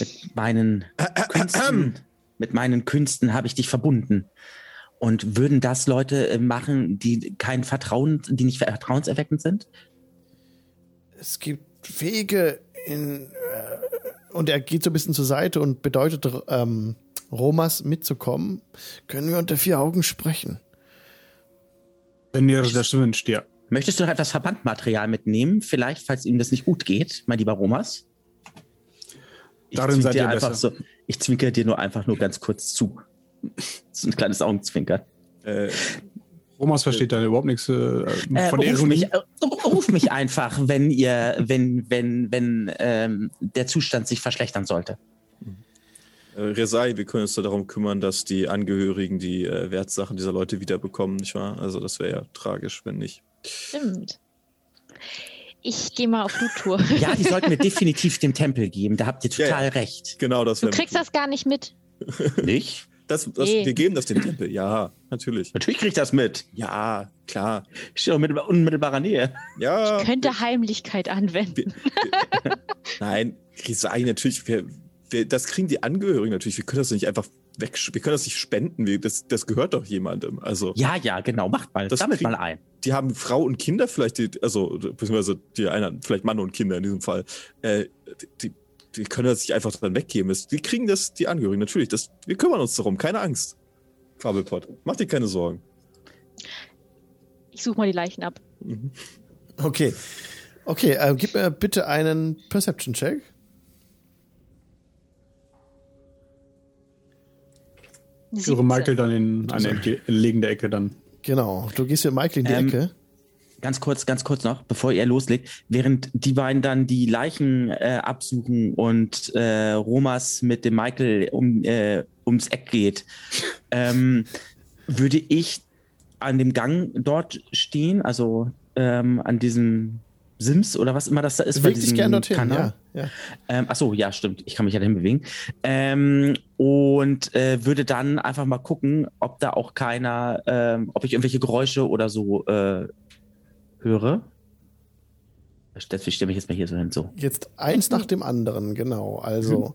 [SPEAKER 3] mit meinen Künsten, mit meinen Künsten habe ich dich verbunden. Und würden das Leute äh, machen, die kein Vertrauen, die nicht vertrauenserweckend sind?
[SPEAKER 6] Es gibt Wege in.
[SPEAKER 1] äh, Und er geht so ein bisschen zur Seite und bedeutet ähm, Romas mitzukommen.
[SPEAKER 6] Können wir unter vier Augen sprechen?
[SPEAKER 2] Wenn ihr das wünscht, ja.
[SPEAKER 3] Möchtest du noch etwas Verbandmaterial mitnehmen? Vielleicht, falls ihm das nicht gut geht, mein lieber Romas. Ich
[SPEAKER 2] Darin
[SPEAKER 3] zwink
[SPEAKER 2] seid
[SPEAKER 3] dir
[SPEAKER 2] ihr
[SPEAKER 3] einfach
[SPEAKER 2] besser.
[SPEAKER 3] so. Ich zwinker dir nur einfach nur ganz kurz zu. *laughs* So ein kleines Augenzwinkern.
[SPEAKER 4] Äh,
[SPEAKER 2] Romas versteht da überhaupt nichts äh,
[SPEAKER 3] Äh,
[SPEAKER 2] von der
[SPEAKER 3] ruf,
[SPEAKER 2] Ironie.
[SPEAKER 3] mich, äh, ruf mich einfach, wenn ihr, wenn, wenn, wenn ähm, der Zustand sich verschlechtern sollte.
[SPEAKER 4] Äh, Resai, wir können uns da darum kümmern, dass die Angehörigen die äh, Wertsachen dieser Leute wiederbekommen, nicht wahr? Also das wäre ja tragisch, wenn nicht.
[SPEAKER 5] Stimmt. Ich gehe mal auf Bluttour.
[SPEAKER 3] Ja,
[SPEAKER 5] *laughs*
[SPEAKER 3] die sollten wir definitiv dem Tempel geben. Da habt ihr
[SPEAKER 4] Ja,
[SPEAKER 3] total
[SPEAKER 4] ja.
[SPEAKER 3] recht.
[SPEAKER 4] Genau, das
[SPEAKER 5] Du
[SPEAKER 4] wäre.
[SPEAKER 5] kriegst das eh. gar nicht mit.
[SPEAKER 3] Nicht?
[SPEAKER 4] das, das,
[SPEAKER 5] Nee.
[SPEAKER 4] Wir geben das dem Tempel, ja, natürlich.
[SPEAKER 3] Natürlich kriegt das mit.
[SPEAKER 4] Ja, klar.
[SPEAKER 3] Ich stehe in unmittelbarer Nähe.
[SPEAKER 4] Ja.
[SPEAKER 5] Ich könnte Heimlichkeit anwenden.
[SPEAKER 4] wir, wir, nein, Resai, natürlich. Wir, wir, das kriegen die Angehörigen natürlich. Wir können das nicht einfach weg. Wir können das nicht spenden. Wir, das, das gehört doch jemandem. Also,
[SPEAKER 3] Ja, ja, genau. Macht mal.
[SPEAKER 4] Das
[SPEAKER 3] Sammelt
[SPEAKER 4] krieg-
[SPEAKER 3] mal ein.
[SPEAKER 4] die haben Frau und Kinder vielleicht, die, also beziehungsweise die einer, vielleicht Mann und Kinder in diesem Fall, äh, die, die können das nicht einfach dann weggeben. Das- Die kriegen das, die Angehörigen, natürlich. Das, wir kümmern uns darum, keine Angst. Quabbelpott, mach dir keine Sorgen.
[SPEAKER 5] Ich suche mal die Leichen ab.
[SPEAKER 4] Mhm.
[SPEAKER 1] Okay. Okay, äh, gib mir bitte einen Perception-Check.
[SPEAKER 2] Führe Michael dann in
[SPEAKER 3] Also
[SPEAKER 2] eine entlegene Ecke dann.
[SPEAKER 1] Genau. Du gehst mit Michael in die
[SPEAKER 3] Ähm,
[SPEAKER 1] Ecke.
[SPEAKER 3] Ganz kurz, ganz kurz noch, bevor ihr loslegt, während die beiden dann die Leichen äh, absuchen und äh, Romas mit dem Michael um, äh, ums Eck geht, ähm, würde ich an dem Gang dort stehen, also ähm, an diesem Sims oder was immer das da ist. bei
[SPEAKER 1] Beweg dich
[SPEAKER 3] diesem
[SPEAKER 1] gern dorthin.
[SPEAKER 3] Kanal.
[SPEAKER 1] Ja, ja.
[SPEAKER 3] Ähm, ach so, ja, stimmt. Ich kann mich ja dahin bewegen. Ähm, und äh, würde dann einfach mal gucken, ob da auch keiner, ähm, ob ich irgendwelche Geräusche oder so äh, höre. Deswegen stelle ich jetzt mal hier so hin. So.
[SPEAKER 2] Mhm.
[SPEAKER 1] Jetzt eins nach dem anderen, genau. Also,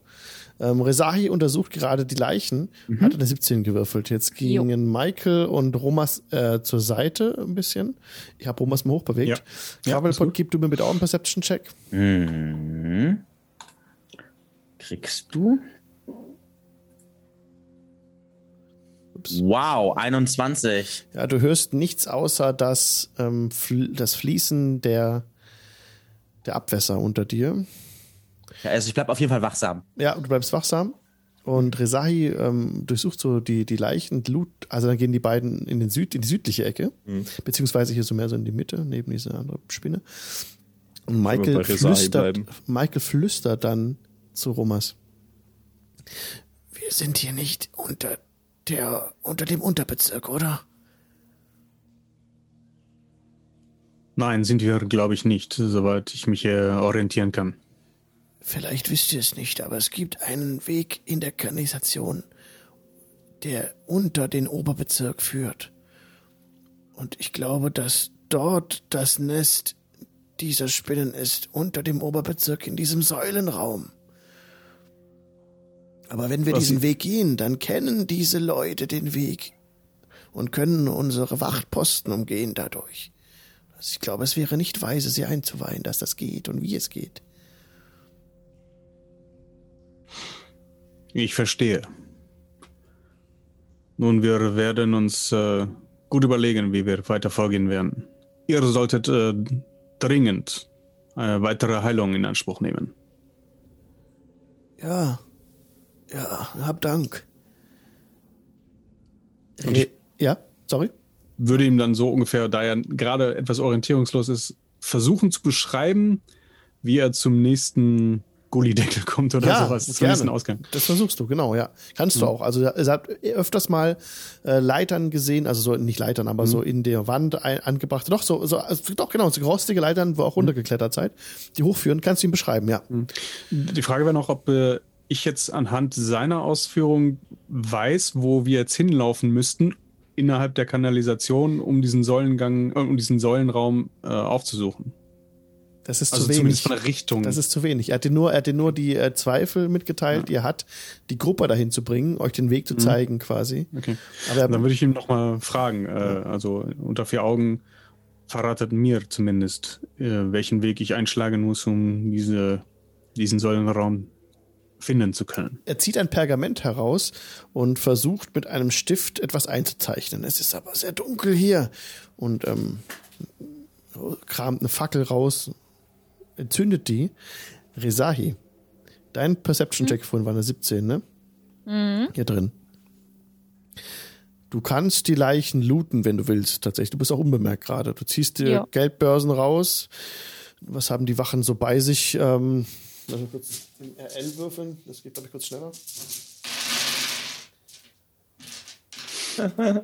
[SPEAKER 1] Ähm, Resahi untersucht gerade die Leichen,
[SPEAKER 2] Mhm.
[SPEAKER 1] hat eine 17 gewürfelt. Jetzt
[SPEAKER 5] Jo.
[SPEAKER 1] gingen Michael und Romas äh, zur Seite ein bisschen. Ich habe Romas mal hochbewegt.
[SPEAKER 2] Ja. Ja, ist
[SPEAKER 1] Gravelpot,
[SPEAKER 2] gut.
[SPEAKER 1] gib du mir bitte auch einen Perception-Check.
[SPEAKER 3] Mhm. Kriegst du? Wow, 21.
[SPEAKER 1] Ja, du hörst nichts außer das, ähm, Fl das Fließen der, der Abwässer unter dir.
[SPEAKER 3] Ja, also ich bleib auf jeden Fall wachsam.
[SPEAKER 1] Ja, du bleibst wachsam. Und Resahi ähm, durchsucht so die, die Leichen, Loot, also dann gehen die beiden in, den Süd, in die südliche Ecke,
[SPEAKER 4] Mhm.
[SPEAKER 1] beziehungsweise hier so mehr so in die Mitte, neben dieser anderen Spinne. Und
[SPEAKER 4] wir
[SPEAKER 1] Michael
[SPEAKER 4] bei Resahi
[SPEAKER 1] flüstert,
[SPEAKER 4] bleiben?
[SPEAKER 1] Michael flüstert dann zu Romas.
[SPEAKER 6] Wir sind hier nicht unter der unter dem Unterbezirk, oder?
[SPEAKER 2] Nein, sind wir, glaube ich, nicht, soweit ich mich äh, orientieren kann.
[SPEAKER 6] Vielleicht wisst ihr es nicht, aber es gibt einen Weg in der Kanalisation, der unter den Oberbezirk führt. Und ich glaube, dass dort das Nest dieser Spinnen ist, unter dem Oberbezirk in diesem Säulenraum. Aber wenn wir
[SPEAKER 2] Was
[SPEAKER 6] diesen
[SPEAKER 2] sie-
[SPEAKER 6] Weg gehen, dann kennen diese Leute den Weg und können unsere Wachtposten umgehen dadurch. Also ich glaube, es wäre nicht weise, sie einzuweihen, dass das geht und wie es geht.
[SPEAKER 2] Ich verstehe. Nun, wir werden uns äh, gut überlegen, wie wir weiter vorgehen werden. Ihr solltet äh, dringend eine weitere Heilung in Anspruch nehmen.
[SPEAKER 6] Ja. Ja, hab Dank.
[SPEAKER 1] Re ja, sorry.
[SPEAKER 2] Würde ihm dann so ungefähr, da er gerade etwas orientierungslos ist, versuchen zu beschreiben, wie er zum nächsten Gullideckel kommt oder
[SPEAKER 1] Ja,
[SPEAKER 2] sowas. Zum
[SPEAKER 1] gerne.
[SPEAKER 2] nächsten Ausgang.
[SPEAKER 1] Das versuchst du, genau, ja. Kannst
[SPEAKER 2] Hm.
[SPEAKER 1] du auch. Also ihr habt öfters mal äh, Leitern gesehen, also so nicht Leitern, aber
[SPEAKER 2] Hm.
[SPEAKER 1] so in der Wand ein, angebracht. Doch, so, so also, doch, genau, so rostige Leitern, wo
[SPEAKER 2] Hm.
[SPEAKER 1] auch runtergeklettert seid, die hochführen, kannst du ihm beschreiben, ja.
[SPEAKER 2] Die Frage wäre noch, ob äh, ich jetzt anhand seiner Ausführung weiß, wo wir jetzt hinlaufen müssten innerhalb der Kanalisation, um diesen Säulengang, äh, um diesen Säulenraum äh, aufzusuchen.
[SPEAKER 1] Das ist
[SPEAKER 2] Also
[SPEAKER 1] zu wenig.
[SPEAKER 2] zumindest von der Richtung.
[SPEAKER 1] Das ist zu wenig. Er hat dir nur, er hat dir nur die äh, Zweifel mitgeteilt, die er hat, die Gruppe dahin zu bringen, euch den Weg zu zeigen quasi.
[SPEAKER 2] okay.
[SPEAKER 1] Aber er,
[SPEAKER 2] Hm. Dann würde ich ihm nochmal fragen, äh, also unter vier Augen verratet mir zumindest, äh, welchen Weg ich einschlagen muss, um diese, diesen Säulenraum finden zu können.
[SPEAKER 1] er zieht ein Pergament heraus und versucht mit einem Stift etwas einzuzeichnen. Es
[SPEAKER 6] Es ist aber sehr dunkel hier.
[SPEAKER 1] und ähm, kramt eine Fackel raus, entzündet die. Resahi, dein Perception-Check vorhin war eine 17, ne? Hier drin. Du kannst die Leichen looten, wenn du willst, tatsächlich. Du bist auch unbemerkt gerade. Du ziehst dir
[SPEAKER 5] Ja.
[SPEAKER 1] Geldbörsen raus. Was haben die Wachen so bei sich? Ähm, lass mich kurz im RL würfeln. Das geht, glaube ich, kurz schneller.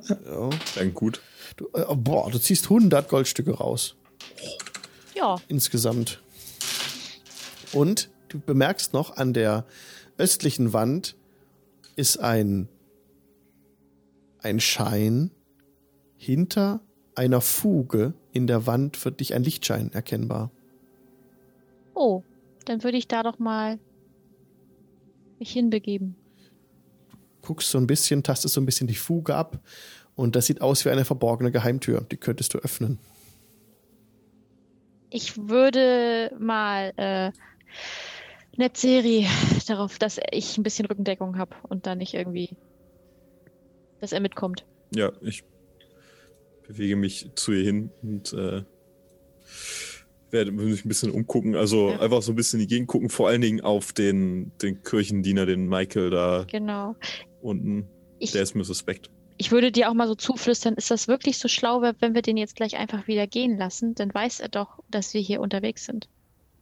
[SPEAKER 4] Dann gut.
[SPEAKER 1] Du, äh, boah, du ziehst 100 Goldstücke raus.
[SPEAKER 5] Ja,
[SPEAKER 1] insgesamt. Und du bemerkst noch, an der östlichen Wand ist ein, ein Schein hinter einer Fuge in der Wand wird dich ein Lichtschein erkennbar.
[SPEAKER 5] oh, dann würde ich da doch mal mich hinbegeben.
[SPEAKER 1] Guckst so ein bisschen, tastest so ein bisschen die Fuge ab und das sieht aus wie eine verborgene Geheimtür. Die könntest du öffnen.
[SPEAKER 5] Ich würde mal äh, Netzeri darauf, dass ich ein bisschen Rückendeckung habe und da nicht irgendwie, dass er mitkommt.
[SPEAKER 4] Ja, ich bewege mich zu ihr hin und äh, werde mich ein bisschen umgucken. Also
[SPEAKER 5] Ja.
[SPEAKER 4] einfach so ein bisschen in die Gegend gucken, vor allen Dingen auf den, den Kirchendiener, den Michael da
[SPEAKER 5] Genau.
[SPEAKER 4] unten.
[SPEAKER 5] Ich,
[SPEAKER 4] Der ist mir suspekt.
[SPEAKER 5] ich würde dir auch mal so zuflüstern, ist das wirklich so schlau, wenn wir den jetzt gleich einfach wieder gehen lassen? Dann weiß er doch, dass wir hier unterwegs sind.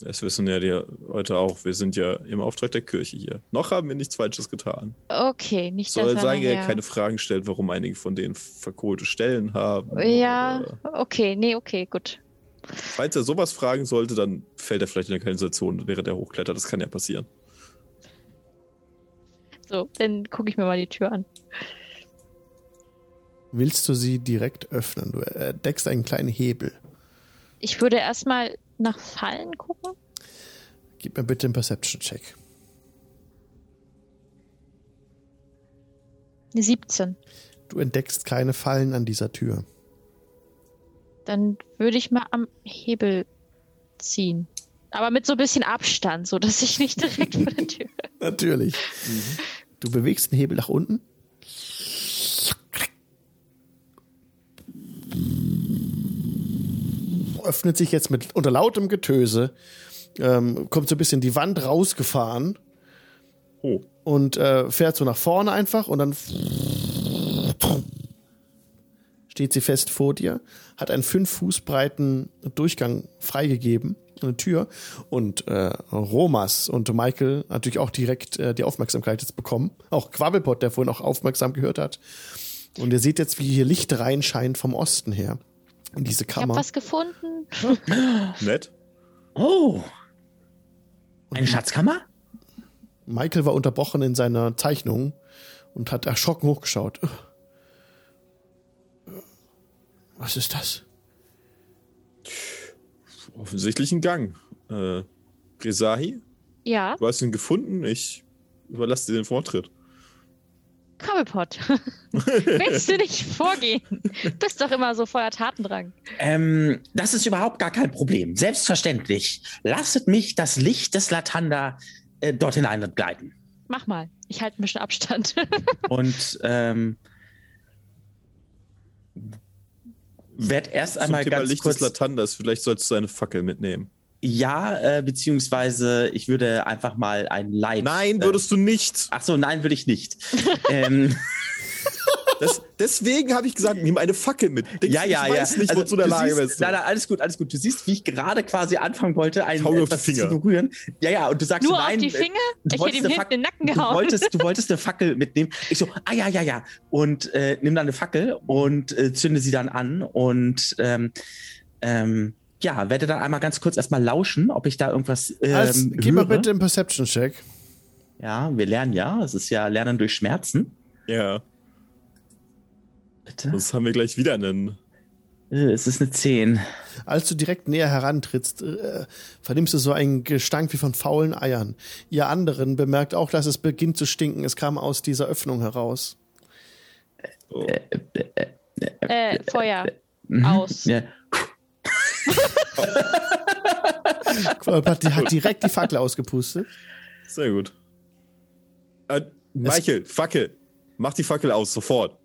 [SPEAKER 4] Das wissen ja die Leute auch. Wir sind ja im Auftrag der Kirche hier. Noch haben wir nichts Falsches getan.
[SPEAKER 5] Okay, nicht
[SPEAKER 4] Soll
[SPEAKER 5] dass
[SPEAKER 4] sagen,
[SPEAKER 5] er
[SPEAKER 4] er keine Fragen stellt, warum einige von denen verkohlte Stellen haben.
[SPEAKER 5] Ja,
[SPEAKER 4] Oder-
[SPEAKER 5] okay, nee, okay, gut.
[SPEAKER 4] Falls er sowas fragen sollte, dann fällt er vielleicht in der Kanalisation, während er hochklettert. Das kann ja passieren.
[SPEAKER 5] So, dann gucke ich mir mal die Tür an.
[SPEAKER 1] Willst du sie direkt öffnen? Du äh, deckst einen kleinen Hebel.
[SPEAKER 5] Ich würde erstmal nach Fallen gucken.
[SPEAKER 1] Gib mir bitte einen Perception-Check.
[SPEAKER 5] Eine 17.
[SPEAKER 1] Du entdeckst keine Fallen an dieser Tür.
[SPEAKER 5] Dann würde ich mal am Hebel ziehen. Aber mit so ein bisschen Abstand, so dass ich nicht direkt vor der Tür.
[SPEAKER 1] Natürlich. Du bewegst den Hebel nach unten. Öffnet sich jetzt mit unter lautem Getöse. Ähm, kommt so ein bisschen die Wand rausgefahren
[SPEAKER 4] Oh.
[SPEAKER 1] und äh, fährt so nach vorne einfach und dann steht sie fest vor dir, hat einen fünf Fuß breiten Durchgang freigegeben, eine Tür und äh, Romas und Michael natürlich auch direkt äh, die Aufmerksamkeit jetzt bekommen, auch Quabbelpot, der vorhin auch aufmerksam gehört hat und ihr seht jetzt, wie hier Licht reinscheint vom Osten her in diese
[SPEAKER 5] Ich habe
[SPEAKER 1] Kammer.
[SPEAKER 5] was gefunden.
[SPEAKER 4] Nett.
[SPEAKER 3] Oh. Eine Schatzkammer?
[SPEAKER 1] Michael war unterbrochen in seiner Zeichnung und hat erschrocken hochgeschaut.
[SPEAKER 6] Was ist das?
[SPEAKER 4] Offensichtlich ein Gang. Äh, Grisahi,
[SPEAKER 5] Ja,
[SPEAKER 4] du hast ihn gefunden. Ich überlasse dir den Vortritt.
[SPEAKER 5] Kabelpot. *laughs* Willst du nicht vorgehen? Bist doch immer so voller Tatendrang.
[SPEAKER 3] Ähm, das ist überhaupt gar kein Problem. Selbstverständlich. Lasset mich das Licht des Latanda äh, dort hineinbegleiten.
[SPEAKER 5] Mach mal. Ich halte ein bisschen Abstand. *laughs*
[SPEAKER 3] Und ähm, werd erst einmal
[SPEAKER 4] Thema
[SPEAKER 3] ganz
[SPEAKER 4] Licht
[SPEAKER 3] kurz.
[SPEAKER 4] des Latandas. Vielleicht solltest du eine Fackel mitnehmen.
[SPEAKER 3] ja, äh, beziehungsweise ich würde einfach mal ein Light.
[SPEAKER 4] Nein, würdest du nicht.
[SPEAKER 3] Äh, ach so, nein, würde
[SPEAKER 4] *laughs*
[SPEAKER 3] ich nicht. ähm,
[SPEAKER 4] Das, deswegen habe ich gesagt, nimm eine Fackel mit. Denkst
[SPEAKER 3] ja,
[SPEAKER 4] du,
[SPEAKER 3] ja,
[SPEAKER 4] ich
[SPEAKER 3] ja. Also,
[SPEAKER 4] weiß nicht, wozu der
[SPEAKER 3] du
[SPEAKER 4] Lage
[SPEAKER 3] siehst,
[SPEAKER 4] bist. du.
[SPEAKER 3] Nein, nein, alles gut, alles gut. Du siehst, wie ich gerade quasi anfangen wollte, einen
[SPEAKER 4] Hau mir auf die
[SPEAKER 3] etwas zu
[SPEAKER 4] Finger.
[SPEAKER 3] berühren. Ja, ja, und du sagst
[SPEAKER 5] Nur
[SPEAKER 3] nein.
[SPEAKER 5] auf die
[SPEAKER 3] äh,
[SPEAKER 5] Finger?
[SPEAKER 3] du
[SPEAKER 5] Ich hätte
[SPEAKER 3] wolltest
[SPEAKER 5] ihm
[SPEAKER 3] eine
[SPEAKER 5] hinten den Nacken
[SPEAKER 3] Du
[SPEAKER 5] gehauen.
[SPEAKER 3] wolltest, du
[SPEAKER 5] *laughs*
[SPEAKER 3] wolltest eine Fackel mitnehmen. Ich so, ah ja, ja, ja. Und äh, nimm dann eine Fackel und äh, zünde sie dann an. Und ähm, ähm, ja, werde dann einmal ganz kurz erstmal lauschen, ob ich da irgendwas. Ähm,
[SPEAKER 1] Als, gib mal
[SPEAKER 3] höre.
[SPEAKER 1] bitte einen Perception-Check.
[SPEAKER 3] Ja, wir lernen ja. Es ist ja Lernen durch Schmerzen.
[SPEAKER 4] Ja,
[SPEAKER 3] Bitte.
[SPEAKER 4] sonst haben wir gleich wieder einen.
[SPEAKER 3] Äh, Es ist eine 10.
[SPEAKER 1] Als du direkt näher herantrittst, äh, vernimmst du so einen Gestank wie von faulen Eiern. Ihr anderen bemerkt auch, dass es beginnt zu stinken. Es kam aus dieser Öffnung heraus.
[SPEAKER 4] Oh.
[SPEAKER 5] äh, Feuer.
[SPEAKER 3] Mhm.
[SPEAKER 5] Aus.
[SPEAKER 3] Ja.
[SPEAKER 1] Quabbelpot, die hat direkt die Fackel ausgepustet.
[SPEAKER 4] Sehr gut. Äh, Michael, Fackel. Mach die Fackel aus, sofort.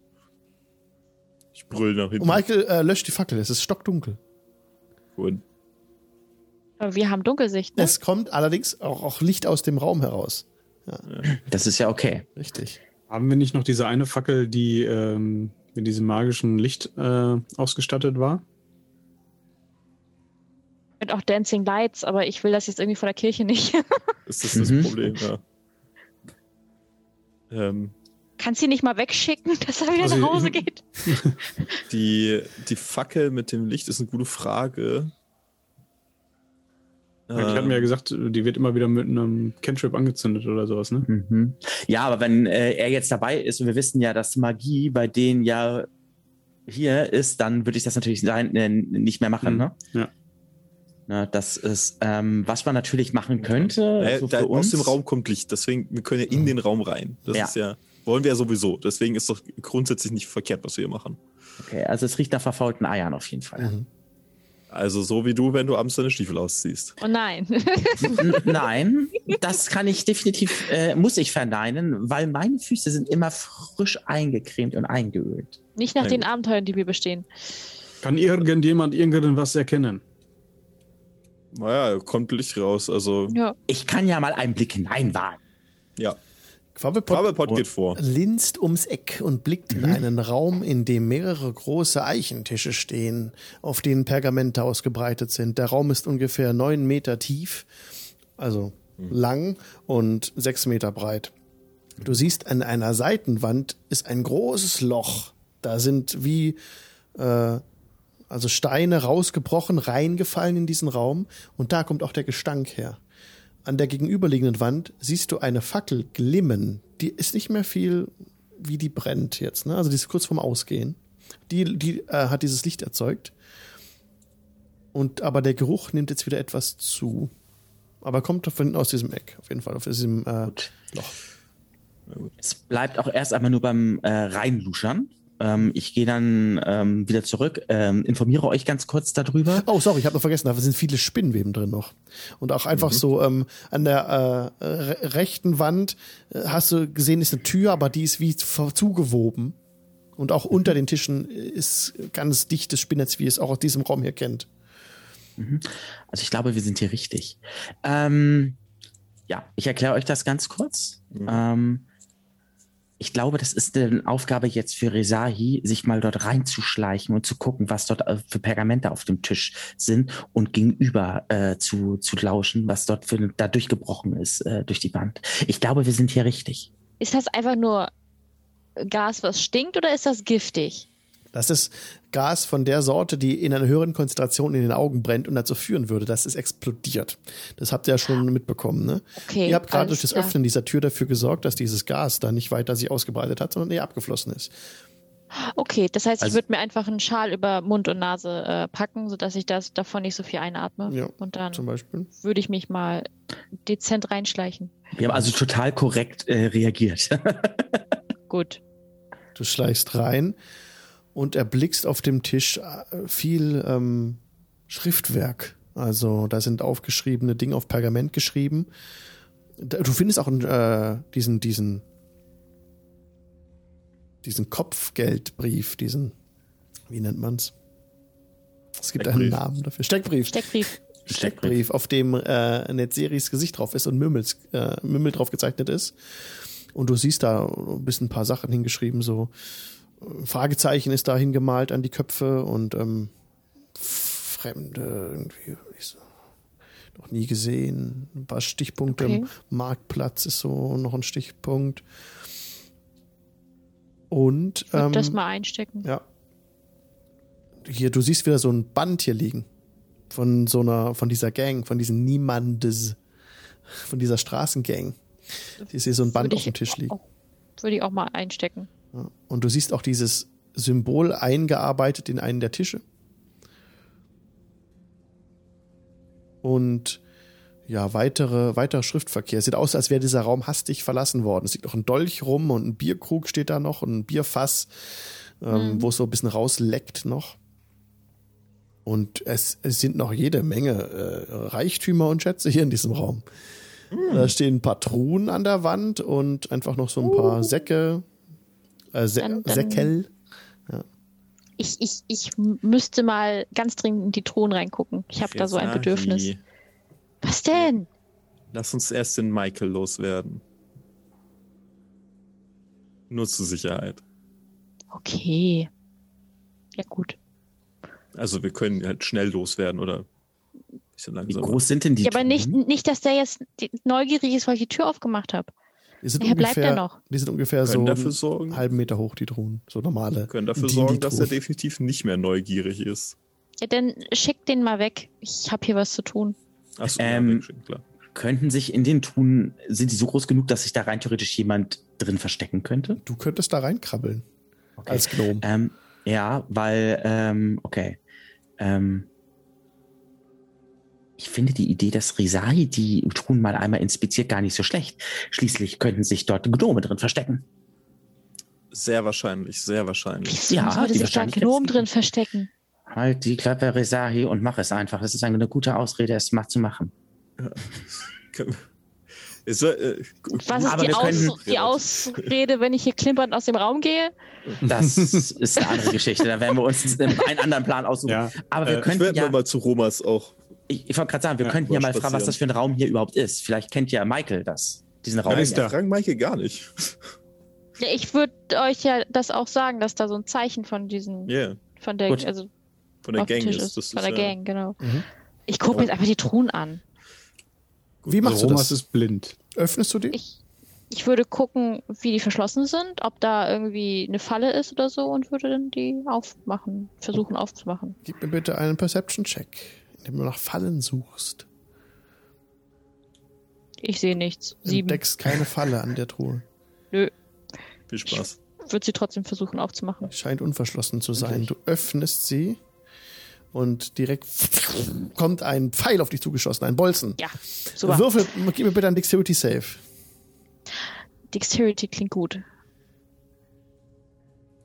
[SPEAKER 4] Ich brüll nach hinten.
[SPEAKER 1] Und Michael äh, löscht die Fackel. Es ist stockdunkel.
[SPEAKER 4] Gut.
[SPEAKER 5] Aber wir haben Dunkelsicht. Ne?
[SPEAKER 1] Es kommt allerdings auch, auch Licht aus dem Raum heraus.
[SPEAKER 3] Das ist ja okay.
[SPEAKER 1] Richtig.
[SPEAKER 2] Haben wir nicht noch diese eine Fackel, die ähm, mit diesem magischen Licht äh, ausgestattet war?
[SPEAKER 5] Und auch Dancing Lights, aber ich will das jetzt irgendwie vor der Kirche nicht. *laughs*
[SPEAKER 4] Ist das das
[SPEAKER 3] Mhm.
[SPEAKER 4] Problem, ja. Ähm,
[SPEAKER 5] Kannst du ihn nicht mal wegschicken, *laughs* dass er wieder
[SPEAKER 2] Also,
[SPEAKER 5] nach Hause
[SPEAKER 2] ich-
[SPEAKER 5] geht?
[SPEAKER 4] die, die Fackel mit dem Licht ist eine gute Frage.
[SPEAKER 2] Ich
[SPEAKER 1] Ähm.
[SPEAKER 2] hatte mir ja gesagt, die wird immer wieder mit einem Cantrip angezündet oder sowas, ne?
[SPEAKER 3] Mhm. Ja, aber wenn äh, er jetzt dabei ist und wir wissen ja, dass Magie bei denen ja hier ist, dann würde ich das natürlich sein, äh, nicht mehr machen.
[SPEAKER 2] Mhm.
[SPEAKER 3] Ne?
[SPEAKER 2] Ja.
[SPEAKER 3] Na, das ist, ähm, was man natürlich machen könnte.
[SPEAKER 4] Naja,
[SPEAKER 3] so
[SPEAKER 4] da,
[SPEAKER 3] für uns.
[SPEAKER 4] aus dem Raum kommt Licht, deswegen, wir können ja in den Raum rein. Das
[SPEAKER 3] Ja.
[SPEAKER 4] ist ja, wollen wir ja sowieso. Deswegen ist doch grundsätzlich nicht verkehrt, was wir hier machen.
[SPEAKER 3] Okay, also es riecht nach verfaulten Eiern auf jeden Fall.
[SPEAKER 1] Mhm.
[SPEAKER 4] Also so wie du, wenn du abends deine Stiefel ausziehst.
[SPEAKER 5] Oh nein.
[SPEAKER 3] *laughs*
[SPEAKER 5] *laughs*
[SPEAKER 3] N- Nein, das kann ich definitiv, äh, muss ich verneinen, weil meine Füße sind immer frisch eingecremt und eingeölt.
[SPEAKER 5] nicht nach
[SPEAKER 4] Na
[SPEAKER 5] den
[SPEAKER 4] gut.
[SPEAKER 5] Abenteuern, die wir bestehen.
[SPEAKER 2] Kann irgendjemand irgendwas erkennen?
[SPEAKER 4] Naja, kommt Licht raus, also
[SPEAKER 5] Ja.
[SPEAKER 3] Ich kann ja mal einen Blick hineinwagen.
[SPEAKER 4] ja.
[SPEAKER 1] Quabbelpot
[SPEAKER 4] Quabbelpot geht vor. Mhm.
[SPEAKER 1] linst ums Eck und blickt in einen Raum, in dem mehrere große Eichentische stehen, auf denen Pergamente ausgebreitet sind. Der Raum ist ungefähr neun Meter tief, also
[SPEAKER 4] Mhm.
[SPEAKER 1] lang und sechs Meter breit. Du siehst, an einer Seitenwand ist ein großes Loch. Da sind wie also Steine rausgebrochen, reingefallen in diesen Raum und da kommt auch der Gestank her. An der gegenüberliegenden Wand siehst du eine Fackel glimmen. Die ist nicht mehr viel, wie die brennt jetzt. Ne? Also die ist kurz vorm Ausgehen. Die, die äh, hat dieses Licht erzeugt. Und aber der Geruch nimmt jetzt wieder etwas zu. Aber kommt von aus diesem Eck, auf jeden Fall, aus diesem äh, Loch.
[SPEAKER 3] Es bleibt auch erst einmal nur beim äh, Reinluschern. Ähm, ich gehe dann ähm, wieder zurück, ähm, informiere euch ganz kurz darüber.
[SPEAKER 1] Oh, sorry, ich habe noch vergessen, da sind viele Spinnenweben drin noch. Und auch einfach
[SPEAKER 5] Mhm.
[SPEAKER 1] so ähm, an der äh, re- rechten Wand äh, hast du gesehen, ist eine Tür, aber die ist wie ver- zugewoben. Und auch
[SPEAKER 5] Mhm.
[SPEAKER 1] unter den Tischen ist ganz dichtes Spinnetz, wie ihr es auch aus diesem Raum hier kennt.
[SPEAKER 3] Also ich glaube, wir sind hier richtig. Ähm, ja, ich erkläre euch das ganz kurz. Ähm, ich glaube, das ist eine Aufgabe jetzt für Resahi, sich mal dort reinzuschleichen und zu gucken, was dort äh, für Pergamente auf dem Tisch sind und gegenüber äh, zu, zu lauschen, was dort für, da durchgebrochen ist äh, durch die Wand. Ich glaube, wir sind hier richtig.
[SPEAKER 5] Ist das einfach nur Gas, was stinkt, oder ist das giftig?
[SPEAKER 1] Das ist Gas von der Sorte, die in einer höheren Konzentration in den Augen brennt und dazu führen würde, dass es explodiert. Das habt ihr ja schon mitbekommen, ne?
[SPEAKER 5] Ah. Okay,
[SPEAKER 1] ihr habt gerade
[SPEAKER 5] alles
[SPEAKER 1] durch das
[SPEAKER 5] klar.
[SPEAKER 1] Öffnen dieser Tür dafür gesorgt, dass dieses Gas da nicht weiter sich ausgebreitet hat, sondern eher abgeflossen ist.
[SPEAKER 5] Okay, das heißt,
[SPEAKER 3] Also-
[SPEAKER 5] ich würde mir einfach einen Schal über Mund und Nase äh, packen, sodass ich das davon nicht so viel einatme.
[SPEAKER 1] Ja,
[SPEAKER 5] und dann
[SPEAKER 1] Zum Beispiel.
[SPEAKER 5] würde ich mich mal dezent reinschleichen.
[SPEAKER 3] Wir haben also total korrekt äh, reagiert. *laughs*
[SPEAKER 5] Gut.
[SPEAKER 1] Du schleichst rein und erblickst auf dem Tisch äh, viel ähm, Schriftwerk. Also da sind aufgeschriebene Dinge auf Pergament geschrieben. Da- Du findest auch einen, äh, diesen, diesen, diesen Kopfgeldbrief, diesen, wie nennt man's? Es gibt einen
[SPEAKER 4] Steckbrief.
[SPEAKER 1] Namen dafür. Steckbrief.
[SPEAKER 5] Steckbrief.
[SPEAKER 1] Steckbrief, auf dem äh, Netzeris Gesicht drauf ist und Mümmels, äh, Mümmel drauf gezeichnet ist. Und du siehst da ein bisschen ein paar Sachen hingeschrieben, so äh, Fragezeichen ist da hingemalt an die Köpfe und ähm, Fremde irgendwie ich so, noch nie gesehen. Ein paar Stichpunkte.
[SPEAKER 5] Okay.
[SPEAKER 1] Marktplatz ist so noch ein Stichpunkt. Und *laughs*
[SPEAKER 5] Würd
[SPEAKER 1] ähm,
[SPEAKER 5] das mal einstecken.
[SPEAKER 1] ja. Hier, du siehst wieder so ein Band hier liegen. Von so einer, von dieser Gang, von diesen Niemandes, von dieser Straßengang. Ich sehe so ein Band
[SPEAKER 5] Würde
[SPEAKER 1] auf dem
[SPEAKER 5] ich
[SPEAKER 1] Tisch liegen.
[SPEAKER 5] auch- Würde ich auch mal einstecken.
[SPEAKER 1] Ja. Und du siehst auch dieses Symbol eingearbeitet in einen der Tische. Und ja, weitere, weiterer Schriftverkehr. Sieht aus, als wäre dieser Raum hastig verlassen worden. Es liegt noch ein Dolch rum und ein Bierkrug steht da noch und ein Bierfass, ähm, wo es so ein bisschen rausleckt noch. Und es, es sind noch jede Menge äh, Reichtümer und Schätze hier in diesem Raum. Da stehen ein paar Truhen an der Wand und einfach noch so ein paar Säcke, äh, Sä
[SPEAKER 5] Uh. Dann- dann-
[SPEAKER 1] Säckel.
[SPEAKER 5] Ich, ich, ich m- müsste mal ganz dringend in die Truhen reingucken. Ich habe da so ein
[SPEAKER 4] Rezahi,
[SPEAKER 5] Bedürfnis. Was denn?
[SPEAKER 4] Lass uns erst den Michael loswerden. Nur zur Sicherheit.
[SPEAKER 5] Okay. Ja, gut.
[SPEAKER 4] Also wir können halt schnell loswerden oder ein bisschen
[SPEAKER 3] Wie
[SPEAKER 4] langsamer.
[SPEAKER 3] groß sind denn die
[SPEAKER 5] Ja, aber nicht,
[SPEAKER 3] Truhen?
[SPEAKER 5] nicht, dass der jetzt die- neugierig ist, weil ich die Tür aufgemacht habe.
[SPEAKER 1] Die sind
[SPEAKER 5] Ja, bleibt
[SPEAKER 1] ungefähr,
[SPEAKER 5] er noch?
[SPEAKER 1] Die sind ungefähr
[SPEAKER 4] Wir
[SPEAKER 1] so
[SPEAKER 4] können dafür
[SPEAKER 1] einen
[SPEAKER 4] sorgen,
[SPEAKER 1] halben Meter hoch, die Truhen. So normale.
[SPEAKER 4] können dafür
[SPEAKER 1] die-
[SPEAKER 4] sorgen
[SPEAKER 1] die
[SPEAKER 4] dass er
[SPEAKER 1] Truhen.
[SPEAKER 4] definitiv nicht mehr neugierig ist.
[SPEAKER 5] Ja, dann schick den mal weg. Ich habe hier was zu tun.
[SPEAKER 4] Achso,
[SPEAKER 3] Ähm,
[SPEAKER 4] ja, wegschicken, klar.
[SPEAKER 3] Könnten sich in den Truhen, sind die so groß genug, dass sich da rein theoretisch jemand drin verstecken könnte?
[SPEAKER 1] Du könntest da reinkrabbeln.
[SPEAKER 3] Okay.
[SPEAKER 1] Als Gnom.
[SPEAKER 3] Ähm, ja, weil, ähm, okay. Ähm, ich finde die Idee, dass Risahi die Truhen mal einmal inspiziert, gar nicht so schlecht. Schließlich könnten sich dort Gnome drin verstecken.
[SPEAKER 4] Sehr wahrscheinlich, sehr
[SPEAKER 5] *laughs*
[SPEAKER 4] wahrscheinlich.
[SPEAKER 5] Wieso
[SPEAKER 3] Ja,
[SPEAKER 5] sollte
[SPEAKER 3] die
[SPEAKER 5] sich da ein
[SPEAKER 3] Wahrscheinlichkeit
[SPEAKER 5] Gnom
[SPEAKER 3] ist-
[SPEAKER 5] drin verstecken?
[SPEAKER 3] Halt die Klappe, Risahi, und mach es einfach. Das ist eine gute Ausrede, es mal zu machen.
[SPEAKER 4] Können- Ist er, äh, gut.
[SPEAKER 5] Was ist
[SPEAKER 3] Aber
[SPEAKER 5] die,
[SPEAKER 3] wir können-
[SPEAKER 5] Aus die Ausrede, wenn ich hier klimpernd aus dem Raum gehe?
[SPEAKER 3] Das ist eine andere Geschichte. Da werden wir uns einen anderen Plan aussuchen.
[SPEAKER 2] Ja.
[SPEAKER 3] Aber wir
[SPEAKER 2] Äh,
[SPEAKER 4] Ich
[SPEAKER 3] könnten
[SPEAKER 4] werde
[SPEAKER 3] ja,
[SPEAKER 4] mal zu Romas auch.
[SPEAKER 3] ich, ich wollte gerade sagen, wir
[SPEAKER 2] Ja,
[SPEAKER 3] könnten ja mal
[SPEAKER 4] spazieren.
[SPEAKER 3] fragen, was das für ein Raum hier überhaupt ist. Vielleicht kennt ja Michael das, diesen Raum.
[SPEAKER 2] Da ist
[SPEAKER 4] Ich
[SPEAKER 2] er.
[SPEAKER 4] frage Michael gar nicht.
[SPEAKER 5] Ja, ich würde euch ja das auch sagen, dass da so ein Zeichen von diesen,
[SPEAKER 4] Yeah.
[SPEAKER 5] von der,
[SPEAKER 3] Gut.
[SPEAKER 5] also
[SPEAKER 4] Von der
[SPEAKER 5] auf dem
[SPEAKER 4] Gang
[SPEAKER 5] Tisch
[SPEAKER 4] ist.
[SPEAKER 5] ist.
[SPEAKER 4] Das
[SPEAKER 5] von
[SPEAKER 4] ist
[SPEAKER 5] der
[SPEAKER 4] ja,
[SPEAKER 5] Gang, genau.
[SPEAKER 1] Mhm.
[SPEAKER 5] Ich gucke mir jetzt einfach die Truhen an.
[SPEAKER 1] Wie machst
[SPEAKER 2] also
[SPEAKER 1] du
[SPEAKER 2] Romas
[SPEAKER 1] das?
[SPEAKER 2] ist blind.
[SPEAKER 1] Öffnest du den?
[SPEAKER 5] Ich, ich würde gucken, wie die verschlossen sind, ob da irgendwie eine Falle ist oder so und würde dann die aufmachen, versuchen aufzumachen.
[SPEAKER 1] Gib mir bitte einen Perception-Check, indem du nach Fallen suchst.
[SPEAKER 5] Ich sehe nichts. Sieben.
[SPEAKER 1] Entdeckst keine Falle an der Truhe.
[SPEAKER 4] Viel Spaß.
[SPEAKER 5] Würde sie trotzdem versuchen aufzumachen.
[SPEAKER 1] Scheint unverschlossen zu sein. Du öffnest sie und direkt kommt ein Pfeil auf dich zugeschossen, ein Bolzen.
[SPEAKER 5] Ja, super.
[SPEAKER 1] Würfel, gib mir bitte einen Dexterity Save.
[SPEAKER 5] Dexterity klingt gut.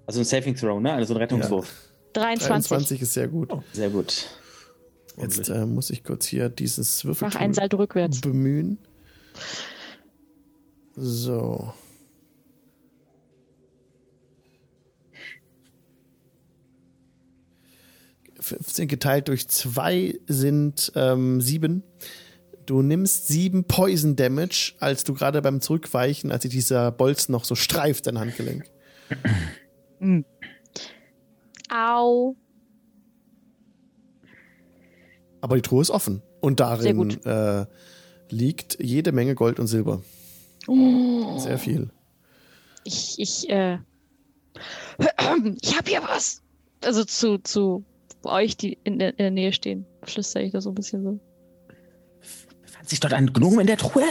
[SPEAKER 3] Also ein Saving Throw, ne? Also ein Rettungswurf.
[SPEAKER 5] 23.
[SPEAKER 1] 23 Äh, ist sehr gut.
[SPEAKER 3] Sehr gut.
[SPEAKER 1] Jetzt äh, muss ich kurz hier dieses
[SPEAKER 5] Mach einen
[SPEAKER 1] Würfeltool
[SPEAKER 5] Salto rückwärts.
[SPEAKER 1] bemühen. So. ...15 geteilt durch 2 sind 7. du nimmst 7 Poison Damage, als du gerade beim Zurückweichen, als sich dieser Bolzen noch so streift, dein Handgelenk.
[SPEAKER 5] Au.
[SPEAKER 1] Aber die Truhe ist offen. Und
[SPEAKER 5] Sehr
[SPEAKER 1] darin
[SPEAKER 5] gut.
[SPEAKER 1] äh, liegt jede Menge Gold und Silber.
[SPEAKER 5] Oh.
[SPEAKER 1] Sehr viel.
[SPEAKER 5] Ich, ich, äh. *clears throat* Ich hab hier was. Also zu, zu euch, die in der, in der Nähe stehen, flüstere ich das so ein bisschen so.
[SPEAKER 3] Befand sich dort ein Gnom in der Truhe?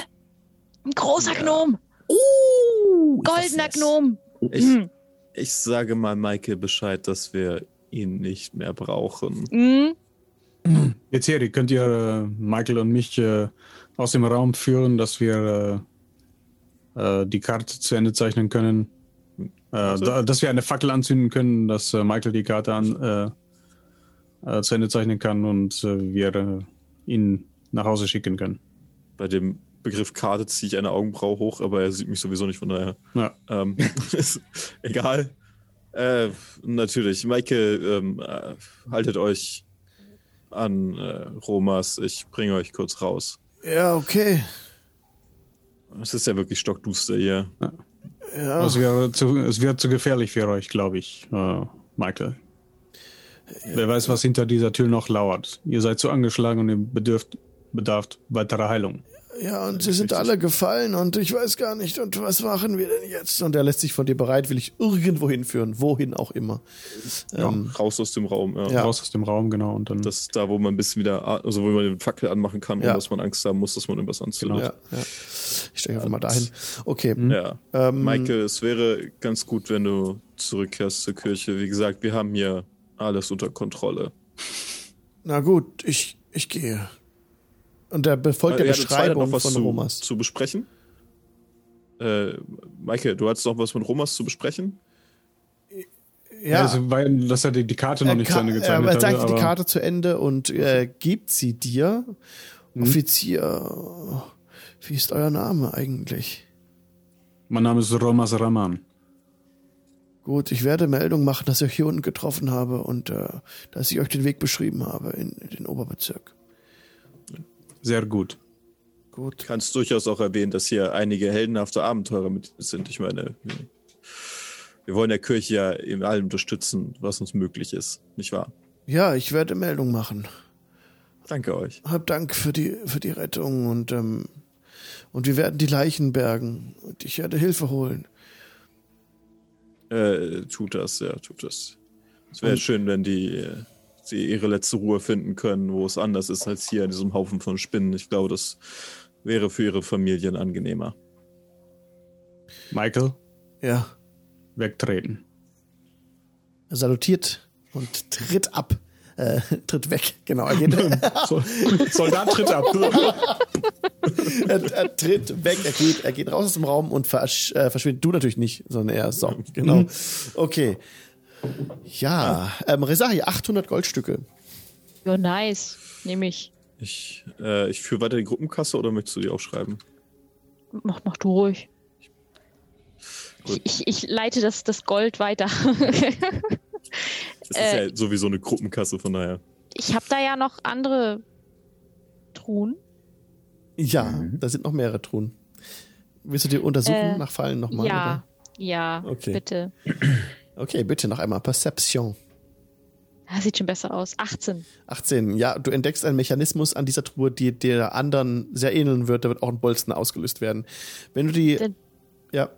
[SPEAKER 5] Ein großer Gnom.
[SPEAKER 3] Uh,
[SPEAKER 5] Goldener Gnom.
[SPEAKER 4] Ich,
[SPEAKER 5] Hm.
[SPEAKER 4] ich sage mal Maike Bescheid, dass wir ihn nicht mehr brauchen.
[SPEAKER 5] Hm.
[SPEAKER 2] Jetzt hier, die könnt ihr äh, Michael und mich äh, aus dem Raum führen, dass wir äh, äh, die Karte zu Ende zeichnen können. Äh, da, dass wir eine Fackel anzünden können, dass äh, Michael die Karte an, äh, äh, zu Ende zeichnen kann und äh, wir äh, ihn nach Hause schicken können.
[SPEAKER 4] Bei dem Begriff Karte ziehe ich eine Augenbraue hoch, aber er sieht mich sowieso nicht, von daher.
[SPEAKER 2] Ja.
[SPEAKER 4] Ähm, *laughs* ist egal. Äh, natürlich, Maike, ähm, äh, haltet euch an äh, Romas. Ich bringe euch kurz raus.
[SPEAKER 6] Ja, okay.
[SPEAKER 4] Es ist ja wirklich stockduster hier.
[SPEAKER 6] Ja,
[SPEAKER 2] Es, wäre zu, es wird zu gefährlich für euch, glaube ich, äh, Michael. Wer weiß, was hinter dieser Tür noch lauert. Ihr seid zu angeschlagen und ihr bedürft, bedarft weiterer Heilung.
[SPEAKER 6] ja, und sie sind alle gefallen und ich weiß gar nicht, und was machen wir denn jetzt?
[SPEAKER 1] Und er lässt sich von dir bereitwillig irgendwo hinführen, wohin auch immer. Ähm,
[SPEAKER 4] Raus aus dem Raum. Ja.
[SPEAKER 1] Ja.
[SPEAKER 2] Raus aus dem Raum, genau. Und dann
[SPEAKER 4] Das ist da, wo man ein bisschen wieder, at- also wo man den Fackel anmachen kann,
[SPEAKER 1] Ja.
[SPEAKER 4] und dass man Angst haben muss, dass man irgendwas
[SPEAKER 1] ja,
[SPEAKER 4] anzündet.
[SPEAKER 1] ja. Ich steige einfach mal dahin. Okay.
[SPEAKER 4] Ja.
[SPEAKER 1] Ähm,
[SPEAKER 4] Maike, es wäre ganz gut, wenn du zurückkehrst zur Kirche. Wie gesagt, wir haben hier alles unter Kontrolle.
[SPEAKER 1] Na gut, ich, ich gehe. Und er befolgt der
[SPEAKER 4] Ihr hattet Äh, zwei
[SPEAKER 1] Beschreibung
[SPEAKER 4] noch was
[SPEAKER 1] von
[SPEAKER 4] zu,
[SPEAKER 1] Romas.
[SPEAKER 4] zu besprechen. Äh, Maike, du hattest noch was mit Romas zu besprechen?
[SPEAKER 2] Ja,
[SPEAKER 1] ja,
[SPEAKER 2] also, weil, dass er die, die Karte noch
[SPEAKER 1] er,
[SPEAKER 2] nicht
[SPEAKER 1] ka-
[SPEAKER 2] zu Ende gezeichnet
[SPEAKER 1] er
[SPEAKER 2] hat.
[SPEAKER 1] zeigt dir die
[SPEAKER 2] aber-
[SPEAKER 1] Karte zu Ende und äh, gibt sie dir. Offizier, wie ist euer Name eigentlich?
[SPEAKER 2] Mein Name ist Romas Raman.
[SPEAKER 1] Gut, ich werde Meldung machen, dass ich euch hier unten getroffen habe und äh, dass ich euch den Weg beschrieben habe in, in den Oberbezirk.
[SPEAKER 2] Sehr gut.
[SPEAKER 1] Gut.
[SPEAKER 4] Kannst durchaus auch erwähnen, dass hier einige heldenhafte Abenteurer mit sind. Ich meine, wir wollen der Kirche ja in allem unterstützen, was uns möglich ist. Nicht wahr?
[SPEAKER 1] Ja, ich werde Meldung machen.
[SPEAKER 4] Danke euch.
[SPEAKER 1] Hab Dank für die, für die Rettung und, ähm, und wir werden die Leichen bergen und ich werde Hilfe holen.
[SPEAKER 4] Äh, tut das, ja, tut das. Es wäre schön, wenn die, äh, sie ihre letzte Ruhe finden können, wo es anders ist als hier in diesem Haufen von Spinnen. Ich glaube, das wäre für ihre Familien angenehmer.
[SPEAKER 2] Michael,
[SPEAKER 1] Ja,
[SPEAKER 2] wegtreten.
[SPEAKER 1] er salutiert und tritt ab. Äh, *laughs* tritt weg, genau. Er, geht, er,
[SPEAKER 2] So, *laughs* Soldat tritt
[SPEAKER 1] *laughs*
[SPEAKER 2] ab.
[SPEAKER 1] er tritt weg, er geht, er geht raus aus dem Raum und versch äh, verschwindet. Du natürlich nicht, sondern er. So, genau. *laughs* Okay. Ja, ähm, Resahi, 800 Goldstücke.
[SPEAKER 5] Ja, nice. Nehme ich.
[SPEAKER 4] Ich, äh, ich führe weiter die Gruppenkasse oder möchtest du die aufschreiben?
[SPEAKER 5] Mach, mach du ruhig.
[SPEAKER 4] Gut.
[SPEAKER 5] Ich, ich, ich leite das, das Gold weiter. *laughs*
[SPEAKER 4] Das
[SPEAKER 5] Äh,
[SPEAKER 4] ist ja sowieso eine Gruppenkasse, von daher.
[SPEAKER 5] ich habe da ja noch andere Truhen.
[SPEAKER 1] Ja, da sind noch mehrere Truhen. Willst du dir untersuchen,
[SPEAKER 5] Äh,
[SPEAKER 1] nach Fallen nochmal?
[SPEAKER 5] ja, ja,
[SPEAKER 1] Okay.
[SPEAKER 5] bitte.
[SPEAKER 1] Oder? Okay, bitte noch einmal. Perception.
[SPEAKER 5] Ah, sieht schon besser aus. 18.
[SPEAKER 1] 18. Ja, du entdeckst einen Mechanismus an dieser Truhe, die der anderen sehr ähneln wird. Da wird auch ein Bolzen ausgelöst werden. Wenn du die.
[SPEAKER 5] Dann-
[SPEAKER 1] Ja,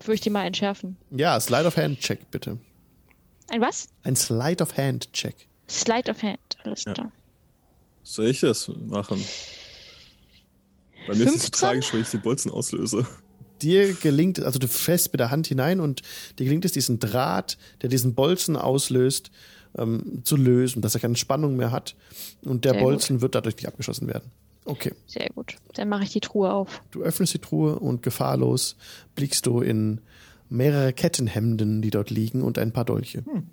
[SPEAKER 5] Würde ich die mal entschärfen.
[SPEAKER 1] ja Slide of Hand Check, bitte.
[SPEAKER 5] Ein was?
[SPEAKER 1] Ein Slide of Hand Check.
[SPEAKER 5] Slide of Hand. Alles klar.
[SPEAKER 4] Soll ich das machen? Bei mir ist es
[SPEAKER 5] 15?
[SPEAKER 4] tragisch, wenn ich die Bolzen auslöse.
[SPEAKER 1] Dir gelingt, also du fährst mit der Hand hinein und dir gelingt es, diesen Draht, der diesen Bolzen auslöst, ähm, zu lösen, dass er keine Spannung mehr hat. Und der
[SPEAKER 5] Sehr gut.
[SPEAKER 1] Bolzen wird dadurch nicht abgeschossen werden. Okay.
[SPEAKER 5] Sehr gut. Dann mache ich die Truhe auf.
[SPEAKER 1] Du öffnest die Truhe und gefahrlos blickst du in mehrere Kettenhemden, die dort liegen und ein paar Dolche.
[SPEAKER 5] Hm.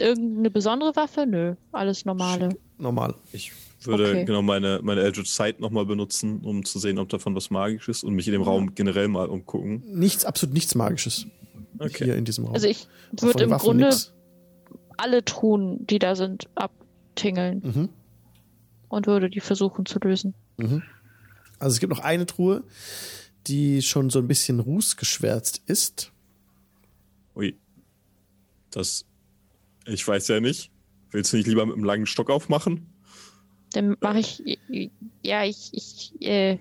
[SPEAKER 5] Irgendeine besondere Waffe? Nö, alles normale.
[SPEAKER 1] Normal.
[SPEAKER 4] Ich würde
[SPEAKER 5] Okay.
[SPEAKER 4] genau meine, meine Eldritch Sight nochmal benutzen, um zu sehen, ob davon was magisch ist und mich in dem Raum generell mal umgucken.
[SPEAKER 1] Nichts, absolut nichts Magisches
[SPEAKER 4] Okay.
[SPEAKER 1] hier in diesem Raum.
[SPEAKER 5] Also ich
[SPEAKER 1] Auch von
[SPEAKER 5] würde
[SPEAKER 1] den
[SPEAKER 5] im
[SPEAKER 1] Waffen
[SPEAKER 5] Grunde
[SPEAKER 1] nix.
[SPEAKER 5] alle Truhen, die da sind, abtingeln
[SPEAKER 1] Mhm.
[SPEAKER 5] und würde die versuchen zu lösen.
[SPEAKER 1] Also es gibt noch eine Truhe, die schon so ein bisschen rußgeschwärzt ist.
[SPEAKER 4] Ui. Das. Ich weiß ja nicht. Willst du nicht lieber mit einem langen Stock aufmachen?
[SPEAKER 5] Dann mache ich, ja, ich, ich, äh,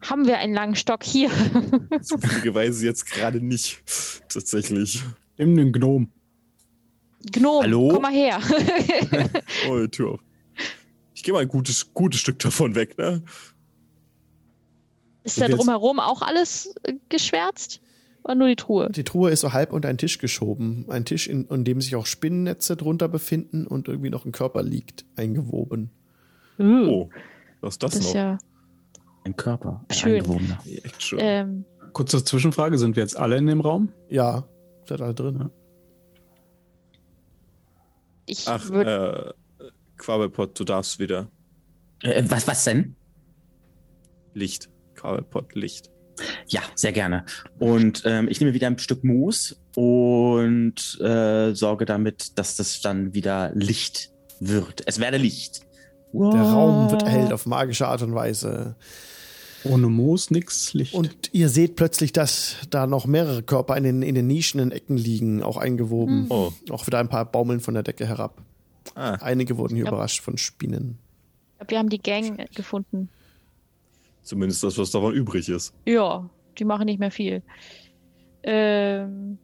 [SPEAKER 5] haben wir einen langen Stock hier? *laughs*
[SPEAKER 4] Zufälligerweise jetzt gerade nicht. Tatsächlich.
[SPEAKER 2] Nimm den Gnom.
[SPEAKER 5] Gnom,
[SPEAKER 3] Hallo?
[SPEAKER 5] komm
[SPEAKER 4] *laughs*
[SPEAKER 5] mal her.
[SPEAKER 4] Oh, die Tür auf. Ich gehe mal ein gutes, gutes Stück davon weg, ne?
[SPEAKER 5] Ist
[SPEAKER 4] Und
[SPEAKER 5] da
[SPEAKER 4] jetzt-
[SPEAKER 5] drumherum auch alles äh, geschwärzt? Oder nur die Truhe?
[SPEAKER 1] Die Truhe ist so halb unter einen Tisch geschoben. Ein Tisch, in, in dem sich auch Spinnennetze drunter befinden und irgendwie noch ein Körper liegt, eingewoben.
[SPEAKER 5] Uh,
[SPEAKER 4] Oh. Was ist das,
[SPEAKER 5] das ist
[SPEAKER 4] noch?
[SPEAKER 5] ja,
[SPEAKER 3] Ein Körper. ein
[SPEAKER 5] Schön.
[SPEAKER 3] Eingewohner.
[SPEAKER 4] Action.
[SPEAKER 5] ähm,
[SPEAKER 2] Kurze Zwischenfrage, sind wir jetzt alle in dem Raum?
[SPEAKER 1] Ja, seid alle drin.
[SPEAKER 5] ich
[SPEAKER 4] Ach,
[SPEAKER 5] würde,
[SPEAKER 4] äh, Quabelpot, du darfst wieder.
[SPEAKER 3] Äh, was, was denn?
[SPEAKER 4] Licht. Quabelpot, Licht.
[SPEAKER 3] Ja, sehr gerne. Und ähm, ich nehme wieder ein Stück Moos und äh, sorge damit, dass das dann wieder Licht wird. Es werde Licht.
[SPEAKER 1] Der Raum wird erhellt auf magische Art und Weise.
[SPEAKER 2] Ohne Moos, nix, Licht.
[SPEAKER 1] Und ihr seht plötzlich, dass da noch mehrere Körper in den, in den Nischen, in den Ecken liegen, auch eingewoben.
[SPEAKER 5] Hm.
[SPEAKER 4] Oh.
[SPEAKER 1] Auch wieder ein paar baumeln von der Decke herab.
[SPEAKER 4] Ah,
[SPEAKER 1] Einige wurden hier
[SPEAKER 5] Ja.
[SPEAKER 1] überrascht von Spinnen.
[SPEAKER 5] ich glaub, wir haben die Gang äh, gefunden.
[SPEAKER 4] zumindest das, was davon übrig ist.
[SPEAKER 5] Ja, die machen nicht mehr viel. Ähm,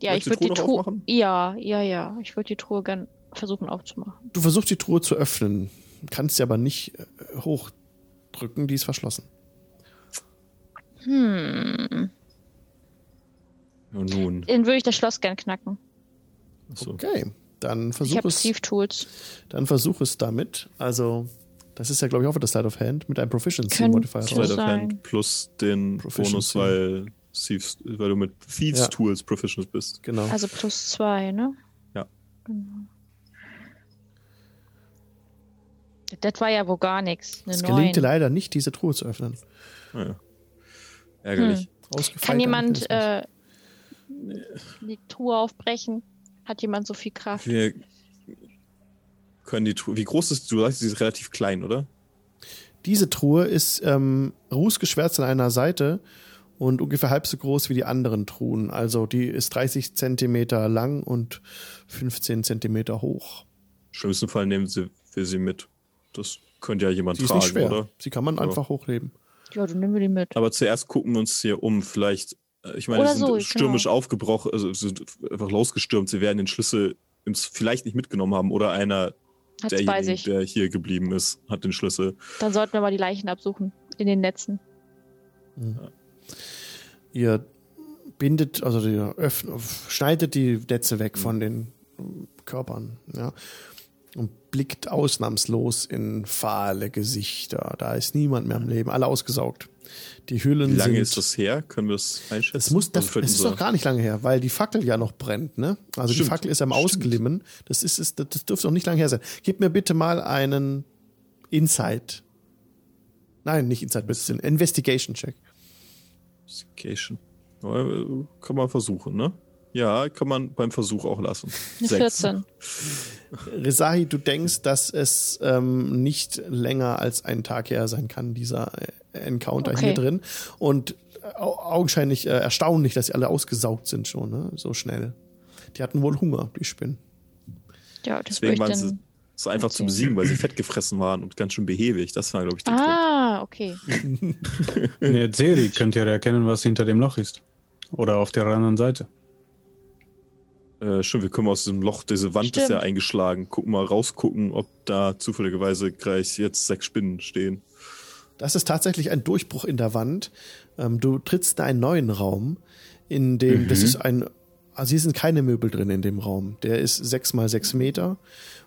[SPEAKER 5] ja,
[SPEAKER 4] Willst
[SPEAKER 5] ich
[SPEAKER 4] du
[SPEAKER 5] würde
[SPEAKER 4] die
[SPEAKER 5] die
[SPEAKER 4] Truhe noch
[SPEAKER 5] Truhe.
[SPEAKER 4] aufmachen?
[SPEAKER 5] Ja, ja, ja. Ich würde die Truhe gern versuchen aufzumachen.
[SPEAKER 1] Du versuchst die Truhe zu öffnen, kannst sie aber nicht äh, hochdrücken, die ist verschlossen.
[SPEAKER 5] Hm.
[SPEAKER 4] Und nun.
[SPEAKER 5] Dann würde ich das Schloss gern knacken.
[SPEAKER 4] Achso.
[SPEAKER 1] Okay, dann
[SPEAKER 5] ich
[SPEAKER 1] versuch
[SPEAKER 5] habe
[SPEAKER 1] es.
[SPEAKER 5] Thief Tools.
[SPEAKER 1] Dann versuch es damit. Also, das ist ja, glaube ich, auch wieder Side of Hand mit einem Proficiency
[SPEAKER 5] Können-
[SPEAKER 1] Modifier
[SPEAKER 5] Sleight
[SPEAKER 1] drauf.
[SPEAKER 4] Sleight of
[SPEAKER 5] sein.
[SPEAKER 4] Hand plus den
[SPEAKER 1] Proficiency.
[SPEAKER 4] Bonus, weil, Thieves, weil du mit Thieves
[SPEAKER 1] Ja.
[SPEAKER 4] Tools proficient bist.
[SPEAKER 1] Genau.
[SPEAKER 5] Also plus zwei, ne?
[SPEAKER 4] Ja.
[SPEAKER 5] Genau. Das war ja wohl gar nichts. Eine
[SPEAKER 1] es
[SPEAKER 5] Neun.
[SPEAKER 1] gelingt dir leider nicht, diese Truhe zu öffnen.
[SPEAKER 4] Naja. Ah,
[SPEAKER 5] Hm.
[SPEAKER 4] Ärgerlich.
[SPEAKER 1] Ausgefeilt
[SPEAKER 5] Kann jemand
[SPEAKER 1] damit ist es
[SPEAKER 5] äh, die Truhe aufbrechen? Hat jemand so viel Kraft?
[SPEAKER 4] Wir können die Truhe. Wie groß ist Du sagst, sie ist relativ klein, oder?
[SPEAKER 1] nicht. Diese Truhe ist ähm, rußgeschwärzt an einer Seite und ungefähr halb so groß wie die anderen Truhen. Also, die ist 30 Zentimeter lang und 15 Zentimeter hoch.
[SPEAKER 4] Schlimmsten Fall nehmen sie, wir sie mit. Das könnte ja jemand
[SPEAKER 1] Sie ist
[SPEAKER 4] tragen,
[SPEAKER 1] nicht schwer.
[SPEAKER 4] oder?
[SPEAKER 1] Sie kann man
[SPEAKER 4] Ja.
[SPEAKER 1] einfach hochleben.
[SPEAKER 5] Ja, dann nehmen wir die mit.
[SPEAKER 4] Aber zuerst gucken wir uns hier um. Vielleicht, äh, ich meine,
[SPEAKER 5] Oder
[SPEAKER 4] sie sind
[SPEAKER 5] so,
[SPEAKER 4] stürmisch
[SPEAKER 5] genau.
[SPEAKER 4] aufgebrochen, also sie sind einfach losgestürmt. Sie werden den Schlüssel im- vielleicht nicht mitgenommen haben oder einer,
[SPEAKER 5] Hat's bei
[SPEAKER 4] derjenigen,
[SPEAKER 5] sich.
[SPEAKER 4] der hier geblieben ist, hat den Schlüssel.
[SPEAKER 5] Dann sollten wir mal die Leichen absuchen in den Netzen.
[SPEAKER 1] ihr bindet, also ihr öffnet, schneidet die Netze weg von den ähm, Körpern, ja. Und blickt ausnahmslos in fahle Gesichter. Da ist niemand mehr am Leben, alle ausgesaugt. Die Hüllen
[SPEAKER 4] Wie lange
[SPEAKER 1] sind.
[SPEAKER 4] ist das her? Können wir das einschätzen?
[SPEAKER 1] Es, muss, das,
[SPEAKER 4] Also für
[SPEAKER 1] es ist
[SPEAKER 4] unser-
[SPEAKER 1] noch gar nicht lange her, weil die Fackel ja noch brennt, ne? Also die
[SPEAKER 4] Stimmt.
[SPEAKER 1] Fackel ist am
[SPEAKER 4] Stimmt.
[SPEAKER 1] Ausglimmen. Das, ist, ist, das, das dürfte noch nicht lange her sein. Gib mir bitte mal einen Insight. Nein, nicht Insight, bitte. Investigation-Check.
[SPEAKER 4] Investigation. Ja, äh, Kann man versuchen, ne? Ja, kann man beim Versuch auch lassen.
[SPEAKER 5] Eine
[SPEAKER 4] Sechs.
[SPEAKER 5] 14.
[SPEAKER 1] Resahi, du denkst, dass es ähm, nicht länger als ein Tag her sein kann, dieser äh, Encounter
[SPEAKER 5] Okay.
[SPEAKER 1] hier drin. Und au augenscheinlich äh, erstaunlich, dass sie alle ausgesaugt sind schon, ne? so schnell. Die hatten wohl Hunger, die Spinnen.
[SPEAKER 5] Ja, das
[SPEAKER 4] Deswegen
[SPEAKER 5] würde
[SPEAKER 4] waren
[SPEAKER 5] ich
[SPEAKER 4] sie
[SPEAKER 5] dann.
[SPEAKER 4] so einfach zu
[SPEAKER 5] erzählen.
[SPEAKER 4] besiegen, weil sie fett gefressen waren und ganz schön behäbig. Das war, glaube ich, der Grund.
[SPEAKER 5] Ah, okay.
[SPEAKER 2] Eine Serie könnt ihr erkennen, was hinter dem Loch ist. Oder auf der anderen Seite.
[SPEAKER 4] Äh, stimmt, wir können aus diesem Loch, diese Wand ist ja
[SPEAKER 5] Stimmt.
[SPEAKER 4] eingeschlagen. Gucken mal, rausgucken, ob da zufälligerweise gleich jetzt sechs Spinnen stehen.
[SPEAKER 1] Das ist tatsächlich ein Durchbruch in der Wand. Ähm, du trittst in einen neuen Raum, in dem, das ist ein Also hier sind keine Möbel drin in dem Raum. Der ist sechs mal sechs Meter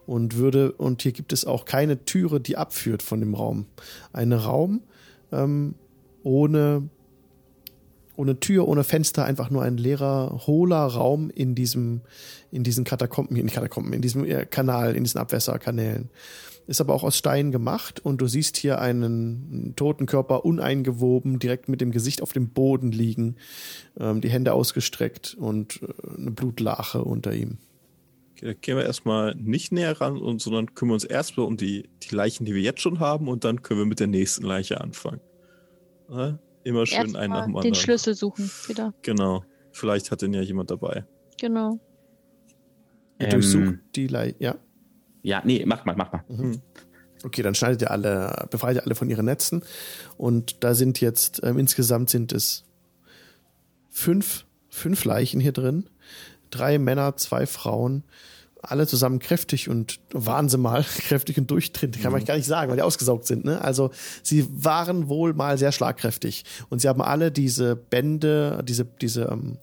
[SPEAKER 1] und würde, und hier gibt es auch keine Türe, die abführt von dem Raum. Ein Raum ähm, ohne, ohne Tür, ohne Fenster, einfach nur ein leerer, hohler Raum in diesem, in diesen Katakomben, in Katakomben, in diesem äh, Kanal, in diesen Abwässerkanälen. Ist aber auch aus Stein gemacht und du siehst hier einen toten Körper uneingewoben, direkt mit dem Gesicht auf dem Boden liegen, ähm, die Hände ausgestreckt und äh, eine Blutlache unter ihm.
[SPEAKER 4] Okay, da Äh, gehen wir erstmal nicht näher ran, und, sondern kümmern uns erstmal um die, die Leichen, die wir jetzt schon haben, und dann können wir mit der nächsten Leiche anfangen. Ne? Immer schön
[SPEAKER 5] Erst
[SPEAKER 4] einen nach
[SPEAKER 5] mal
[SPEAKER 4] dem anderen.
[SPEAKER 5] den Schlüssel suchen wieder.
[SPEAKER 4] Genau. Vielleicht hat den ja jemand dabei.
[SPEAKER 5] Genau.
[SPEAKER 1] Ihr
[SPEAKER 3] Ähm.
[SPEAKER 1] durchsucht die Leiche. Ja.
[SPEAKER 3] Ja, nee, mach mal, mach mal.
[SPEAKER 1] Okay, dann schneidet ihr alle, befreit ihr alle von ihren Netzen. Und da sind jetzt, ähm, insgesamt sind es fünf, fünf Leichen hier drin. Drei Männer, zwei Frauen. Alle zusammen kräftig und waren sie mal *laughs* kräftig und durchtrainiert. Kann man gar nicht sagen, weil die ausgesaugt sind. Ne? Also sie waren wohl mal sehr schlagkräftig. Und sie haben alle diese Bände, diese, diese, ähm,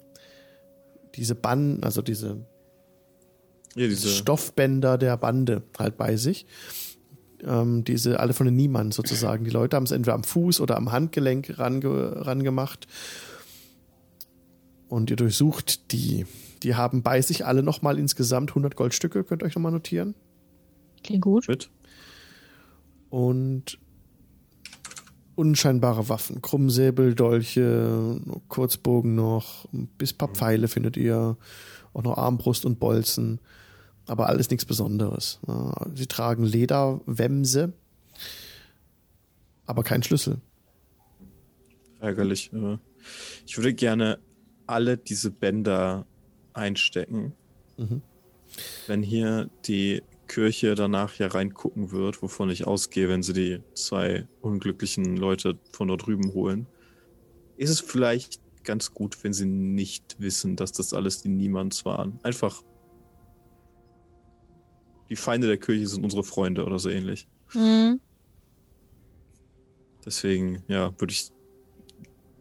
[SPEAKER 1] diese Bann, also diese
[SPEAKER 4] Ja,
[SPEAKER 1] diese
[SPEAKER 4] diese
[SPEAKER 1] Stoffbänder der Bande halt bei sich. Ähm, diese alle von den Niemann sozusagen. Die Leute haben es entweder am Fuß oder am Handgelenk range, rangemacht. Und ihr durchsucht die. Die haben bei sich alle nochmal insgesamt 100 Goldstücke, könnt ihr euch nochmal notieren.
[SPEAKER 5] Klingt gut.
[SPEAKER 4] mit.
[SPEAKER 1] Und unscheinbare Waffen. Krummsäbel, Dolche, Kurzbogen noch, bis paar Pfeile findet ihr. Auch noch Armbrust und Bolzen. Aber alles nichts Besonderes. Ja, Sie tragen Lederwämse, aber keinen Schlüssel.
[SPEAKER 4] Ärgerlich. äh, Ich würde gerne alle diese Bänder einstecken.
[SPEAKER 1] Mhm.
[SPEAKER 4] Wenn hier die Kirche danach ja reingucken wird, wovon ich ausgehe, wenn sie die zwei unglücklichen Leute von dort drüben holen, ist es vielleicht ganz gut, wenn sie nicht wissen, dass das alles die Niemands waren. Einfach. Die Feinde der Kirche sind unsere Freunde oder so ähnlich.
[SPEAKER 5] Mhm.
[SPEAKER 4] Deswegen, ja, würde ich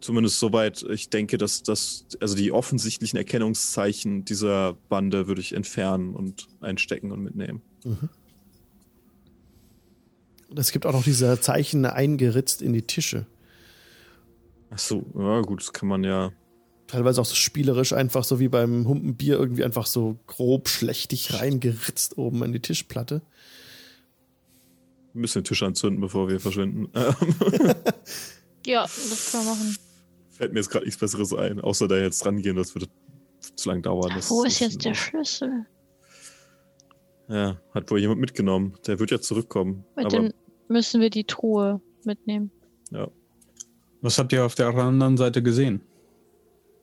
[SPEAKER 4] zumindest soweit, ich denke, dass das, also die offensichtlichen Erkennungszeichen dieser Bande würde ich entfernen und einstecken und mitnehmen.
[SPEAKER 1] Und es gibt auch noch diese Zeichen eingeritzt in die Tische.
[SPEAKER 4] Ach so, ja, gut, das kann man ja.
[SPEAKER 1] Teilweise auch so spielerisch einfach so wie beim Humpenbier irgendwie einfach so grob schlechtig reingeritzt oben in die Tischplatte.
[SPEAKER 4] Wir müssen den Tisch anzünden, bevor wir verschwinden. *laughs* Ähm,
[SPEAKER 5] Ja, das können wir machen.
[SPEAKER 4] Fällt mir jetzt gerade nichts Besseres ein, außer da jetzt rangehen, das würde zu lang dauern. Das,
[SPEAKER 5] Wo
[SPEAKER 4] das-
[SPEAKER 5] ist jetzt der Schlüssel?
[SPEAKER 4] Ja, hat wohl jemand mitgenommen. Der wird ja zurückkommen.
[SPEAKER 5] Mit
[SPEAKER 4] aber
[SPEAKER 5] dem müssen wir die Truhe mitnehmen.
[SPEAKER 2] Was habt ihr auf der anderen Seite gesehen?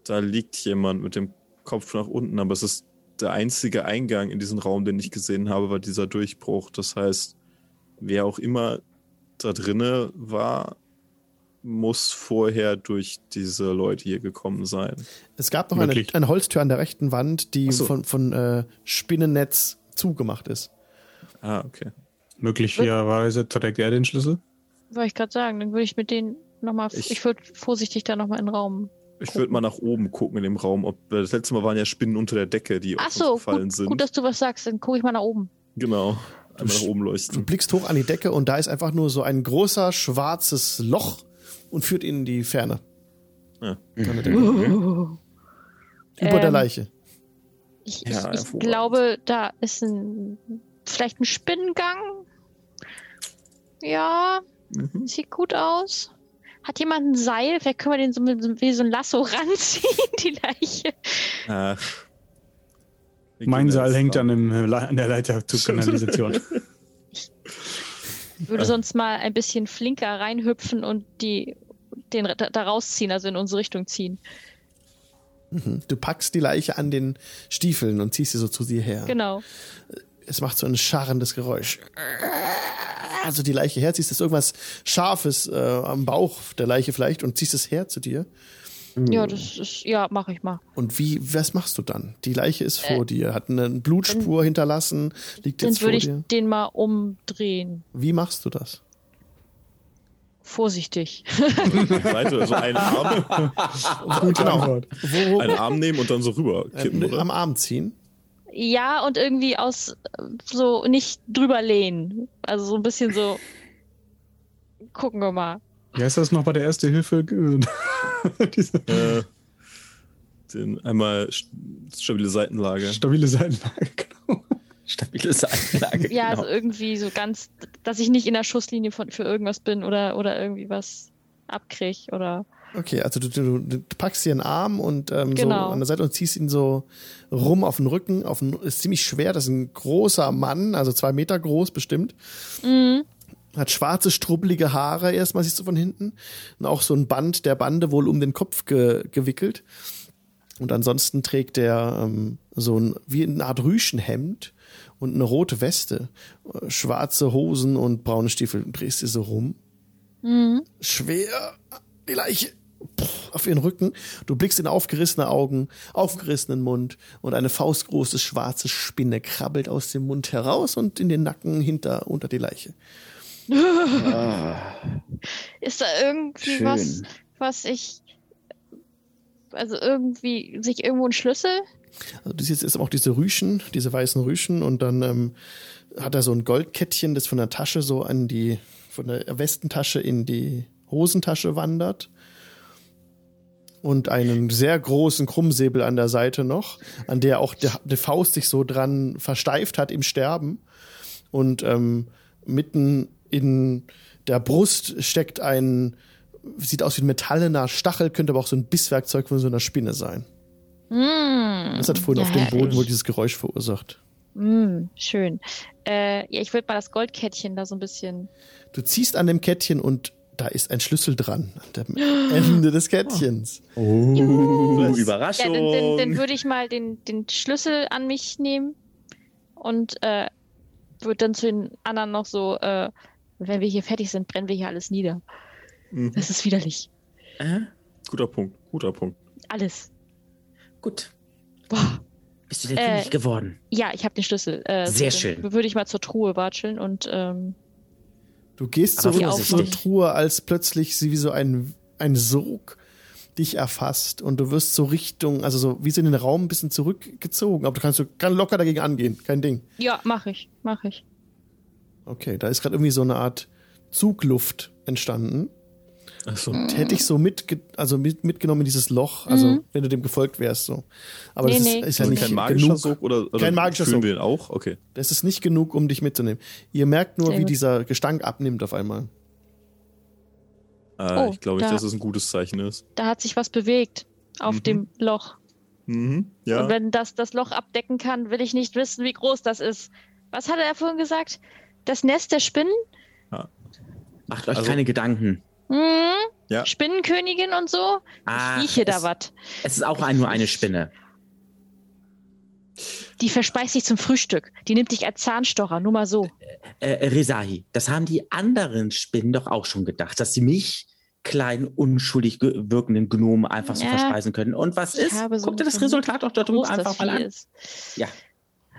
[SPEAKER 4] da liegt jemand mit dem Kopf nach unten, aber es ist der einzige Eingang in diesen Raum, den ich gesehen habe, war dieser Durchbruch. Das heißt, wer auch immer da drinne war, muss vorher durch diese Leute hier gekommen sein.
[SPEAKER 1] Es gab noch eine,
[SPEAKER 2] Möglich.
[SPEAKER 1] eine Holztür an der rechten Wand, die
[SPEAKER 4] Ach so.
[SPEAKER 1] von, von äh, Spinnennetz zugemacht ist.
[SPEAKER 4] Ah, okay.
[SPEAKER 2] Möglicherweise trägt er den Schlüssel.
[SPEAKER 5] Wollte ich gerade sagen, dann würde ich mit denen nochmal, ich,
[SPEAKER 4] Ich-
[SPEAKER 5] ich würde vorsichtig da nochmal in den Raum.
[SPEAKER 4] Ich würde mal nach oben gucken in dem Raum, ob das letzte Mal waren ja Spinnen unter der Decke, die auf
[SPEAKER 5] Ach
[SPEAKER 4] uns
[SPEAKER 5] so,
[SPEAKER 4] gefallen
[SPEAKER 5] gut,
[SPEAKER 4] sind.
[SPEAKER 5] gut, dass du was sagst, dann gucke ich mal nach oben.
[SPEAKER 4] genau. Einmal nach oben
[SPEAKER 1] Du
[SPEAKER 4] leuchten.
[SPEAKER 1] blickst hoch an die Decke und da ist einfach nur so ein großer schwarzes Loch und führt in die Ferne.
[SPEAKER 4] Ja.
[SPEAKER 1] ne? Über der
[SPEAKER 5] Ähm,
[SPEAKER 1] Leiche.
[SPEAKER 5] Ich,
[SPEAKER 4] Ja,
[SPEAKER 5] ich, ich
[SPEAKER 4] hervorragend.
[SPEAKER 5] glaube, da ist ein vielleicht ein Spinnengang. Ja,
[SPEAKER 4] Mhm.
[SPEAKER 5] sieht gut aus. Hat jemand ein Seil? Vielleicht können wir den so mit so- wie so ein Lasso *laughs* ranziehen, die Leiche.
[SPEAKER 4] Ach. Wir
[SPEAKER 2] Mein
[SPEAKER 4] Äh, gehen
[SPEAKER 2] Seil
[SPEAKER 4] jetzt
[SPEAKER 2] hängt
[SPEAKER 4] da.
[SPEAKER 2] an, dem, äh, Le- an der
[SPEAKER 1] *laughs*
[SPEAKER 2] Leiter zur Kanalisation.
[SPEAKER 1] Genau.
[SPEAKER 5] Ich würde sonst mal ein bisschen flinker reinhüpfen und die den da, da rausziehen, also in unsere Richtung ziehen.
[SPEAKER 1] Mhm. Du packst die Leiche an den Stiefeln und ziehst sie so zu dir her.
[SPEAKER 5] Genau.
[SPEAKER 1] Es macht so ein scharrendes Geräusch. Also die Leiche her, ziehst es irgendwas Scharfes äh, am Bauch der Leiche vielleicht und ziehst es her zu dir.
[SPEAKER 4] Hm.
[SPEAKER 5] Ja, das ist ja, mache ich mal.
[SPEAKER 1] Und wie, was machst du dann? Die Leiche ist vor dir, hat eine Blutspur hinterlassen, liegt
[SPEAKER 5] Dann
[SPEAKER 1] jetzt vor
[SPEAKER 5] würde ich
[SPEAKER 1] dir.
[SPEAKER 5] den mal umdrehen.
[SPEAKER 1] Wie machst du das?
[SPEAKER 5] vorsichtig. *laughs*
[SPEAKER 4] *laughs* Seite, also einen Arm,
[SPEAKER 2] Gute Antwort.
[SPEAKER 1] Wo, wo,
[SPEAKER 4] einen Arm nehmen und dann so rüber kippen,
[SPEAKER 1] äh,
[SPEAKER 4] oder?
[SPEAKER 1] am Arm ziehen.
[SPEAKER 5] ja, und irgendwie aus äh, so nicht drüber lehnen. Also so ein
[SPEAKER 1] *laughs*
[SPEAKER 5] bisschen so. Gucken wir mal.
[SPEAKER 2] Wie heißt das noch bei der Erste Hilfe? Diese
[SPEAKER 4] Äh, den, einmal st- stabile Seitenlage.
[SPEAKER 2] *laughs* stabile Seitenlage. Genau.
[SPEAKER 3] Stabile Seitenlage.
[SPEAKER 5] Ja,
[SPEAKER 3] genau.
[SPEAKER 5] also irgendwie so ganz, dass ich nicht in der Schusslinie von, für irgendwas bin oder, oder irgendwie was abkrieg oder.
[SPEAKER 1] Okay, also du, du, du packst dir einen Arm und ähm,
[SPEAKER 5] Genau.
[SPEAKER 1] so an der Seite und ziehst ihn so rum auf den Rücken. Auf den, ist ziemlich schwer, das ist ein großer Mann, also zwei Meter groß bestimmt.
[SPEAKER 5] Mhm.
[SPEAKER 1] Hat schwarze, strubbelige Haare, erstmal siehst du von hinten. Und auch so ein Band der Bande wohl um den Kopf ge, gewickelt. Und ansonsten trägt er ähm, so ein, wie eine Art Rüschenhemd und eine rote Weste, äh, schwarze Hosen und braune Stiefel. Und drehst dir so rum. Schwer, die Leiche pff, auf ihren Rücken. Du blickst in aufgerissene Augen, aufgerissenen Mund und eine faustgroße schwarze Spinne krabbelt aus dem Mund heraus und in den Nacken hinter, unter die Leiche.
[SPEAKER 5] Ist da irgendwie
[SPEAKER 3] Schön.
[SPEAKER 5] was, was ich. Also irgendwie, sich irgendwo ein Schlüssel?
[SPEAKER 1] Also das jetzt ist auch diese Rüschen, diese weißen Rüschen und dann ähm, hat er so ein Goldkettchen, das von der Tasche so an die, von der Westentasche in die Hosentasche wandert. Und einen sehr großen Krummsäbel an der Seite noch, an der auch der, die Faust sich so dran versteift hat im Sterben. Und ähm, mitten in der Brust steckt ein, sieht aus wie ein metallener Stachel, könnte aber auch so ein Bisswerkzeug von so einer Spinne sein.
[SPEAKER 5] Mm.
[SPEAKER 1] Das hat vorhin
[SPEAKER 5] Ja,
[SPEAKER 1] auf dem
[SPEAKER 5] herrlich.
[SPEAKER 1] Boden wohl dieses Geräusch verursacht.
[SPEAKER 5] Mm, schön. Äh, ja, ich würde mal das Goldkettchen da so ein bisschen.
[SPEAKER 1] Du ziehst an dem Kettchen und da ist ein Schlüssel dran am Ende des Kettchens.
[SPEAKER 3] Uh,
[SPEAKER 5] Ja,
[SPEAKER 3] Überraschung.
[SPEAKER 5] dann, dann, dann würde ich mal den, den Schlüssel an mich nehmen und äh, würde dann zu den anderen noch so, äh, wenn wir hier fertig sind, brennen wir hier alles nieder.
[SPEAKER 4] Mhm.
[SPEAKER 5] Das ist widerlich.
[SPEAKER 3] Äh,
[SPEAKER 4] Guter Punkt, guter Punkt.
[SPEAKER 5] Alles.
[SPEAKER 3] gut.
[SPEAKER 5] Boah.
[SPEAKER 3] Bist du der
[SPEAKER 5] Äh,
[SPEAKER 3] König geworden?
[SPEAKER 5] Ja, ich habe den Schlüssel. Äh,
[SPEAKER 3] Sehr
[SPEAKER 5] so, dann
[SPEAKER 3] schön.
[SPEAKER 5] Würde ich mal zur Truhe watscheln und ähm,
[SPEAKER 1] Du gehst
[SPEAKER 3] Aber
[SPEAKER 1] zurück zur
[SPEAKER 3] vorsichtig.
[SPEAKER 1] Truhe, als plötzlich sie wie so ein, ein Sog dich erfasst und du wirst so Richtung, also so wie so in den Raum ein bisschen zurückgezogen. Aber du kannst so kann locker dagegen angehen, kein Ding.
[SPEAKER 5] ja, mache ich, mache ich.
[SPEAKER 1] Okay, da ist gerade irgendwie so eine Art Zugluft entstanden.
[SPEAKER 4] Achso.
[SPEAKER 1] Und hätte ich so mitge also mit, mitgenommen in dieses Loch, also
[SPEAKER 5] Mhm.
[SPEAKER 1] wenn du dem gefolgt wärst so. Aber das
[SPEAKER 5] Nee,
[SPEAKER 1] ist,
[SPEAKER 5] nee.
[SPEAKER 1] ist ja
[SPEAKER 4] Also
[SPEAKER 1] nicht
[SPEAKER 4] kein magischer
[SPEAKER 1] genug.
[SPEAKER 4] Sog oder, oder
[SPEAKER 1] Kein magischer
[SPEAKER 4] fühlen
[SPEAKER 1] Sog.
[SPEAKER 4] wir den auch? Okay.
[SPEAKER 1] Das ist nicht genug, um dich mitzunehmen. Ihr merkt nur,
[SPEAKER 5] Sehr
[SPEAKER 1] wie
[SPEAKER 5] gut.
[SPEAKER 1] dieser Gestank abnimmt auf einmal.
[SPEAKER 4] Äh,
[SPEAKER 5] Oh,
[SPEAKER 4] ich glaube nicht,
[SPEAKER 5] da-
[SPEAKER 4] dass es ein gutes Zeichen ist.
[SPEAKER 5] Da hat sich was bewegt auf
[SPEAKER 4] Mhm.
[SPEAKER 5] dem Loch.
[SPEAKER 4] Mhm. Ja.
[SPEAKER 5] Und wenn das das Loch abdecken kann, will ich nicht wissen, wie groß das ist. Was hat er vorhin gesagt? Das Nest der Spinnen?
[SPEAKER 3] Macht euch
[SPEAKER 4] also-
[SPEAKER 3] keine Gedanken.
[SPEAKER 5] Hm?
[SPEAKER 4] Ja.
[SPEAKER 5] Spinnenkönigin und so?
[SPEAKER 3] Ah,
[SPEAKER 5] ich rieche da
[SPEAKER 3] es,
[SPEAKER 5] was.
[SPEAKER 3] Es ist auch ein, nur eine Spinne.
[SPEAKER 5] Die verspeist dich zum Frühstück. Die nimmt dich als Zahnstocher, nur mal so.
[SPEAKER 3] Äh, Rezahi, das haben die anderen Spinnen doch auch schon gedacht, dass sie mich, kleinen, unschuldig ge- wirkenden Gnomen, einfach so
[SPEAKER 5] Ja.
[SPEAKER 3] verspeisen können. Und was
[SPEAKER 5] Ich
[SPEAKER 3] ist?
[SPEAKER 5] habe so
[SPEAKER 3] Guck dir das
[SPEAKER 5] ein Gefühl,
[SPEAKER 3] Resultat doch da drüben
[SPEAKER 5] Groß das
[SPEAKER 3] einfach mal
[SPEAKER 5] Vieh
[SPEAKER 3] an.
[SPEAKER 5] ist.
[SPEAKER 3] Ja.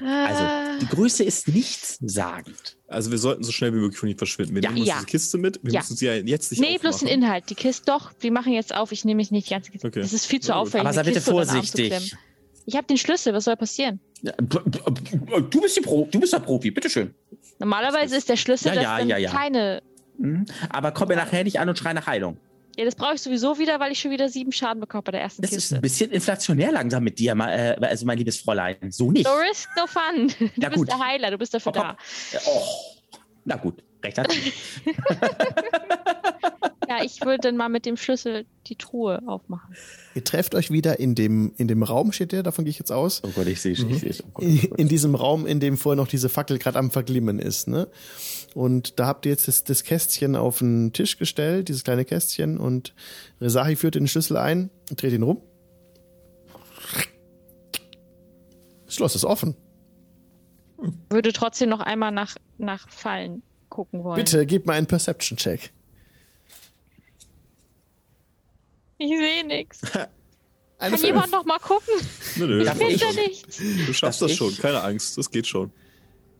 [SPEAKER 5] Ah,
[SPEAKER 3] Also, die Größe ist nichts sagend.
[SPEAKER 4] Also wir sollten so schnell wie möglich von ihm verschwinden. Wir
[SPEAKER 5] Ja,
[SPEAKER 4] nehmen uns
[SPEAKER 5] ja.
[SPEAKER 4] diese Kiste mit. Wir
[SPEAKER 5] Ja.
[SPEAKER 4] müssen sie ja jetzt nicht
[SPEAKER 5] nee, bloß den
[SPEAKER 4] aufmachen.
[SPEAKER 5] Inhalt. Die Kiste, doch, wir machen jetzt auf. Ich nehme mich nicht die ganze Kiste.
[SPEAKER 4] Okay.
[SPEAKER 5] Das ist viel zu
[SPEAKER 4] Na gut.
[SPEAKER 5] aufwendig.
[SPEAKER 3] Aber sei
[SPEAKER 5] eine
[SPEAKER 3] bitte
[SPEAKER 5] Kiste unter den Arm zu
[SPEAKER 3] vorsichtig.
[SPEAKER 5] klemmen. Ich habe den Schlüssel, was soll passieren?
[SPEAKER 3] Ja, b- b- b- Du bist, die Pro du bist der Profi, bitteschön.
[SPEAKER 5] Normalerweise ist der Schlüssel,
[SPEAKER 3] Ja,
[SPEAKER 5] dass
[SPEAKER 3] ja,
[SPEAKER 5] dann
[SPEAKER 3] ja, ja.
[SPEAKER 5] keine.
[SPEAKER 3] Mhm. Aber komm mir nachher nicht an und schrei nach Heilung.
[SPEAKER 5] Ja, das brauche ich sowieso wieder, weil ich schon wieder sieben Schaden bekomme bei der ersten
[SPEAKER 3] Das ist
[SPEAKER 5] Kiste.
[SPEAKER 3] ein bisschen inflationär langsam mit dir, ma- äh, also mein liebes Fräulein. So nicht.
[SPEAKER 5] No risk, no fun. *laughs* Du
[SPEAKER 3] Na
[SPEAKER 5] bist
[SPEAKER 3] gut.
[SPEAKER 5] der Heiler, du bist dafür
[SPEAKER 3] Oh, komm.
[SPEAKER 5] da.
[SPEAKER 3] Oh, na gut, recht hat sie.
[SPEAKER 5] Ja, ich würde dann mal mit dem Schlüssel die Truhe aufmachen.
[SPEAKER 1] Ihr trefft euch wieder in dem, in dem Raum, steht der, davon gehe ich jetzt aus.
[SPEAKER 3] Oh Gott, ich sehe schon, ich sehe schon.
[SPEAKER 1] In, in diesem Raum, in dem vorher noch diese Fackel gerade am Verglimmen ist. Ne? Und da habt ihr jetzt das, das Kästchen auf den Tisch gestellt, dieses kleine Kästchen. Und Resahi führt den Schlüssel ein, dreht ihn rum. Das Schloss ist offen.
[SPEAKER 5] Würde trotzdem noch einmal nach, nach Fallen gucken wollen.
[SPEAKER 1] Bitte gebt mal einen Perception-Check.
[SPEAKER 5] Ich sehe nichts.
[SPEAKER 1] Eine
[SPEAKER 5] Kann
[SPEAKER 1] fünf.
[SPEAKER 5] jemand noch mal gucken?
[SPEAKER 4] Nö, nö,
[SPEAKER 3] Darf
[SPEAKER 4] das
[SPEAKER 5] Ich
[SPEAKER 3] ich-
[SPEAKER 5] sehe
[SPEAKER 4] schon.
[SPEAKER 5] nichts.
[SPEAKER 4] Du schaffst
[SPEAKER 3] Darf
[SPEAKER 4] das schon,
[SPEAKER 3] ich?
[SPEAKER 4] keine Angst, das geht schon.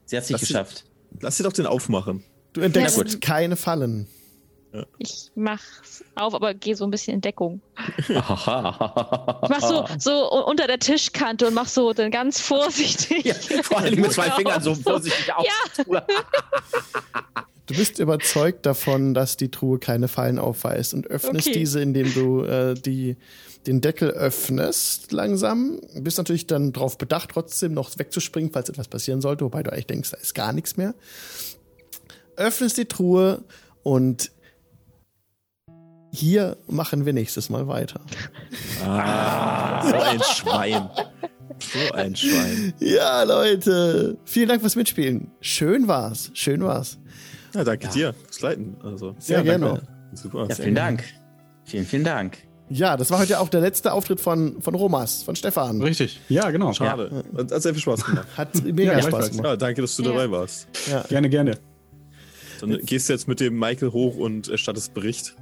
[SPEAKER 3] Sie hat es nicht
[SPEAKER 4] Das-
[SPEAKER 3] geschafft.
[SPEAKER 4] Lass sie doch den aufmachen.
[SPEAKER 1] Du
[SPEAKER 5] Ja,
[SPEAKER 1] entdeckst
[SPEAKER 5] gut.
[SPEAKER 1] keine Fallen.
[SPEAKER 5] Ich mach's auf, aber gehe so ein bisschen in Deckung.
[SPEAKER 3] Ahaha.
[SPEAKER 5] Ich mach so, so u- unter der Tischkante und mach so dann ganz vorsichtig.
[SPEAKER 3] Ja, *laughs* vor allem mit zwei
[SPEAKER 5] Genau.
[SPEAKER 3] Fingern so vorsichtig auf.
[SPEAKER 1] Du bist überzeugt davon, dass die Truhe keine Fallen aufweist und öffnest
[SPEAKER 5] Okay.
[SPEAKER 1] diese, indem du äh, die, den Deckel öffnest langsam. Bist natürlich dann darauf bedacht, trotzdem noch wegzuspringen, falls etwas passieren sollte, wobei du eigentlich denkst, da ist gar nichts mehr. Öffnest die Truhe und hier machen wir nächstes Mal weiter.
[SPEAKER 3] Ah.
[SPEAKER 4] So ein Schwein. So ein Schwein.
[SPEAKER 1] Ja, Leute, vielen Dank fürs Mitspielen. Schön war's, schön war's.
[SPEAKER 4] Ja, danke dir fürs Leiten. Also,
[SPEAKER 1] Sehr
[SPEAKER 4] ja, danke
[SPEAKER 1] gerne.
[SPEAKER 4] auch. Super.
[SPEAKER 3] Ja, vielen Dank. Vielen, vielen Dank.
[SPEAKER 1] Ja, das war heute auch der letzte Auftritt von, von Romas, von Stefan.
[SPEAKER 2] Richtig. Ja, genau.
[SPEAKER 4] Schade. Hat, hat sehr viel Spaß gemacht.
[SPEAKER 1] *laughs* Hat mega
[SPEAKER 2] Ja,
[SPEAKER 1] Spaß
[SPEAKER 2] gleichfalls.
[SPEAKER 1] gemacht.
[SPEAKER 4] Ja, danke, dass du
[SPEAKER 5] Ja.
[SPEAKER 4] dabei warst.
[SPEAKER 2] Gerne, gerne.
[SPEAKER 4] Dann gehst du jetzt mit dem Michael hoch und erstattest Bericht.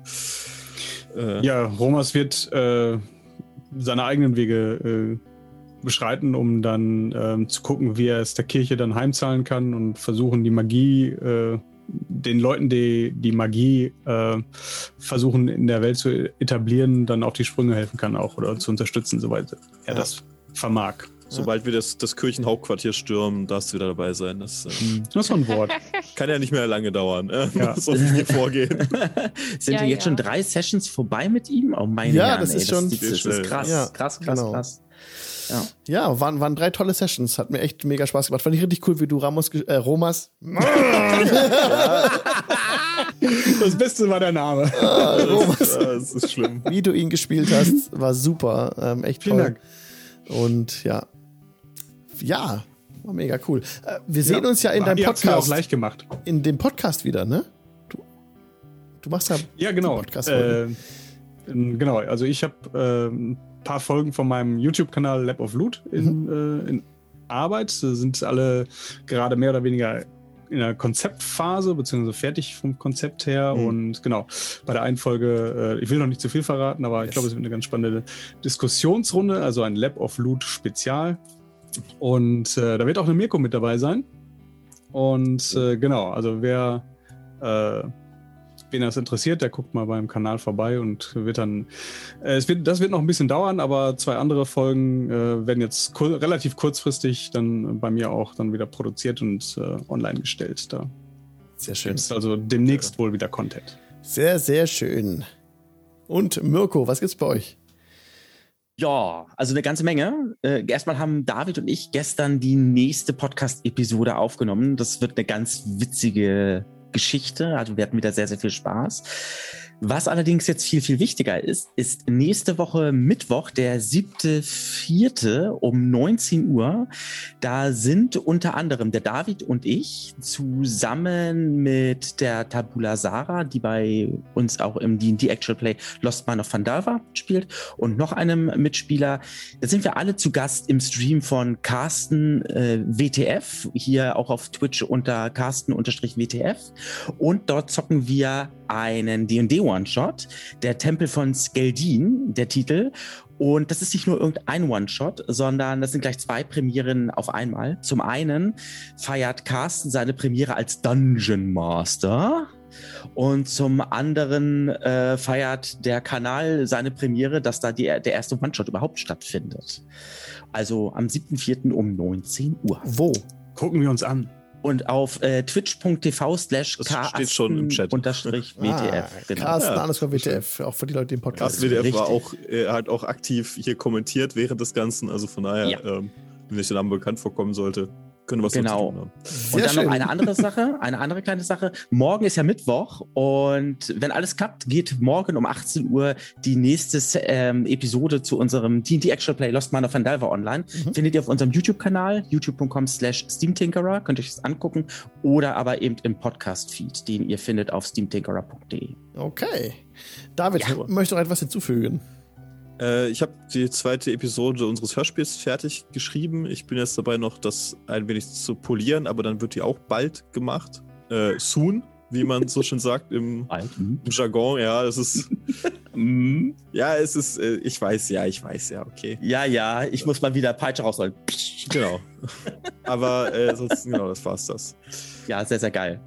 [SPEAKER 4] Äh,
[SPEAKER 2] Ja, Romas wird äh, seine eigenen Wege äh, beschreiten, um dann ähm, zu gucken, wie er es der Kirche dann heimzahlen kann und versuchen, die Magie, äh, den Leuten, die die Magie äh, versuchen, in der Welt zu etablieren, dann auf die Sprünge helfen kann auch oder zu unterstützen, soweit er
[SPEAKER 1] Ja.
[SPEAKER 2] das vermag.
[SPEAKER 4] Sobald wir das, das Kirchenhauptquartier stürmen, darfst du wieder dabei sein. Das äh,
[SPEAKER 2] Das war ein Wort.
[SPEAKER 4] kann ja nicht mehr lange dauern, äh,
[SPEAKER 2] Hm. Ja.
[SPEAKER 4] *laughs* so wie wir vorgehen.
[SPEAKER 3] Sind
[SPEAKER 5] Ja,
[SPEAKER 3] wir jetzt
[SPEAKER 5] ja.
[SPEAKER 3] schon drei Sessions vorbei mit ihm? Oh meine
[SPEAKER 1] Ja,
[SPEAKER 3] Herren,
[SPEAKER 1] das ist schon-
[SPEAKER 3] das, das,
[SPEAKER 4] Sehr
[SPEAKER 3] ist krass,
[SPEAKER 1] schnell. Ja,
[SPEAKER 3] krass, krass,
[SPEAKER 1] genau.
[SPEAKER 3] krass.
[SPEAKER 1] Ja, waren, waren drei tolle Sessions. Hat mir echt mega Spaß gemacht. Fand ich richtig cool, wie du Ramos, ge- äh, Romas,
[SPEAKER 2] Das Beste war der Name.
[SPEAKER 4] Das, äh, das ist schlimm.
[SPEAKER 1] wie du ihn gespielt hast. War super. Ähm, echt
[SPEAKER 2] Vielen
[SPEAKER 1] toll.
[SPEAKER 2] Dank.
[SPEAKER 1] Und ja. Ja, war mega cool. Äh, wir sehen uns ja in deinem
[SPEAKER 2] Ihr habt's mir auch
[SPEAKER 1] Podcast.
[SPEAKER 2] leicht gemacht.
[SPEAKER 1] In dem Podcast wieder, ne? Du, du machst ja.
[SPEAKER 2] Ja, genau.
[SPEAKER 1] Podcast
[SPEAKER 2] Äh, ähm, genau, also ich habe äh, ein paar Folgen von meinem YouTube-Kanal Lab of Loot in, äh, in Arbeit. Da sind alle gerade mehr oder weniger in der Konzeptphase, beziehungsweise fertig vom Konzept her.
[SPEAKER 4] Mhm.
[SPEAKER 2] Und genau, bei der einen Folge, äh, ich will noch nicht zu viel verraten, aber ich glaube, es wird eine ganz spannende Diskussionsrunde, also ein Lab of Loot Spezial. Und äh, da wird auch eine Mirko mit dabei sein. Und äh, genau, also wer äh, wen das interessiert, der guckt mal beim Kanal vorbei und wird dann. Äh, es wird, das wird noch ein bisschen dauern, aber zwei andere Folgen äh, werden jetzt kur relativ kurzfristig dann bei mir auch dann wieder produziert und äh, online gestellt. Da
[SPEAKER 1] Sehr schön.
[SPEAKER 2] gibt es also demnächst wohl wieder Content.
[SPEAKER 1] Sehr, sehr schön. Und Mirko, was gibt's bei euch?
[SPEAKER 3] Ja, also eine ganze Menge. Äh, erstmal haben David und ich gestern die nächste Podcast-Episode aufgenommen. Das wird eine ganz witzige Geschichte. Also wir hatten wieder sehr, sehr viel Spaß. Was allerdings jetzt viel, viel wichtiger ist, ist nächste Woche Mittwoch, der 7.4. um 19 Uhr. Da sind unter anderem der David und ich zusammen mit der Tabula Sarah, die bei uns auch im D&D Actual Play Lost Man of Vandalva spielt, und noch einem Mitspieler. Da sind wir alle zu Gast im Stream von Carsten äh, WTF, hier auch auf Twitch unter Carsten-WTF. Und dort zocken wir einen D&D One-Shot, der Tempel von Skeldin, der Titel. Und das ist nicht nur irgendein One-Shot, sondern das sind gleich zwei Premieren auf einmal. Zum einen feiert Carsten seine Premiere als Dungeon Master. Und zum anderen äh, feiert der Kanal seine Premiere, dass da die, der erste One-Shot überhaupt stattfindet. Also am 7.4. um 19 Uhr.
[SPEAKER 1] Wo?
[SPEAKER 2] Gucken wir uns an.
[SPEAKER 3] Und auf äh, twitch.tv slash
[SPEAKER 4] Das steht schon im Chat.
[SPEAKER 3] unterstrich WTF.
[SPEAKER 1] Ah,
[SPEAKER 3] genau.
[SPEAKER 1] Carsten
[SPEAKER 4] Ja,
[SPEAKER 1] Anders von WTF. Auch für die Leute, die den Podcast
[SPEAKER 4] Carsten
[SPEAKER 1] hören.
[SPEAKER 4] WDF war
[SPEAKER 3] richtig.
[SPEAKER 4] auch, äh, hat auch aktiv hier kommentiert während des Ganzen. Also von daher,
[SPEAKER 3] Ja.
[SPEAKER 4] ähm, wenn euch der Name bekannt vorkommen sollte, können wir was damit zu
[SPEAKER 3] Genau.
[SPEAKER 4] tun ne? haben.
[SPEAKER 1] Sehr
[SPEAKER 3] Und dann
[SPEAKER 1] schön.
[SPEAKER 3] noch eine andere Sache, eine andere kleine Sache. Morgen ist ja Mittwoch und wenn alles klappt, geht morgen um 18 Uhr die nächste ähm, Episode zu unserem D&D Actual Play Lost Man of Vandalva online.
[SPEAKER 1] Mhm.
[SPEAKER 3] Findet ihr auf unserem YouTube-Kanal, youtube.com slash steamtinkerer, könnt ihr euch das angucken oder aber eben im Podcast-Feed, den ihr findet auf steamtinkerer.de.
[SPEAKER 1] Okay. David, möchte noch etwas hinzufügen?
[SPEAKER 4] Äh, ich habe die zweite Episode unseres Hörspiels fertig geschrieben. Ich bin jetzt dabei, noch das ein wenig zu polieren, aber dann wird die auch bald gemacht. Äh, soon, wie man so schön sagt im im Jargon. Ja, das ist.
[SPEAKER 3] Mhm.
[SPEAKER 4] Ja, es ist. Äh, ich weiß, ja, ich weiß, ja, okay.
[SPEAKER 3] Ja, ja, ich muss mal wieder Peitsche rausholen. Psch.
[SPEAKER 4] Genau. aber äh, sonst, genau, das war's das.
[SPEAKER 3] Ja, sehr, sehr geil.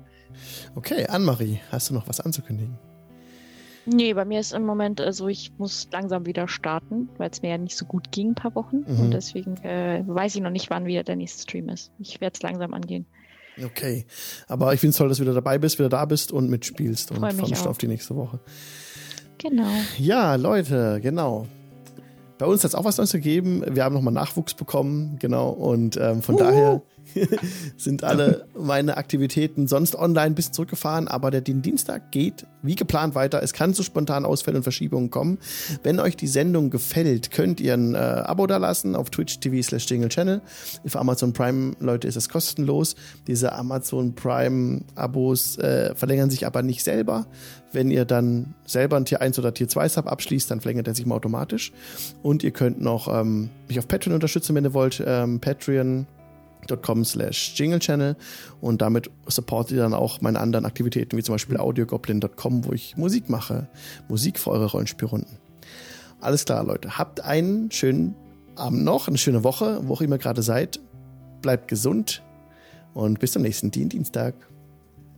[SPEAKER 1] Okay, Annemarie, hast du noch was anzukündigen?
[SPEAKER 5] Nee, bei mir ist im Moment, also ich muss langsam wieder starten, weil es mir ja nicht so gut ging, ein paar Wochen.
[SPEAKER 1] Mhm.
[SPEAKER 5] Und deswegen äh, weiß ich noch nicht, wann wieder der nächste Stream ist. Ich werde es langsam angehen.
[SPEAKER 1] Okay. Aber ich finde es toll, dass du wieder dabei bist, wieder da bist und mitspielst und
[SPEAKER 5] Freu mich
[SPEAKER 1] freue mich
[SPEAKER 5] auch.
[SPEAKER 1] auf die nächste Woche.
[SPEAKER 5] Genau.
[SPEAKER 1] Ja, Leute, genau. Bei uns hat es auch was Neues gegeben. Wir haben nochmal Nachwuchs bekommen, genau. Und ähm, von daher *laughs* sind alle meine Aktivitäten sonst online ein bisschen zurückgefahren. Aber der Din- Dienstag geht wie geplant weiter. Es kann zu spontanen Ausfällen und Verschiebungen kommen. Wenn euch die Sendung gefällt, könnt ihr ein äh, Abo dalassen auf Twitch TV slash Jingle Channel. Für Amazon Prime, Leute, ist das kostenlos. Diese Amazon Prime Abos äh, verlängern sich aber nicht selber. Wenn ihr dann selber ein Tier 1 oder Tier 2 Sub abschließt, dann verlängert er sich mal automatisch. Und ihr könnt noch ähm, mich auf Patreon unterstützen, wenn ihr wollt. Ähm, Patreon patreon.com slash jingle channel und damit supportet ihr dann auch meine anderen Aktivitäten, wie zum Beispiel audiogoblin.com, wo ich Musik mache. Musik für eure Rollenspielrunden. Alles klar, Leute. Habt einen schönen Abend noch, eine schöne Woche, wo auch immer ihr gerade seid. Bleibt gesund und bis zum nächsten Dien- Dienstag.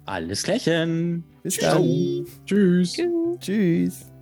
[SPEAKER 3] Alles klärchen.
[SPEAKER 1] Bis dann.
[SPEAKER 2] Tschüss.
[SPEAKER 5] Tschüss.
[SPEAKER 1] Tschüss.